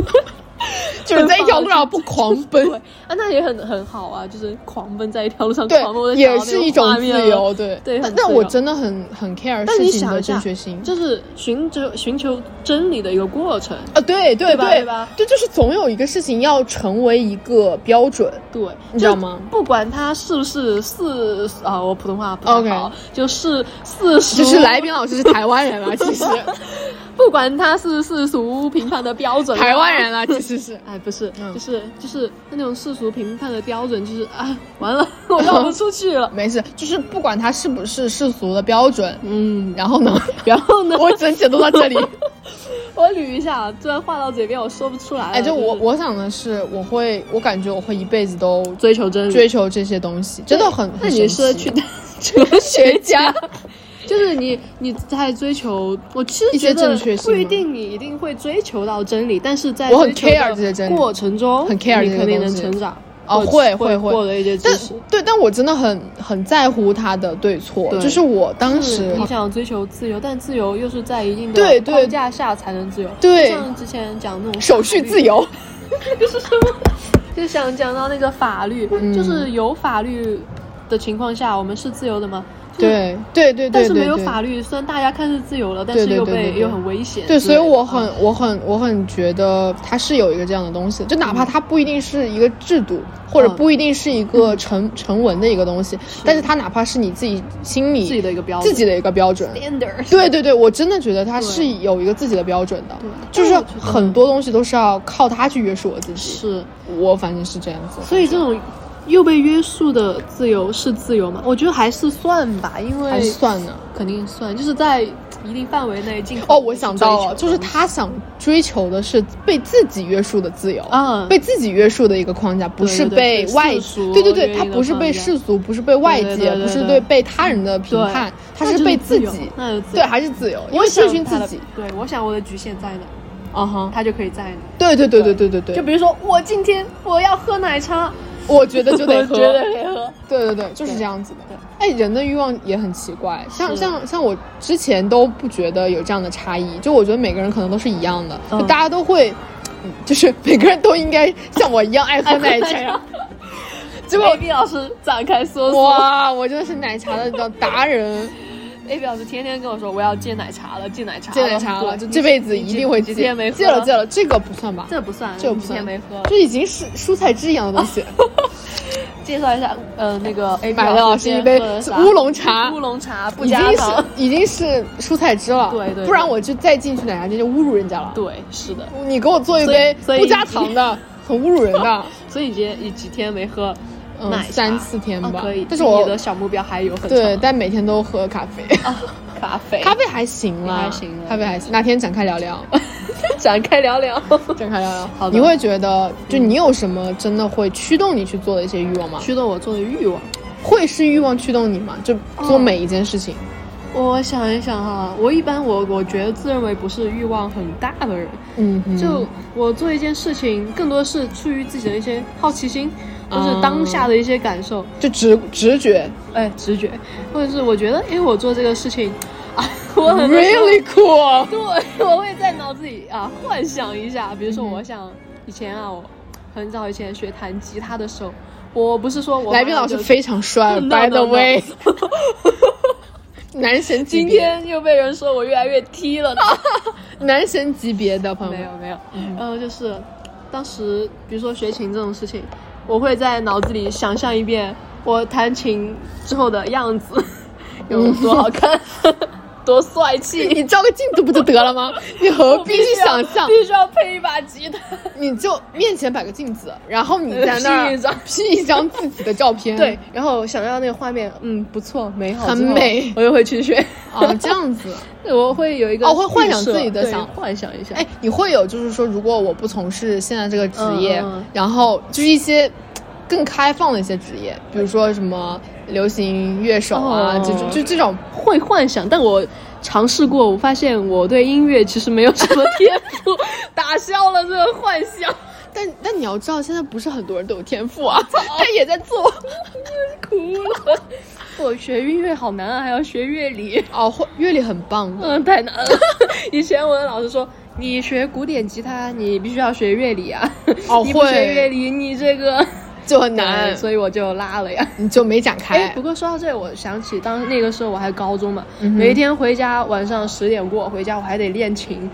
Speaker 3: [laughs] 就是在一条路上不狂奔
Speaker 2: 对，，啊，那也很很好啊，就是狂奔在一条路上狂奔，我
Speaker 3: 对，
Speaker 2: 就想到
Speaker 3: 也
Speaker 2: 那
Speaker 3: 是
Speaker 2: 个
Speaker 3: 一种
Speaker 2: 画
Speaker 3: 自
Speaker 2: 面了
Speaker 3: 由，对。
Speaker 2: 对
Speaker 3: 但
Speaker 2: 很
Speaker 3: 但
Speaker 2: 自
Speaker 3: 我
Speaker 2: 由
Speaker 3: 真的很很 care
Speaker 2: 但
Speaker 3: 事
Speaker 2: 你
Speaker 3: 情
Speaker 2: 想
Speaker 3: 的
Speaker 2: 一下
Speaker 3: 正确性，
Speaker 2: 就是寻求寻求真理的一个过程，
Speaker 3: 啊，对对
Speaker 2: 对吧对吧
Speaker 3: 对，就是总有一个事情要成为一个标准，
Speaker 2: 对，
Speaker 3: 你
Speaker 2: 就
Speaker 3: 知道吗
Speaker 2: 不管他是不是四啊，我普通话不太
Speaker 3: OK
Speaker 2: 好就是世俗，
Speaker 3: 就是来宾老师是台湾
Speaker 2: [laughs]
Speaker 3: 人了，其实
Speaker 2: 不管他是世俗评判的标准，
Speaker 3: 台湾人了，啊其实是。
Speaker 2: 哎，不是，
Speaker 3: 嗯。
Speaker 2: 就是就是那种世俗评判的标准，就是啊，完了，我绕不出去了
Speaker 3: 没事，就是不管它是不是世俗的标准，
Speaker 2: 嗯，
Speaker 3: 然后呢，
Speaker 2: [laughs] 然后呢，
Speaker 3: 我只能解读到这
Speaker 2: [laughs]
Speaker 3: 里。
Speaker 2: 我捋一下，这话到嘴边我说不出来了。
Speaker 3: 哎，就我
Speaker 2: 是
Speaker 3: 我想的是，我会，我感觉我会一辈子都
Speaker 2: 追求真理，
Speaker 3: 追求这些东西，真的很
Speaker 2: 嗯那
Speaker 3: 很
Speaker 2: 你
Speaker 3: 神
Speaker 2: 是
Speaker 3: 奇
Speaker 2: 去当
Speaker 3: [laughs]
Speaker 2: 哲学
Speaker 3: 家
Speaker 2: 家？就是你你在追求，我其实
Speaker 3: 一
Speaker 2: 觉
Speaker 3: 些
Speaker 2: 得
Speaker 3: 正确性
Speaker 2: 不一
Speaker 3: 吗
Speaker 2: 定你一定会追求到真理，但是在
Speaker 3: 我很
Speaker 2: 追求的
Speaker 3: care 这些真理
Speaker 2: 过程中，
Speaker 3: 很 care
Speaker 2: 你
Speaker 3: 这些
Speaker 2: 肯定
Speaker 3: 东
Speaker 2: 能
Speaker 3: 西
Speaker 2: 成长。
Speaker 3: 啊
Speaker 2: 或者
Speaker 3: 会
Speaker 2: 会
Speaker 3: 会会
Speaker 2: 获得一些支
Speaker 3: 但
Speaker 2: 持。
Speaker 3: 对，但我真的很很在乎他的对错，
Speaker 2: 对嗯
Speaker 3: 就是我当时
Speaker 2: 你想追求自由，但自由又是在一定
Speaker 3: 对
Speaker 2: 的
Speaker 3: 对
Speaker 2: 框架下才能自由。
Speaker 3: 对
Speaker 2: 就像之前讲那种
Speaker 3: 手续自
Speaker 2: 由。 [laughs]
Speaker 3: 由，
Speaker 2: 就是什么？就想讲到那个法律，
Speaker 3: 嗯
Speaker 2: 就是有法律的情况下，我们是自由的吗？就是，
Speaker 3: 对对对
Speaker 2: 但
Speaker 3: 对
Speaker 2: 是没
Speaker 3: 对
Speaker 2: 有
Speaker 3: 对。
Speaker 2: 法律，虽然大家看似自由了，但是
Speaker 3: 对对
Speaker 2: 又
Speaker 3: 对对
Speaker 2: 被
Speaker 3: 对
Speaker 2: 又很危险之类
Speaker 3: 对，
Speaker 2: 的。
Speaker 3: 所以我很
Speaker 2: 啊
Speaker 3: 我很我很觉得它是有一个这样的东西，就哪怕它不一定是一个制度，或者
Speaker 2: 嗯
Speaker 3: 不一定是一个成成文的一个东西，但是它哪怕是你自己心里
Speaker 2: 自己的一个标准
Speaker 3: 自己的一个标准。
Speaker 2: standard，
Speaker 3: 对对对，我真的觉得它
Speaker 2: 对
Speaker 3: 是有一个自己的标准的
Speaker 2: 对，
Speaker 3: 就是
Speaker 2: 但我觉得
Speaker 3: 很多东西都是要靠它去约束我自己。
Speaker 2: 是，
Speaker 3: 我反正是这样子，
Speaker 2: 所以这种又被约束的自由是自由吗？我觉得还是算吧，因
Speaker 3: 还
Speaker 2: 为
Speaker 3: 是算了。
Speaker 2: 肯定算，就是在一定范围内尽可能
Speaker 3: 哦，我想到了，
Speaker 2: 去
Speaker 3: 就
Speaker 2: 追求
Speaker 3: 是他想追求的是被自己约束的自由，
Speaker 2: 嗯
Speaker 3: 被自己约束的一个框架，不是被外
Speaker 2: 世俗
Speaker 3: 对对对
Speaker 2: 约，定
Speaker 3: 他
Speaker 2: 的
Speaker 3: 不是
Speaker 2: 框
Speaker 3: 被
Speaker 2: 架
Speaker 3: 世俗，不是被外
Speaker 2: 对对
Speaker 3: 界，
Speaker 2: 对对
Speaker 3: 不是
Speaker 2: 对
Speaker 3: 对被他人的评
Speaker 2: 对
Speaker 3: 判，他
Speaker 2: 那
Speaker 3: 是
Speaker 2: 就是
Speaker 3: 被自
Speaker 2: 自由
Speaker 3: 己，
Speaker 2: 那就自
Speaker 3: 对，
Speaker 2: 由
Speaker 3: 还是自由，因
Speaker 2: 我
Speaker 3: 为 [laughs]
Speaker 2: 想
Speaker 3: 追寻
Speaker 2: 他
Speaker 3: 自
Speaker 2: 的
Speaker 3: 己，
Speaker 2: 对，我想我的局限在哪，
Speaker 3: 啊哈，
Speaker 2: 他就可以在哪。
Speaker 3: 对对对对对对
Speaker 2: 就
Speaker 3: 对，
Speaker 2: 比如说我今天我要喝奶茶，
Speaker 3: 我觉得就得喝，
Speaker 2: [laughs] 我觉得得喝。
Speaker 3: 对对对，就是
Speaker 2: 对
Speaker 3: 这样子的
Speaker 2: 对。
Speaker 3: 哎，人的欲望也很奇怪，像
Speaker 2: 是
Speaker 3: 像像我之前都不觉得有这样的差异，就我觉得每个人可能都是一样的，
Speaker 2: 嗯
Speaker 3: 就大家都会，嗯就是每个人都应该像我一样爱喝奶茶。 [laughs] 结果
Speaker 2: AB 老师展开说说
Speaker 3: 哇，我真的是奶茶的达人，啊
Speaker 2: [laughs] ，AB 老师天天跟我说我要戒奶茶了，戒奶茶了，
Speaker 3: 戒奶茶了，
Speaker 2: 对
Speaker 3: 就
Speaker 2: 你
Speaker 3: 这辈子
Speaker 2: 你
Speaker 3: 一定会
Speaker 2: 几
Speaker 3: 戒。
Speaker 2: 几天没喝
Speaker 3: 戒了戒了，这个不算吧？
Speaker 2: 这不算，
Speaker 3: 这个
Speaker 2: 你
Speaker 3: 不
Speaker 2: 几天
Speaker 3: 算，
Speaker 2: 没喝。
Speaker 3: 这已经是蔬菜汁一样的东
Speaker 2: [laughs]
Speaker 3: 西。
Speaker 2: 介绍一下，呃，那个 AB
Speaker 3: 买了是一
Speaker 2: 今天
Speaker 3: 杯
Speaker 2: 喝了
Speaker 3: 是
Speaker 2: 啥
Speaker 3: 乌龙茶
Speaker 2: 乌龙茶不
Speaker 3: 已
Speaker 2: 加
Speaker 3: 经是
Speaker 2: 糖，
Speaker 3: [laughs] 已经是蔬菜汁了，
Speaker 2: 对对对
Speaker 3: 不然我就再进去奶茶店就侮辱人家了。
Speaker 2: 对，是的。
Speaker 3: 你给我做一杯
Speaker 2: 所以所以
Speaker 3: 不加糖
Speaker 2: [laughs]
Speaker 3: 的，很侮辱人的。
Speaker 2: 所以你今天你几天没喝
Speaker 3: 嗯
Speaker 2: 奶茶？
Speaker 3: 三四天吧
Speaker 2: 哦可以。
Speaker 3: 但是
Speaker 2: 你
Speaker 3: 我
Speaker 2: 的小目标还有很长
Speaker 3: 对，但每天都喝咖
Speaker 2: [laughs]
Speaker 3: 啡，
Speaker 2: 啊，咖啡，
Speaker 3: 咖啡还行啦，
Speaker 2: 还行了
Speaker 3: 咖啡还行。哪天展开聊聊，
Speaker 2: [laughs] 展开聊
Speaker 3: [laughs]
Speaker 2: 聊。
Speaker 3: 展开聊聊。
Speaker 2: 好的嗯
Speaker 3: 你会觉得，就你有什么真的会驱动你去做的一些欲望吗？
Speaker 2: 驱动我做的欲望，
Speaker 3: 会是欲望驱动你吗？就做
Speaker 2: 嗯哦
Speaker 3: 每一件事情。
Speaker 2: 我想一想哈，我一般我我觉得自认为不是欲望很大的人，
Speaker 3: 嗯哼，
Speaker 2: 就我做一件事情，更多是出于自己的一些好奇心，或者当下的一些感受，
Speaker 3: 就直直觉
Speaker 2: 哎，直觉，或者是我觉得，哎，我做这个事情， [laughs] 啊，我很
Speaker 3: ，really cool。
Speaker 2: 对，我会在脑子里啊幻想一下，比如
Speaker 3: 嗯
Speaker 2: 说我想以前啊，我很早以前学弹吉他的时候，我不是说我
Speaker 3: 来宾老师非
Speaker 2: [laughs]
Speaker 3: 常帅
Speaker 2: No,
Speaker 3: ，by the
Speaker 2: no, no.
Speaker 3: way，男神级
Speaker 2: 今
Speaker 3: 别，
Speaker 2: 天又被人说我越来越 T 了。
Speaker 3: 男神级别的朋友
Speaker 2: [laughs] 没
Speaker 3: 们
Speaker 2: 有。没有，然后就是当时比如说学琴这种事情，我会在脑子里想象一遍我弹琴之后的样子 [laughs] 有多好看， [laughs] 多帅 [laughs] 气。
Speaker 3: 你照个镜子不就得
Speaker 2: [laughs]
Speaker 3: 了吗？你何必去想象？
Speaker 2: 必须要配一把吉他。
Speaker 3: 你就面前摆个镜子，然后你在
Speaker 2: P
Speaker 3: 那儿
Speaker 2: 一张
Speaker 3: P 一张自己的照
Speaker 2: [laughs]
Speaker 3: 片。
Speaker 2: 对，然后想要那个画面，嗯，不错，美好，
Speaker 3: 很美
Speaker 2: 我就会 [laughs] 去选。
Speaker 3: 啊，这样子。
Speaker 2: 我会有一个
Speaker 3: 哦会幻想
Speaker 2: 预设
Speaker 3: 自己的
Speaker 2: 对
Speaker 3: 想
Speaker 2: 幻想一下。
Speaker 3: 哎，你会有就是说，如果我不从事现在这个职业，
Speaker 2: 嗯嗯嗯
Speaker 3: 然后就是一些更开放的一些职业，比如说什么流行乐手啊，
Speaker 2: 哦
Speaker 3: 这种就这种。
Speaker 2: 会幻想，但我尝试过，我发现我对音乐其实没有什么天赋，打消了这个幻想。
Speaker 3: 但但你要知道，现在不是很多人都有
Speaker 2: [laughs]
Speaker 3: 天赋啊，但也在做。
Speaker 2: 哭了，我学音乐好难啊，还要学乐 [laughs] 理，
Speaker 3: 哦，会乐理很棒的。
Speaker 2: 嗯，太难了。以前我的老师说。你学古典吉他，你必须要学乐理啊！
Speaker 3: 哦
Speaker 2: 你不
Speaker 3: 会
Speaker 2: 学乐理，你这个
Speaker 3: 就很难
Speaker 2: 对，所以我就拉了呀。
Speaker 3: 你就没展
Speaker 2: 哎，
Speaker 3: 开
Speaker 2: 不。过说到这，我想起当那个时候我还高中嘛，
Speaker 3: 嗯哼
Speaker 2: 每一天回家晚上十点过回家，我还得练琴，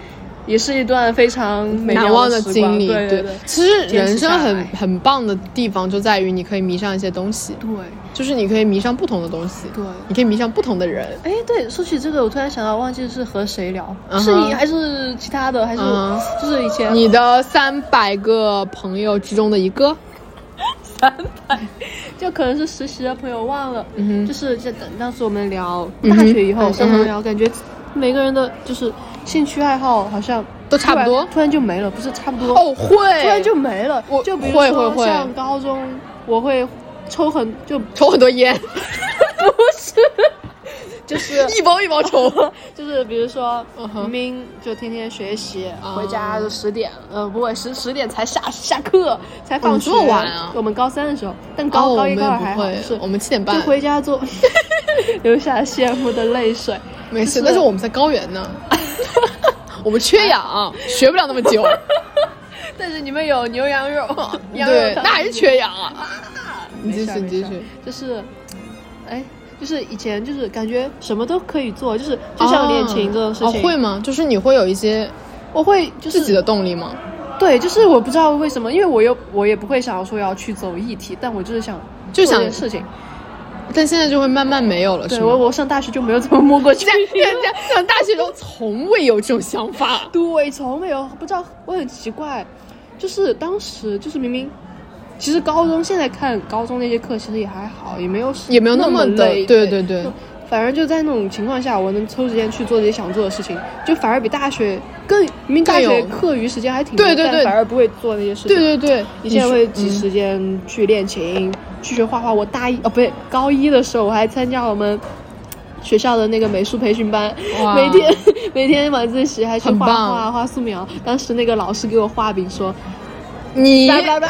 Speaker 2: 也是一段非常美妙
Speaker 3: 难忘的
Speaker 2: 的时
Speaker 3: 经
Speaker 2: 光
Speaker 3: 历。
Speaker 2: 对对对
Speaker 3: 其实
Speaker 2: 坚
Speaker 3: 人生
Speaker 2: 持下
Speaker 3: 很
Speaker 2: 来
Speaker 3: 很棒的地方就在于你可以迷上一些东西，
Speaker 2: 对
Speaker 3: 就是你可以迷上不同的东西，
Speaker 2: 对
Speaker 3: 你可以迷上不同的人。
Speaker 2: 哎，对，说起这个，我突然想到，忘记是和谁聊
Speaker 3: 嗯哼
Speaker 2: 是你还是其他的，还是、
Speaker 3: 嗯
Speaker 2: 就是以前
Speaker 3: 你的三百个朋友之中的一个，
Speaker 2: 就可能是实习的朋友忘了，
Speaker 3: 嗯
Speaker 2: 就
Speaker 3: 哼，
Speaker 2: 是这等当时我们聊
Speaker 3: 嗯哼
Speaker 2: 大学以后，上
Speaker 3: 嗯
Speaker 2: 们
Speaker 3: 哼
Speaker 2: 聊，感觉每个人的就是兴趣爱好好像
Speaker 3: 都差不多
Speaker 2: 突然突然就没了，不是差不多
Speaker 3: 哦会，
Speaker 2: 突然就没了。
Speaker 3: 我
Speaker 2: 就比如
Speaker 3: 会会
Speaker 2: 说
Speaker 3: 会
Speaker 2: 像高中，我会抽很就
Speaker 3: 抽很多烟，
Speaker 2: 不是，就是
Speaker 3: [laughs] 一包一包抽。
Speaker 2: 就是比如说，
Speaker 3: 嗯哼
Speaker 2: 明明就天天学习，
Speaker 3: 啊
Speaker 2: 回家就十点，呃，不会十十点才下下课，才
Speaker 3: 哦
Speaker 2: 放
Speaker 3: 你
Speaker 2: 学。
Speaker 3: 这么晚啊
Speaker 2: 我们高三的时候，但 [laughs]
Speaker 3: 哦，
Speaker 2: 高、
Speaker 3: 我
Speaker 2: 高
Speaker 3: 们
Speaker 2: 一
Speaker 3: 也
Speaker 2: 高二还
Speaker 3: 不
Speaker 2: 好，
Speaker 3: 会，
Speaker 2: 是
Speaker 3: 我们七点半
Speaker 2: 就回家做， [laughs] 流下羡慕的泪水。
Speaker 3: 没事，
Speaker 2: 就是
Speaker 3: 但是我们在高原
Speaker 2: [laughs]
Speaker 3: 呢，我们缺氧，学不了那么
Speaker 2: [laughs]
Speaker 3: 久。
Speaker 2: 但是你们有牛羊
Speaker 3: [laughs]
Speaker 2: 肉，羊肉
Speaker 3: 对，
Speaker 2: 汤
Speaker 3: 那还是缺氧啊。
Speaker 2: [laughs]
Speaker 3: 你
Speaker 2: 没
Speaker 3: 继
Speaker 2: 事
Speaker 3: 续，
Speaker 2: 儿
Speaker 3: 你
Speaker 2: 没
Speaker 3: 继
Speaker 2: 事儿
Speaker 3: 续。
Speaker 2: 就是，哎，就是以前就是感觉什么都可以做，就是就像练琴这种事情，
Speaker 3: 哦，会吗？就是你会有一些
Speaker 2: 我会就是
Speaker 3: 自己的动力吗？
Speaker 2: 对，就是我不知道为什么，因为我又我也不会想说要去走艺体，但我就是想
Speaker 3: 就
Speaker 2: 做
Speaker 3: 想
Speaker 2: 这件事情。
Speaker 3: 但现在就会慢慢没有了，
Speaker 2: 对
Speaker 3: 是
Speaker 2: 我
Speaker 3: 吗？
Speaker 2: 我上大学就没有怎么摸过去 [laughs]
Speaker 3: 在。在上大学都从未有这种想
Speaker 2: [laughs]
Speaker 3: 法。
Speaker 2: 对，从没有不知道，我很奇怪，就是当时就是明明，其实高中现在看高中那些课其实也还好，也没有
Speaker 3: 也没有那
Speaker 2: 那
Speaker 3: 么的
Speaker 2: 累，
Speaker 3: 对
Speaker 2: 对
Speaker 3: 对对
Speaker 2: 就反而就在那种情况下，我能抽时间去做自己想做的事情，就反而比大学更，明明大
Speaker 3: 更有
Speaker 2: 学课余时间还挺多，
Speaker 3: 对对
Speaker 2: 但
Speaker 3: 对
Speaker 2: 反而不会做那些事情。
Speaker 3: 对对对，
Speaker 2: 你现在会
Speaker 3: 及
Speaker 2: 挤时间去练琴，去学画画。我大一哦，不对，高一的时候我还参加我们学校的那个美术培训班，
Speaker 3: 哇
Speaker 2: 每天 [laughs] 每天晚自习还去
Speaker 3: 很
Speaker 2: 画
Speaker 3: 棒
Speaker 2: 画、画素描。当时那个老师给我画饼说
Speaker 3: 你
Speaker 2: 叭叭叭，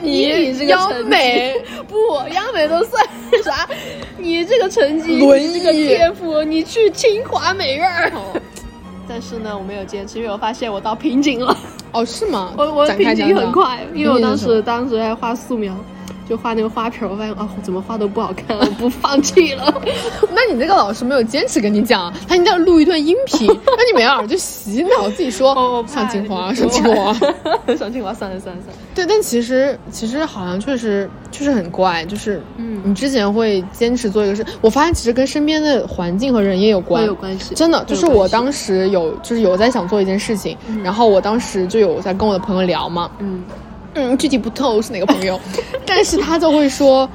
Speaker 2: 你这个
Speaker 3: 央
Speaker 2: 成绩
Speaker 3: 美
Speaker 2: 不央美都算啥？你这个成绩，
Speaker 3: 轮
Speaker 2: 你这个
Speaker 3: 椅
Speaker 2: 天赋，你去清华美院儿。但是呢，我没有坚持，因为我发现我到瓶颈了。
Speaker 3: 哦是吗？
Speaker 2: 我我
Speaker 3: 展
Speaker 2: 瓶
Speaker 3: 开讲
Speaker 2: 颈很
Speaker 3: 讲，
Speaker 2: 快，因为我当
Speaker 3: 瓶颈是什么
Speaker 2: 时当时还画素描，就画那个花瓶儿，我发现啊、我怎么画都不好看，我不放弃了。
Speaker 3: 那你那个老师没有坚持跟你讲，他应该录一段音
Speaker 2: [laughs]
Speaker 3: 频，那你每耳就洗脑自己
Speaker 2: 我 [laughs] 我
Speaker 3: 说
Speaker 2: 怕
Speaker 3: 上清华，
Speaker 2: 我
Speaker 3: 上清华。
Speaker 2: 怕，上清华，算了算了算了。
Speaker 3: 对，但其实其实好像确实确实很怪，就是
Speaker 2: 嗯
Speaker 3: 你之前会坚持做一个事，我发现其实跟身边的环境和人也有关，
Speaker 2: 会有关系
Speaker 3: 真的，
Speaker 2: 会有
Speaker 3: 就是
Speaker 2: 关
Speaker 3: 我
Speaker 2: 系
Speaker 3: 当时有就是有在想做一件事情，然后我当时就有在跟我的朋友聊嘛，
Speaker 2: 嗯，
Speaker 3: 嗯，具体不透是哪个
Speaker 2: [laughs]
Speaker 3: 朋友，但是他就会说。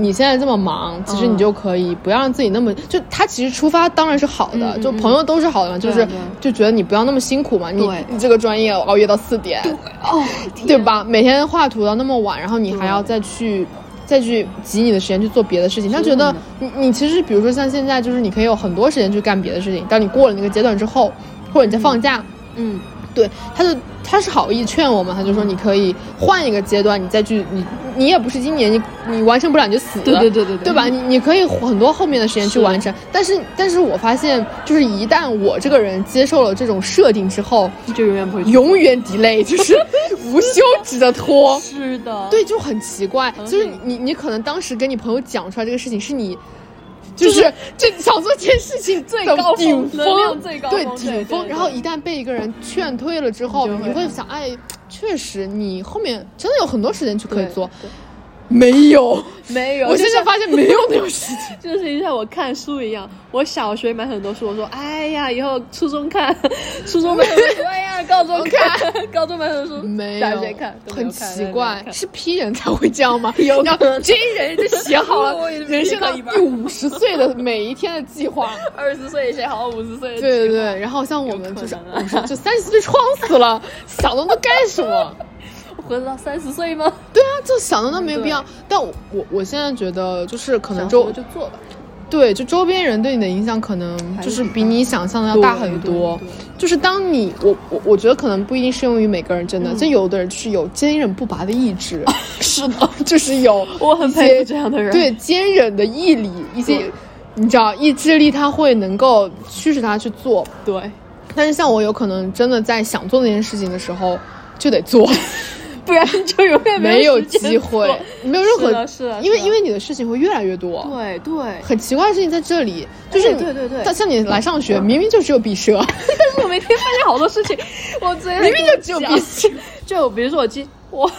Speaker 3: 你现在这么忙，其实
Speaker 2: 嗯
Speaker 3: 你就可以不要让自己那么、就他其实出发当然是好
Speaker 2: 嗯
Speaker 3: 的，
Speaker 2: 嗯
Speaker 3: 就朋友都是好的嘛，
Speaker 2: 对
Speaker 3: 就
Speaker 2: 啊
Speaker 3: 是
Speaker 2: 对啊
Speaker 3: 就觉得你不要那么辛苦嘛，你
Speaker 2: 对
Speaker 3: 你这个专业熬夜到四点，
Speaker 2: 哦，
Speaker 3: 对吧？每天画图到那么晚，然后你还要
Speaker 2: 对
Speaker 3: 再去再去挤你的时间去做别嗯的事情。他觉得
Speaker 2: 的
Speaker 3: 你你其实比如说像现在，就是你可以有很多时间去干别的事情。当你过了那个阶段之后，或者你在放假，
Speaker 2: 嗯，
Speaker 3: 对，他就他是好意劝我嘛，他就说你可以换一个阶段，你再去你你也不是今年你你完成不了你就死了，
Speaker 2: 对对对对对
Speaker 3: 对吧？你你可以很多后面的时间去
Speaker 2: 是
Speaker 3: 完成，但是但是我发现就是一旦我这个人接受了这种设定之后，
Speaker 2: 就永远不会去。
Speaker 3: 永远 delay 就是无休止的拖。
Speaker 2: 是的，
Speaker 3: [laughs] 对，就很奇怪，
Speaker 2: 嗯
Speaker 3: 就是你你可能当时跟你朋友讲出来这个事情，是你就是这想做这件事情最
Speaker 2: 高峰
Speaker 3: 顶
Speaker 2: 能量
Speaker 3: 峰，
Speaker 2: 最高
Speaker 3: 对
Speaker 2: 峰对
Speaker 3: 顶峰。
Speaker 2: 对
Speaker 3: 然后
Speaker 2: 对
Speaker 3: 一旦被一个人劝退了之后，
Speaker 2: 你就
Speaker 3: 你
Speaker 2: 会
Speaker 3: 会想，哎，确实你后面真的有很多时间去可以
Speaker 2: 对
Speaker 3: 做，没有。
Speaker 2: 没有。
Speaker 3: 我
Speaker 2: 就
Speaker 3: 现在
Speaker 2: 像
Speaker 3: 发现没有那种事情，
Speaker 2: 就是像我看书一样，我小学买很多书，我说哎呀，以后初中看，初中买很多书，哎呀，高中看，高中买很多书，[laughs]
Speaker 3: 没
Speaker 2: 大
Speaker 3: 有
Speaker 2: 学看，，都没
Speaker 3: 很
Speaker 2: 有看都
Speaker 3: 奇怪，
Speaker 2: 没有看
Speaker 3: 是 P 人才会这样吗？有要 J 人就写
Speaker 2: [laughs]
Speaker 3: 好
Speaker 2: 哦我
Speaker 3: 了
Speaker 2: 也是
Speaker 3: 人生
Speaker 2: 立刻
Speaker 3: 到
Speaker 2: 一
Speaker 3: 第
Speaker 2: 半
Speaker 3: 五十岁的每一天的
Speaker 2: [laughs]
Speaker 3: 计划，
Speaker 2: 二十岁写好五十岁的
Speaker 3: 对对对，然后像我们
Speaker 2: 可
Speaker 3: 就是
Speaker 2: 能啊
Speaker 3: 五十，就三十岁撞死了，想那么多干什么？
Speaker 2: 活到三十岁吗？
Speaker 3: 对啊，就想的那没有必要
Speaker 2: 对。
Speaker 3: 但我我我现在觉得，就是可能
Speaker 2: 想
Speaker 3: 周
Speaker 2: 做就做吧，
Speaker 3: 对就周边人对你的影响，可能
Speaker 2: 还
Speaker 3: 就是是
Speaker 2: 挺
Speaker 3: 比
Speaker 2: 大
Speaker 3: 你想象的要大
Speaker 2: 对
Speaker 3: 很
Speaker 2: 对
Speaker 3: 多
Speaker 2: 对。
Speaker 3: 就是当你我我我觉得可能不一定适用于每个人，真的，
Speaker 2: 嗯
Speaker 3: 就有的人是有坚韧不拔的意志， [laughs] 是的，就是有
Speaker 2: 我很
Speaker 3: 一
Speaker 2: 佩服
Speaker 3: 些
Speaker 2: 这样的人
Speaker 3: 对坚韧的毅力，一些
Speaker 2: 对
Speaker 3: 你知道意志力，他会能够驱使他去做。
Speaker 2: 对，
Speaker 3: 但是像我有可能真的在想做那件事情的时候，就
Speaker 2: [laughs]
Speaker 3: 得做，
Speaker 2: 不然就永远
Speaker 3: 没
Speaker 2: 有
Speaker 3: 有
Speaker 2: 时间
Speaker 3: 机会
Speaker 2: 做，
Speaker 3: 没有任
Speaker 2: 是
Speaker 3: 何
Speaker 2: 的是的是的
Speaker 3: 因为因为你的事情会越来越多。
Speaker 2: 对对，
Speaker 3: 很奇怪的事情在这里，就是
Speaker 2: 哎
Speaker 3: 你
Speaker 2: 对对对嗯
Speaker 3: 但像你来上学，明明就只有毕
Speaker 2: [laughs]
Speaker 3: 设，
Speaker 2: 但是我每天发现好多
Speaker 3: [laughs]
Speaker 2: 事情，我昨天
Speaker 3: 明明就只有
Speaker 2: 讲
Speaker 3: 毕设，
Speaker 2: [laughs] 就比如说我今我。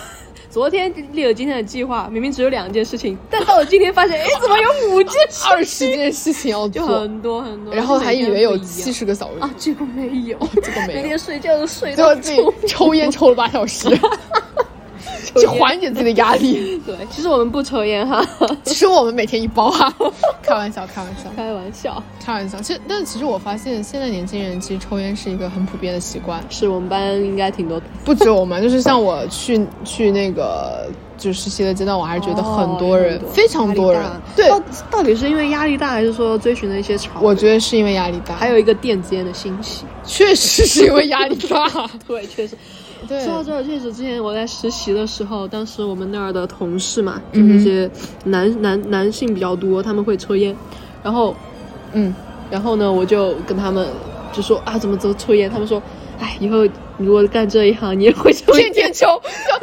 Speaker 2: 昨天列了今天的计划，明明只有两件事情，但到了今天发现，哎，怎么有五件事？
Speaker 3: 二十件事情要
Speaker 2: 就
Speaker 3: 做，
Speaker 2: 很多很多，
Speaker 3: 然后还以为有七
Speaker 2: 十
Speaker 3: 十个小时
Speaker 2: 啊，，结果
Speaker 3: [laughs]
Speaker 2: 没有，
Speaker 3: 结果没有
Speaker 2: 每天睡觉都睡
Speaker 3: 最后
Speaker 2: 到
Speaker 3: 自己抽烟抽了八小时，
Speaker 2: 抽
Speaker 3: 去
Speaker 2: 烟。
Speaker 3: 缓解自己的压力。
Speaker 2: 对，其实我们不抽烟哈， [laughs]
Speaker 3: 其实我们每天一包啊， [laughs] 开玩笑，开玩笑，
Speaker 2: 开玩笑。
Speaker 3: 开玩笑。其实，但其实我发现现在年轻人其实抽烟是一个很普遍的习惯，
Speaker 2: 是我们班应该挺多，
Speaker 3: 不止我们，就是像我去去那个就实习的阶段，我还是觉得很多人，
Speaker 2: 哦
Speaker 3: 非常多人
Speaker 2: 压力大，
Speaker 3: 对，
Speaker 2: 到到底是因为压力大，还是说追寻的一些潮流？
Speaker 3: 我觉得是因为压力大，
Speaker 2: 还有一个电子烟的兴起。
Speaker 3: 确实是因为压力
Speaker 2: [laughs]
Speaker 3: 大，
Speaker 2: 对，确实。
Speaker 3: 对
Speaker 2: 说到这儿，确实之前我在实习的时候，当时我们那儿的同事嘛，就那些男、男男性比较多，他们会抽烟，然后
Speaker 3: 嗯，
Speaker 2: 然后呢，我就跟他们就说啊，怎么都抽烟？他们说，哎，以后你如果干这一行，你也会抽
Speaker 3: 天
Speaker 2: 烟。
Speaker 3: 天抽，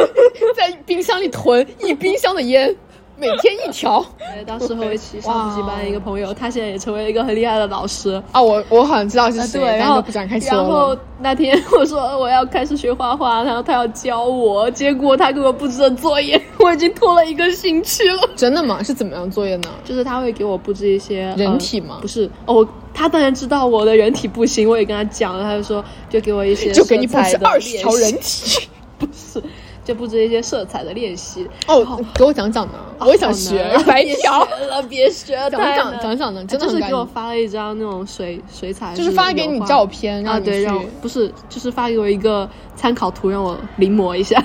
Speaker 3: [laughs] 在冰箱里囤一冰箱的烟，每天一条。
Speaker 2: 当时和我一起上补习班一个朋友，他现在也成为一个很厉害的老师。
Speaker 3: 啊，我我好像知道是
Speaker 2: 啊，
Speaker 3: 谁，
Speaker 2: 对，然
Speaker 3: 但
Speaker 2: 后
Speaker 3: 都不展开说
Speaker 2: 然后
Speaker 3: 了。
Speaker 2: 那天我说呃我要开始学画画，然后他要教我，结果他给我布置的作业，我已经拖了一个星期了。
Speaker 3: 真的吗？是怎么样作业呢？
Speaker 2: 就是他会给我布置一些
Speaker 3: 人体
Speaker 2: 呃
Speaker 3: 吗
Speaker 2: 不是哦，我他当然知道我的人体不行，我也跟他讲了，他就说就给我一些
Speaker 3: 就给你布
Speaker 2: 色
Speaker 3: 置
Speaker 2: 彩的
Speaker 3: 二十条人
Speaker 2: 练习，
Speaker 3: 体。
Speaker 2: 不是就布置一些色彩的练习。 [laughs]
Speaker 3: 哦，给我讲讲呢，我也想学
Speaker 2: 好难啊
Speaker 3: [laughs] 白条。
Speaker 2: 别学了，别学了，
Speaker 3: 讲讲
Speaker 2: 太难
Speaker 3: 讲讲呢真的
Speaker 2: 就
Speaker 3: 很
Speaker 2: 是
Speaker 3: 感
Speaker 2: 给我
Speaker 3: 人
Speaker 2: 发了一张那种水水彩，
Speaker 3: 就是发给你
Speaker 2: 油画
Speaker 3: 照片让
Speaker 2: 啊，
Speaker 3: 你
Speaker 2: 对，
Speaker 3: 去
Speaker 2: 让我不是就是发给我一个参考图，让我临摹一下。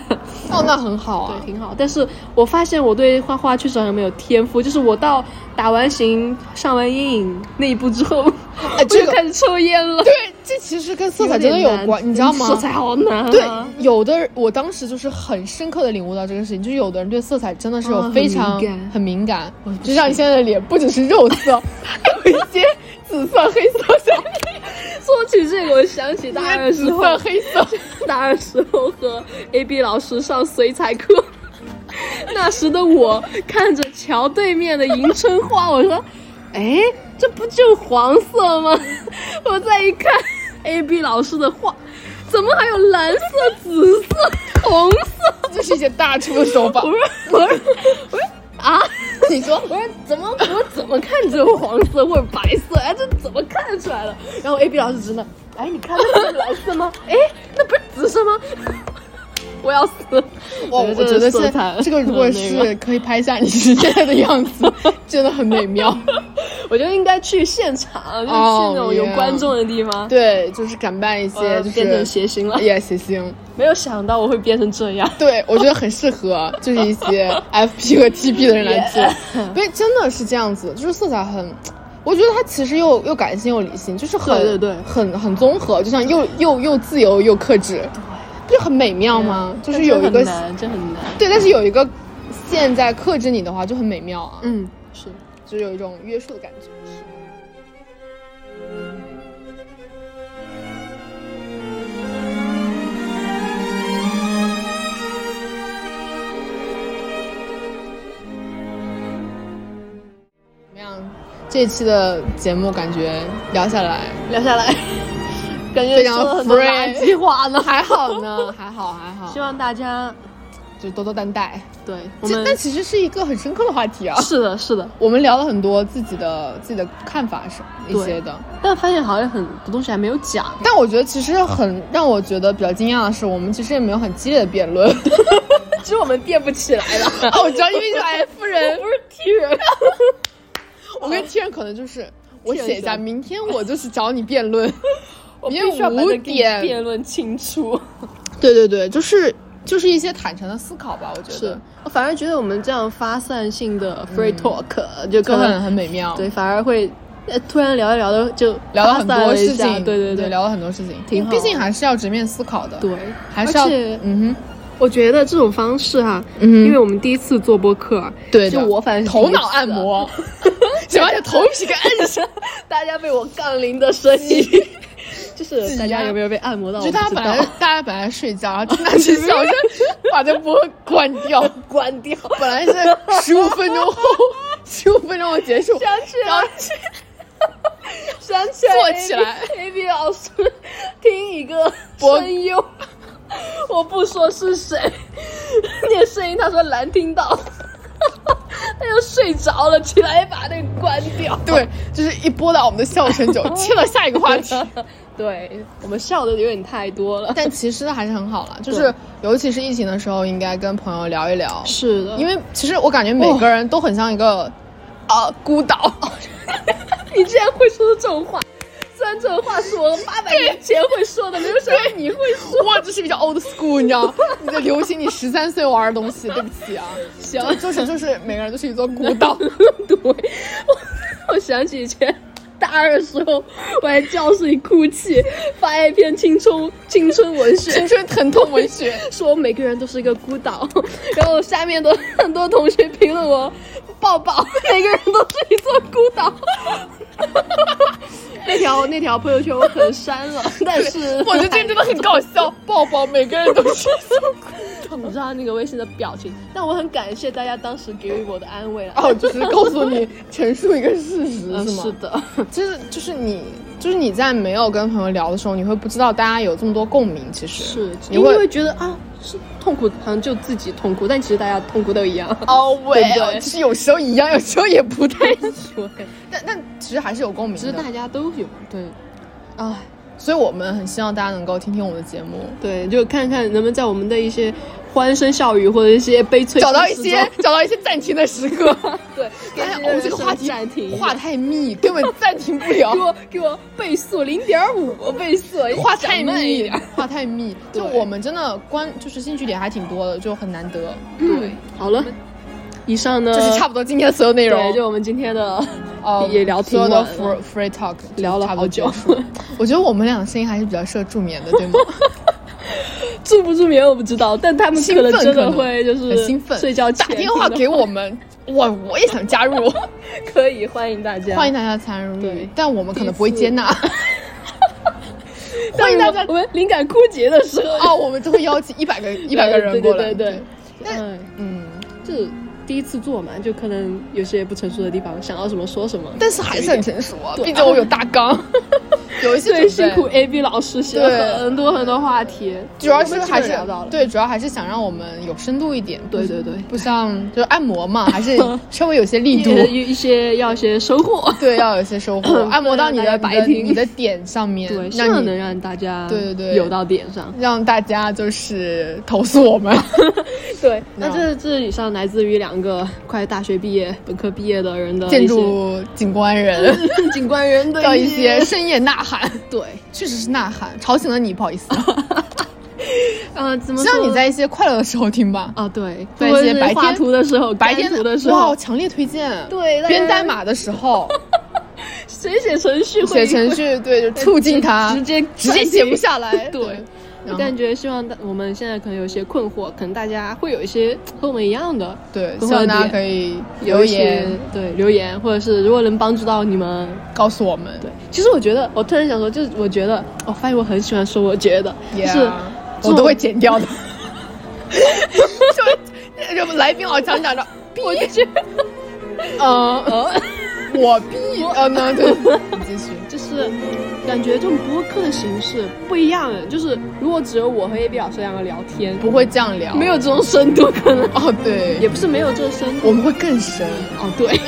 Speaker 3: 哦，那很好
Speaker 2: 对，
Speaker 3: 啊。
Speaker 2: 挺好。但是我发现我对画画确实好像没有天赋，就是我到打完形、上完阴影那一步之后， [laughs] 我
Speaker 3: 哎这
Speaker 2: 就
Speaker 3: 个
Speaker 2: 开始抽烟了。
Speaker 3: 对，这其实跟色彩真的
Speaker 2: 有点
Speaker 3: 有
Speaker 2: 难
Speaker 3: 关，你知道吗？
Speaker 2: 色彩好难、啊。
Speaker 3: 对，有的人我当时就是很深刻的领悟到这个事情，就是有的人对色彩真的是有
Speaker 2: 啊
Speaker 3: 非常、
Speaker 2: 很敏感
Speaker 3: 很敏感
Speaker 2: 我，
Speaker 3: 就像你现在的脸，不只是肉色， [laughs] 还有一些紫色、黑色小
Speaker 2: [laughs] 说起这个，我想起 [laughs] 大
Speaker 3: 点，
Speaker 2: 二
Speaker 3: 紫
Speaker 2: 时候
Speaker 3: 色、，黑色。
Speaker 2: [laughs]
Speaker 3: [laughs]
Speaker 2: 大二时候和 A B 老师上水彩课。 [laughs] 那时的我看着桥对面的迎春花，我说：“哎，这不就是黄色吗？” [laughs] 我再一看 A B 老师的画，怎么还有蓝色、紫色、红色？
Speaker 3: 这是一些大厨的手
Speaker 2: [laughs]
Speaker 3: 法
Speaker 2: 我。说：“我说，我说啊！”
Speaker 3: 你说
Speaker 2: 我说怎么我怎么看只有黄色或者白色哎，这怎么看出来了？然后 A B 老师真的，哎，你看那不是蓝色吗？哎，那不是紫色吗？我要死！
Speaker 3: 我我觉得
Speaker 2: 色
Speaker 3: 现
Speaker 2: 彩
Speaker 3: 在这个如果
Speaker 2: 很那
Speaker 3: 是
Speaker 2: 个
Speaker 3: 可以拍下你现在的样
Speaker 2: [laughs]
Speaker 3: 子，真的很美妙。
Speaker 2: 我觉得应该去现场，就是去那种有
Speaker 3: 哦 yeah
Speaker 2: 观众的地方，
Speaker 3: 对，就是敢办一
Speaker 2: 我要
Speaker 3: 些，就是
Speaker 2: 变成谐星了。
Speaker 3: 也谐星。
Speaker 2: 没有想到我会变成这样，
Speaker 3: 对，我觉得很适合，就是一
Speaker 2: [laughs]
Speaker 3: 些 FP 和 TP 的人来做。对，真的是这样子，就是色彩很，我觉得它其实又又感性又理性，就是很
Speaker 2: 对对对
Speaker 3: 很很综合，就像又又又自由又克制，不就很美妙吗？嗯就是有一
Speaker 2: 但
Speaker 3: 个
Speaker 2: 这很难，这很难。
Speaker 3: 对，但是有一个现在克制你的话就很美妙啊，
Speaker 2: 嗯，是。
Speaker 3: 就是有一种约束的感觉。怎么样？这一期的节目感觉聊下来
Speaker 2: [laughs] 聊下来，感觉
Speaker 3: 非常
Speaker 2: 说了很多
Speaker 3: free
Speaker 2: 垃圾话呢。
Speaker 3: 还好呢，还好还好
Speaker 2: 希，望大家
Speaker 3: 就多多担待。
Speaker 2: 对我
Speaker 3: 这
Speaker 2: 们
Speaker 3: 但其实是一个很深刻的话题啊，
Speaker 2: 是的，是的。
Speaker 3: 我们聊了很多自己的自己的看法是一些的，
Speaker 2: 但发现好像很多东西还没有
Speaker 3: [laughs]
Speaker 2: 讲，
Speaker 3: 但我觉得其实
Speaker 2: 啊
Speaker 3: 很让我觉得比较惊讶的是，我们其实也没有很激烈的
Speaker 2: [laughs]
Speaker 3: 辩论。
Speaker 2: 其实我们变不起来了。 [laughs]
Speaker 3: 哦，我知道，因为是 F [laughs] 人，
Speaker 2: 不是 T 人，
Speaker 3: 我跟 T 人可能就是我
Speaker 2: T 人
Speaker 3: 写一下，
Speaker 2: 是
Speaker 3: 明天我就是找你辩论。
Speaker 2: [laughs] [laughs] 我
Speaker 3: 必
Speaker 2: 必
Speaker 3: 须
Speaker 2: 须
Speaker 3: 要
Speaker 2: 要把
Speaker 3: 把
Speaker 2: 这
Speaker 3: 它给你辩
Speaker 2: 辩论清楚。
Speaker 3: 对对对，就是就是一些坦诚的思考吧，我觉
Speaker 2: 是
Speaker 3: 得
Speaker 2: 我反而觉得我们这样发散性的 free talk、就
Speaker 3: 嗯
Speaker 2: 呃
Speaker 3: 就
Speaker 2: 可
Speaker 3: 很
Speaker 2: 能
Speaker 3: 很美妙。
Speaker 2: 对，反而会呃突然聊一聊的就
Speaker 3: 聊了很
Speaker 2: 发散
Speaker 3: 多
Speaker 2: 了一
Speaker 3: 事
Speaker 2: 下
Speaker 3: 情，
Speaker 2: 对对
Speaker 3: 对，
Speaker 2: 对，
Speaker 3: 聊了很多事情，
Speaker 2: 挺好
Speaker 3: 毕竟还是要直面思考的，
Speaker 2: 对，
Speaker 3: 还是要
Speaker 2: 而且
Speaker 3: 嗯哼，
Speaker 2: 我觉得这种方式哈、
Speaker 3: 嗯
Speaker 2: 因为我们第一次做播客，啊
Speaker 3: 对
Speaker 2: 就
Speaker 3: 的
Speaker 2: 我反正
Speaker 3: 头脑按，
Speaker 2: [laughs]
Speaker 3: 摩，什么叫头皮给按上？
Speaker 2: 大家被我杠铃的声 [laughs] 音，就是大家有没有被按摩到？
Speaker 3: 就大家
Speaker 2: 哦我不
Speaker 3: 本
Speaker 2: 知道
Speaker 3: 来大家本来睡觉，
Speaker 2: [laughs]
Speaker 3: 然后听到这笑声，把这播关掉。
Speaker 2: 关掉。
Speaker 3: 本来是十五分钟后， [laughs] 十五分钟后结束，
Speaker 2: [laughs] 想起
Speaker 3: 然后
Speaker 2: 来，想起来，
Speaker 3: 坐起来
Speaker 2: A B 老师听一个
Speaker 3: 播
Speaker 2: 声优，我不说是谁，那声音他说难听到， [laughs] 他又睡着了，起来把那个关掉。
Speaker 3: 对，就是一播到我们的笑声就切到下一个
Speaker 2: [laughs]
Speaker 3: 话题。
Speaker 2: [laughs] 对我们笑的有点太多了。
Speaker 3: 但其实还是很好了，就是
Speaker 2: 对
Speaker 3: 尤其是疫情的时候，应该跟朋友聊一聊，
Speaker 2: 是的，
Speaker 3: 因为其实我感觉每个人都很像一个啊、呃孤岛，
Speaker 2: 哦
Speaker 3: [laughs]
Speaker 2: 你竟然会说出这种话。虽然这种话是我八百年前会说的，没有想啊到你 [laughs] 会说。
Speaker 3: 我这是比较 old school，你知道吗？你在流行你十三岁玩的东西，对不起啊。
Speaker 2: [laughs] 行
Speaker 3: 就就是就是每个人都是一座孤岛。
Speaker 2: 对，我我想起以前大二的时候，我在教室里哭泣，发一篇青春青春文学
Speaker 3: 青，春疼痛文学，
Speaker 2: 说每个人都是一个孤岛，然后下面都很多同学评论我抱抱，每个人都是一座孤岛。 [laughs] 那条那条朋友圈我可能删了，但是
Speaker 3: [laughs] 我觉得这真的很搞笑。抱抱，每个人都是一座孤岛。
Speaker 2: [laughs] 我知道那个微信的表情，但我很感谢大家当时给予我的安慰了。
Speaker 3: 哦，就是告诉你陈述一个事实
Speaker 2: 嗯，
Speaker 3: 是吗？
Speaker 2: 是的，
Speaker 3: 就是就是你就是你在没有跟朋友聊的时候，你会不知道大家有这么多共鸣。其实
Speaker 2: 是
Speaker 3: 你
Speaker 2: 因为
Speaker 3: 会
Speaker 2: 会觉得啊，是痛苦好像就自己痛苦，但其实大家痛苦都一样。 [laughs]
Speaker 3: 哦，喂
Speaker 2: 对不对
Speaker 3: 就是有时候一样，有时候也不太一样。
Speaker 2: 对，
Speaker 3: 但但其实还是有共鸣
Speaker 2: 其实
Speaker 3: 的
Speaker 2: 大。家都有对
Speaker 3: 哎，所以我们很希望大家能够听听我们的节目，
Speaker 2: 对，就看看能不能在我们的一些欢声笑语或者一些悲催
Speaker 3: 找到一
Speaker 2: 之
Speaker 3: 些
Speaker 2: 中
Speaker 3: [laughs] 找到一些暂停的时 [laughs] 刻。
Speaker 2: [laughs] 对，给
Speaker 3: 哎呀，
Speaker 2: 你
Speaker 3: 我
Speaker 2: 的
Speaker 3: 们这个话
Speaker 2: 人生
Speaker 3: 题
Speaker 2: 暂停一下
Speaker 3: 话太密，根本暂停不了 [laughs]
Speaker 2: 给。我给我倍速零点五倍速，
Speaker 3: 话
Speaker 2: 哎讲
Speaker 3: 太
Speaker 2: 慢一
Speaker 3: 密
Speaker 2: 点。，
Speaker 3: 话太密，就
Speaker 2: 对
Speaker 3: 我们真的关就是兴趣点还挺多的，就很难得。
Speaker 2: 对，嗯好了，以上呢，
Speaker 3: 这是差不多今天的所有内容
Speaker 2: 对，，就我们今天的
Speaker 3: 呃
Speaker 2: [laughs] 也聊挺
Speaker 3: 所有的
Speaker 2: 晚
Speaker 3: free
Speaker 2: 了
Speaker 3: free talk 就
Speaker 2: 聊了
Speaker 3: 差不
Speaker 2: 好
Speaker 3: 多
Speaker 2: 久
Speaker 3: 结束。我觉得我们俩的声音还是比较适合助眠的，对吗？
Speaker 2: [laughs] 助不助眠我不知道，但他们 [laughs]
Speaker 3: 兴
Speaker 2: 可
Speaker 3: 奋
Speaker 2: 能真
Speaker 3: 可
Speaker 2: 的
Speaker 3: 能
Speaker 2: 会就
Speaker 3: 很
Speaker 2: 是
Speaker 3: 兴奋，
Speaker 2: 睡觉
Speaker 3: 打
Speaker 2: 前
Speaker 3: 电话
Speaker 2: 听的
Speaker 3: 给我们，我我也想加入，
Speaker 2: [laughs] 可以欢迎大家，
Speaker 3: 欢迎大家参
Speaker 2: 啊
Speaker 3: 与
Speaker 2: 对，
Speaker 3: 但我们可能不会接
Speaker 2: [laughs]
Speaker 3: 纳。
Speaker 2: 但
Speaker 3: 欢迎大家
Speaker 2: 我们灵感枯竭的时候，
Speaker 3: 哦，我们就会邀请一百个一
Speaker 2: 一
Speaker 3: 百个人过来，
Speaker 2: 对对对对，
Speaker 3: 但
Speaker 2: 哎，
Speaker 3: 嗯，
Speaker 2: 这第一次做嘛，就可能有些不成熟的地方，想到什么说什么。
Speaker 3: 但是还是很成熟啊，
Speaker 2: 对
Speaker 3: 毕竟我有大
Speaker 2: [laughs]
Speaker 3: 纲，有一些
Speaker 2: 对，
Speaker 3: 准
Speaker 2: 辛
Speaker 3: 备
Speaker 2: 苦 A B 老师写
Speaker 3: 对
Speaker 2: 了很多很多话题，
Speaker 3: 主要
Speaker 2: 我
Speaker 3: 是
Speaker 2: 们基
Speaker 3: 还
Speaker 2: 本
Speaker 3: 是
Speaker 2: 聊到了。
Speaker 3: 对，主要还是想让我们有深度一点，
Speaker 2: 对对对，
Speaker 3: 不像就是按
Speaker 2: [laughs]
Speaker 3: 摩嘛，还是稍微有些力
Speaker 2: 一
Speaker 3: 度，
Speaker 2: 些一些要一些收获，
Speaker 3: 对，要有些收获，按摩到你
Speaker 2: [laughs] 对
Speaker 3: 的
Speaker 2: 白
Speaker 3: 你的
Speaker 2: 听
Speaker 3: 你的点上面，
Speaker 2: 对，希望
Speaker 3: 让
Speaker 2: 能
Speaker 3: 你
Speaker 2: 让大家
Speaker 3: 对对对
Speaker 2: 有到点上。
Speaker 3: 让大家就是投诉我
Speaker 2: [laughs]
Speaker 3: 们，
Speaker 2: 对，
Speaker 3: 那
Speaker 2: 那这这以上来自于两个快大学毕业、本科毕业的人的
Speaker 3: 建筑景观人
Speaker 2: [laughs] 景观人的
Speaker 3: 要一些
Speaker 2: [laughs]
Speaker 3: 深夜呐喊，
Speaker 2: 对，
Speaker 3: 确实是呐喊，吵醒了你，不好
Speaker 2: [laughs]
Speaker 3: 意思，
Speaker 2: 呃，怎么
Speaker 3: 希望
Speaker 2: 说
Speaker 3: 你在一些快乐的时候听吧，
Speaker 2: 啊，对，
Speaker 3: 在
Speaker 2: 或者
Speaker 3: 一些
Speaker 2: 是
Speaker 3: 白天
Speaker 2: 画图的时候、
Speaker 3: 白
Speaker 2: 干
Speaker 3: 天
Speaker 2: 图的时
Speaker 3: 哇，
Speaker 2: 候，
Speaker 3: 强烈推荐，
Speaker 2: 对大家
Speaker 3: 编代码的
Speaker 2: [laughs]
Speaker 3: 时候，
Speaker 2: 谁写程序会
Speaker 3: 写程序，对，就促进
Speaker 2: [laughs]
Speaker 3: 它
Speaker 2: 直接
Speaker 3: 直接写不下来，
Speaker 2: [laughs] 对。
Speaker 3: 然
Speaker 2: 我
Speaker 3: 后
Speaker 2: 感觉希望大我们现在可能有些困惑，可能大家会有一些和我们一样的
Speaker 3: 对，
Speaker 2: 困
Speaker 3: 希
Speaker 2: 惑
Speaker 3: 望
Speaker 2: 点
Speaker 3: 大家可以
Speaker 2: 有
Speaker 3: 留
Speaker 2: 一些
Speaker 3: 言，
Speaker 2: 对留言，或者是如果能帮助到你们，
Speaker 3: 告诉我们，
Speaker 2: 对。其实我觉得，我突然想说，就是我觉得，我发现我很喜欢说，我觉得就
Speaker 3: Yeah，
Speaker 2: 是这
Speaker 3: 我
Speaker 2: 种
Speaker 3: 都
Speaker 2: [laughs]
Speaker 3: 会剪掉的。 [laughs] 就就来宾好讲讲着，
Speaker 2: [laughs] 我觉得
Speaker 3: 嗯、我必嗯呢，对，你继续。
Speaker 2: 就是感觉这种播客的形式不一样，就是如果只有我和 AB 老师两个聊天，
Speaker 3: 不会这样聊，
Speaker 2: 没有这种深度，可能
Speaker 3: 哦，对，
Speaker 2: 也不是没有这种深度
Speaker 3: 我们会更深。
Speaker 2: 哦，对。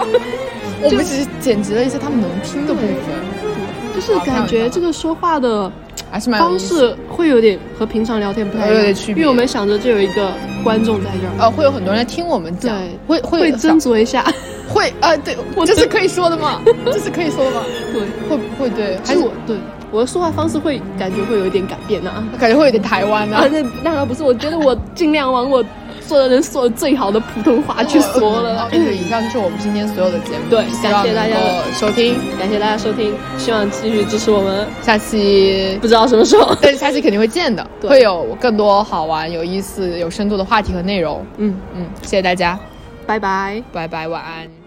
Speaker 2: [laughs]
Speaker 3: 我们只是剪辑了一些他们能听的部分，
Speaker 2: 就是感觉这个说话的
Speaker 3: 还是蛮有
Speaker 2: 方
Speaker 3: 意思。
Speaker 2: 式会有点和平常聊天不太一
Speaker 3: 有点
Speaker 2: 样，
Speaker 3: 区
Speaker 2: 因
Speaker 3: 别
Speaker 2: 为我们想着就有一个观众在这儿，
Speaker 3: 呃，会有很多人来听我们讲
Speaker 2: 对，
Speaker 3: 会会
Speaker 2: 会
Speaker 3: 有
Speaker 2: 斟酌一下。
Speaker 3: 会呃，对，
Speaker 2: [laughs] 我
Speaker 3: 这是
Speaker 2: 真
Speaker 3: 可以说的吗？这是可以说的吗？
Speaker 2: [laughs] 对，
Speaker 3: 会会对，还
Speaker 2: 还
Speaker 3: 是
Speaker 2: 是我对我的说话方式会感觉会有一点改变的啊。
Speaker 3: 感觉会有点台湾呢、
Speaker 2: 啊，那那倒不是，我觉得我尽量往我说的能说的最好的普通话去说了啦。
Speaker 3: 哦就是以上就是我们今天所有的节目，
Speaker 2: 对
Speaker 3: 希望
Speaker 2: 感谢大家
Speaker 3: 能够收听，
Speaker 2: 感谢大家收听，希望继续支持我们，[laughs]
Speaker 3: 下期
Speaker 2: 不知道什么时候。
Speaker 3: 但是下期肯定会见的，
Speaker 2: 对
Speaker 3: 会有更多好玩、有意思、有深度的话题和内容。
Speaker 2: 嗯，
Speaker 3: 嗯，谢谢大家，
Speaker 2: 拜拜。
Speaker 3: 拜拜，晚安。